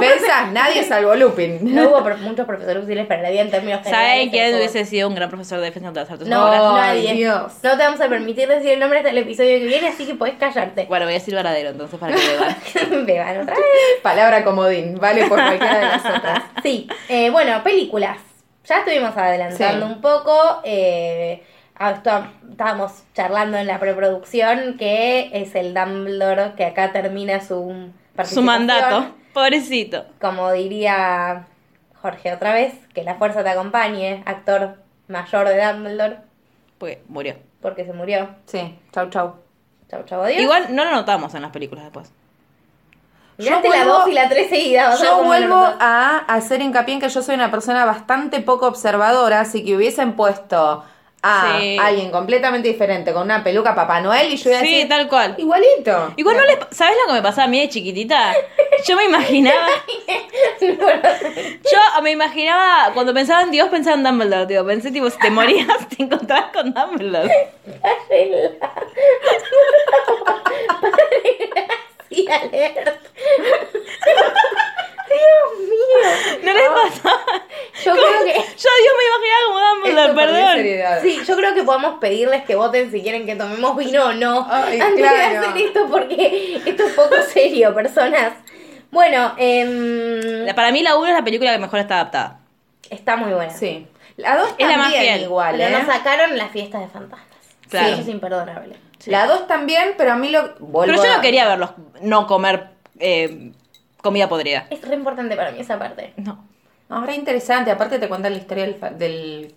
defensas, nadie salvo Lupin. No hubo pro- muchos profesores útiles para la vida en términos ¿Saben generales, quién pero- hubiese sido un gran profesor de defensa contra las artes No, oscuras? Ay, nadie. Dios. No te vamos a permitir decir el nombre hasta el episodio que viene, así que podés callarte. Bueno, voy a decir varadero entonces para que vean. Beban otra vez. Palabra comodín, vale por cualquiera de las otras. Sí, eh, bueno, películas. Ya estuvimos adelantando Sí. un poco. eh, ah, está- estábamos charlando en la preproducción que es el Dumbledore que acá termina su Su participación. mandato, pobrecito. Como diría Jorge otra vez, que la fuerza te acompañe, actor mayor de Dumbledore, Pues murió. porque se murió. Sí, chau, chau. Chau, chau, adiós. Igual no lo notamos en las películas después. Miraste Yo la vuelvo- 2 y la 3 seguidas. vas a ver Yo cómo vuelvo no nos- a hacer hincapié en que yo soy una persona bastante poco observadora, así que hubiesen puesto a Sí. alguien completamente diferente con una peluca Papá Noel y yo iba a Sí, decir, tal cual. igualito. Igual no les... ¿Sabes lo que me pasaba a mí de chiquitita? Yo me imaginaba... Yo me imaginaba... Cuando pensaba en Dios, pensaba en Dumbledore, tío. Pensé, tipo, si te morías, te encontrabas con Dumbledore. Sí, alert. No les pasaba... Yo Ah, creo que. Yo a Dios me imaginaba como Dumbledore, Esto perdió perdón. seriedad. Sí, yo creo que podamos pedirles que voten si quieren que tomemos vino o no. Ay, antes de claro. hacer esto, porque esto es poco serio, personas. Bueno, em, La- Para mí la 1 es la película que mejor está adaptada. está muy buena. Sí. La dos Es la también más fiel. igual, Pero ¿eh? nos sacaron las fiestas de fantasmas. Claro. Sí, eso es imperdonable. La dos también, pero a mí lo... Vuelvo Pero yo a- no quería verlos no comer eh, comida podrida. Es re importante para mí esa parte. No. No, re interesante, aparte te cuentan la historia del, fa- del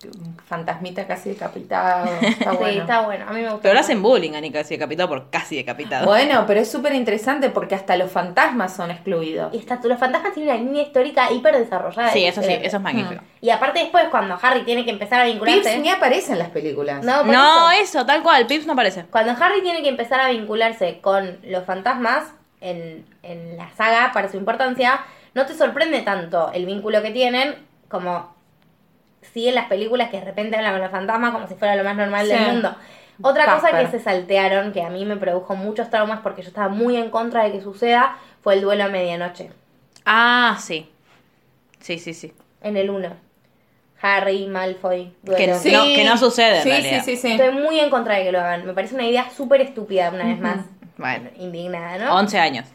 fantasmita casi decapitado. Está sí, bueno. está bueno. A mí me gusta. Pero lo hacen bullying a Nick casi decapitado por casi decapitado. Bueno, pero es súper interesante porque hasta los fantasmas son excluidos. Y está, los fantasmas tienen una línea histórica hiper desarrollada. Sí, eso sí, eso es magnífico. Y aparte después cuando Harry tiene que empezar a vincularse. Pips ni aparece en las películas. No, por No, eso. eso, tal cual, Pips no aparece. Cuando Harry tiene que empezar a vincularse con los fantasmas en, en la saga para su importancia, no te sorprende tanto el vínculo que tienen como si en las películas que de repente hablan con los fantasmas como si fuera lo más normal Sí. del mundo. Otra cosa Casper. que se saltearon, que a mí me produjo muchos traumas porque yo estaba muy en contra de que suceda, fue el duelo a medianoche, Ah, sí. Sí, sí, sí. en el 1. Harry, Malfoy, duelo. Que Sí. No, que no sucede, en Sí, sí, realidad. sí, sí. Estoy muy en contra de que lo hagan. Me parece una idea súper estúpida, una vez más. Bueno, Indignada, ¿no? 11 años.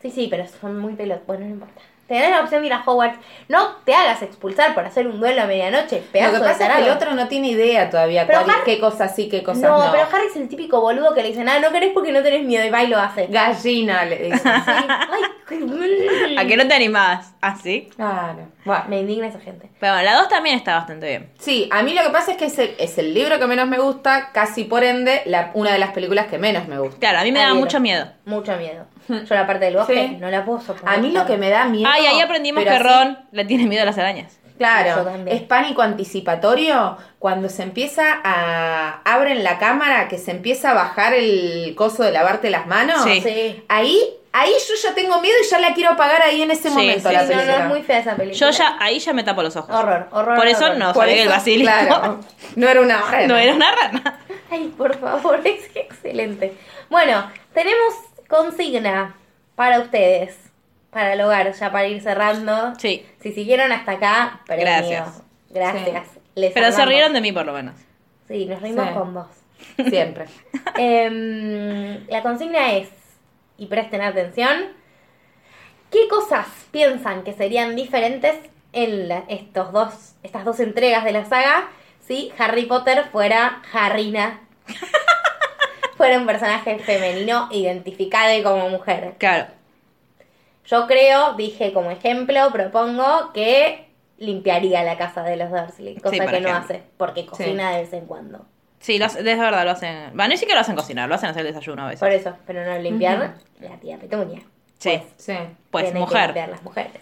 Sí, sí, pero son muy pelotudos. Bueno, no importa. Tenés la opción de ir a Hogwarts. No te hagas expulsar por hacer un duelo a medianoche, Lo pedazo que de pasa es que tarado. el otro no tiene idea todavía Pero cuál- Har- qué cosas sí, qué cosas No, no. pero Harry es el típico boludo que le dice, nada, no querés porque no tenés miedo y va y lo hace. Gallina, le dicen. Sí. Ay, qué- ¿A que no te animás? Ah, sí. Claro. Bueno. Me indigna esa gente. Pero bueno, la 2 también está bastante bien. Sí, a mí lo que pasa es que es el, es el libro que menos me gusta, casi por ende, la- una de las películas que menos me gusta. Claro, a mí me Ay, daba hielo. mucho miedo. Mucho miedo. Yo la parte del bosque Sí. no la puedo soportar. A mí lo que me da miedo. Ay, ahí aprendimos pero que así- Ron le tiene miedo a las arañas. Claro, Yo también. es pánico anticipatorio cuando se empieza a. abren la cámara, que se empieza a bajar el coso de lavarte las manos. Sí. Sí. Ahí, ahí yo ya tengo miedo y ya la quiero apagar ahí en ese Sí, momento sí, la Sí, no, no, película. es muy fea esa película. Yo ya, ahí ya me tapo los ojos. Horror, horror, Por eso horror. no Por sabía el eso, basilisco. Claro, no era una hoja. No era una rana. Ay, por favor, es excelente. Bueno, tenemos consigna para ustedes, para el hogar, ya para ir cerrando. Sí. Si siguieron hasta acá, premio. Gracias. Gracias. Sí. Les Pero se amamos. rieron de mí por lo menos. Sí, nos reímos Sí. con vos. Siempre. Em, la consigna es, y presten atención, ¿qué cosas piensan que serían diferentes en la- estos dos, estas dos entregas de la saga si Harry Potter fuera Harrina? fuera un personaje femenino identificado como mujer. Claro. Yo creo, dije como ejemplo, propongo que limpiaría la casa de los Dursley, cosa por que no ejemplo. hace, porque cocina de vez en cuando. Sí, lo hace- es verdad, lo hacen. Bueno, ni siquiera lo hacen cocinar, lo hacen hacer el desayuno a veces. Por eso, pero no limpiar la tía Petunia. sí. Sí. Pues, Tienen que mujer. limpiar las mujeres.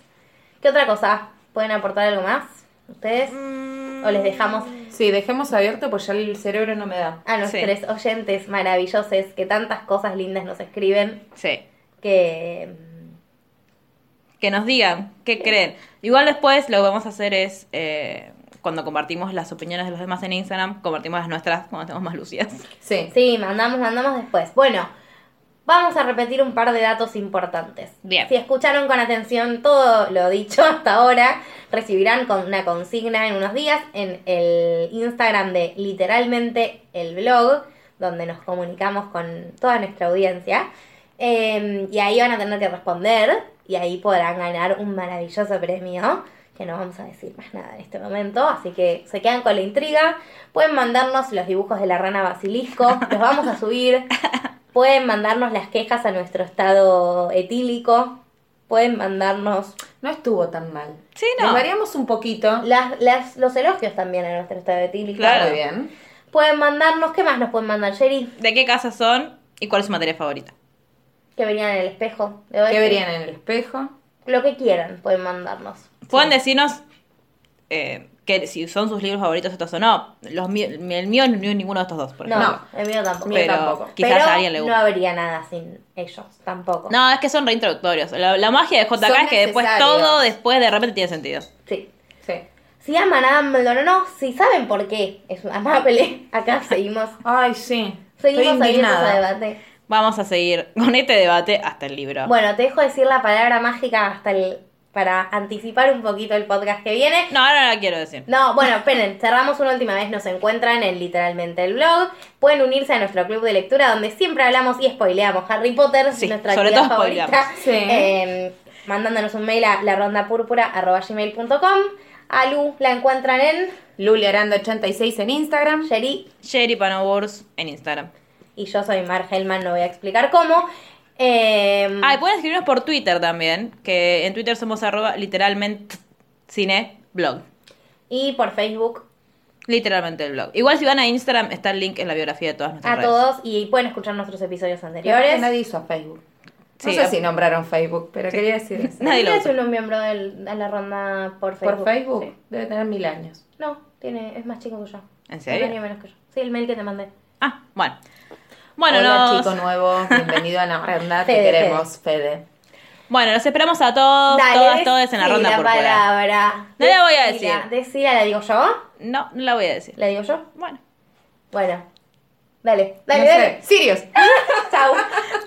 ¿Qué otra cosa? ¿Pueden aportar algo más? ¿Ustedes? ¿O les dejamos Sí, dejemos abierto pues ya el cerebro no me da. a Mm, Sí. nuestros oyentes maravillosos que tantas cosas lindas nos escriben Sí. que... mm, Que nos digan qué creen. Igual después lo que vamos a hacer es. eh, cuando compartimos las opiniones de los demás en Instagram, compartimos las nuestras cuando estemos más lucidas. Sí. mm, Sí, mandamos, mandamos después. Bueno, vamos a repetir un par de datos importantes. Bien. Si escucharon con atención todo lo dicho hasta ahora, recibirán con una consigna en unos días en el Instagram de literalmente el blog, donde nos comunicamos con toda nuestra audiencia. Eh, y ahí van a tener que responder y ahí podrán ganar un maravilloso premio que no vamos a decir más nada en este momento, así que se quedan con la intriga. Pueden mandarnos los dibujos de la rana basilisco, los vamos a subir. Pueden mandarnos las quejas a nuestro estado etílico. Pueden mandarnos No estuvo tan mal. Sí, no. Le variamos un poquito. las, las- los elogios también a nuestro estado etílico. Claro. Muy bien. Pueden mandarnos, ¿qué más nos pueden mandar, Jerry? ¿De qué casa son y cuál es su materia favorita? Que verían en el espejo. de hoy. ¿Qué verían en el espejo? Lo que quieran pueden mandarnos. Pueden decirnos eh, que si son sus libros favoritos estos o no. Los mío- el mío no es ninguno de estos dos, por No, ejemplo. el mío tampoco. Pero tampoco. quizás Pero a alguien le guste. No habría nada sin ellos, tampoco. No, es que son reintroductorios. La, la magia de JK Son es que después necesarios. todo, después de repente tiene sentido. Sí. Sí. Si aman a Dumbledore o no, si saben por qué es amable, acá seguimos. Ay, sí. Seguimos Estoy abiertos a indignada. debate. Vamos a seguir con este debate hasta el libro. Bueno, te dejo decir la palabra mágica hasta el. para anticipar un poquito el podcast que viene. No, ahora no la quiero decir. No, bueno, esperen, cerramos una última vez, nos encuentran en literalmente el blog. Pueden unirse a nuestro club de lectura donde siempre hablamos y spoileamos Harry Potter, Sí, nuestra sobre actividad todo favorita. spoileamos. Sí. Eh, mandándonos un mail a larondapúrpura.gmail.com. A Lu la encuentran en Luli Aranda 86 en Instagram. Sherry Sherry Panoburs en Instagram. y yo soy Mar Hellman, no voy a explicar cómo. Eh, Ah, y pueden escribirnos por Twitter también, que en Twitter somos arroba literalmente cine blog. y por Facebook Literalmente el blog. Igual si van a Instagram está el link en la biografía de todas nuestras a redes. todos y pueden escuchar nuestros episodios Creo anteriores. que Nadie hizo a Facebook. No Sí, sé a- si nombraron Facebook, pero quería decir eso. Nadie lo ¿Quién es usa. un miembro del- de la ronda por Facebook? Por Facebook Sí. debe tener mil años. No, tiene, es más chico que yo. ¿En serio? Un año menos que yo. Sí, el mail que te mandé. Ah, bueno. Bueno, Hola, nos... chico nuevo. Bienvenido a la Aranda. Te Fede, queremos, Fede. bueno, los esperamos a todos, todas, todas en la decí ronda la púrpura. palabra. No la voy a Decila. decir. Decila, ¿la digo yo? No, no la voy a decir. ¿La digo yo? Bueno. Bueno. Dale, dale, No sé. dale. Sirius. Chau.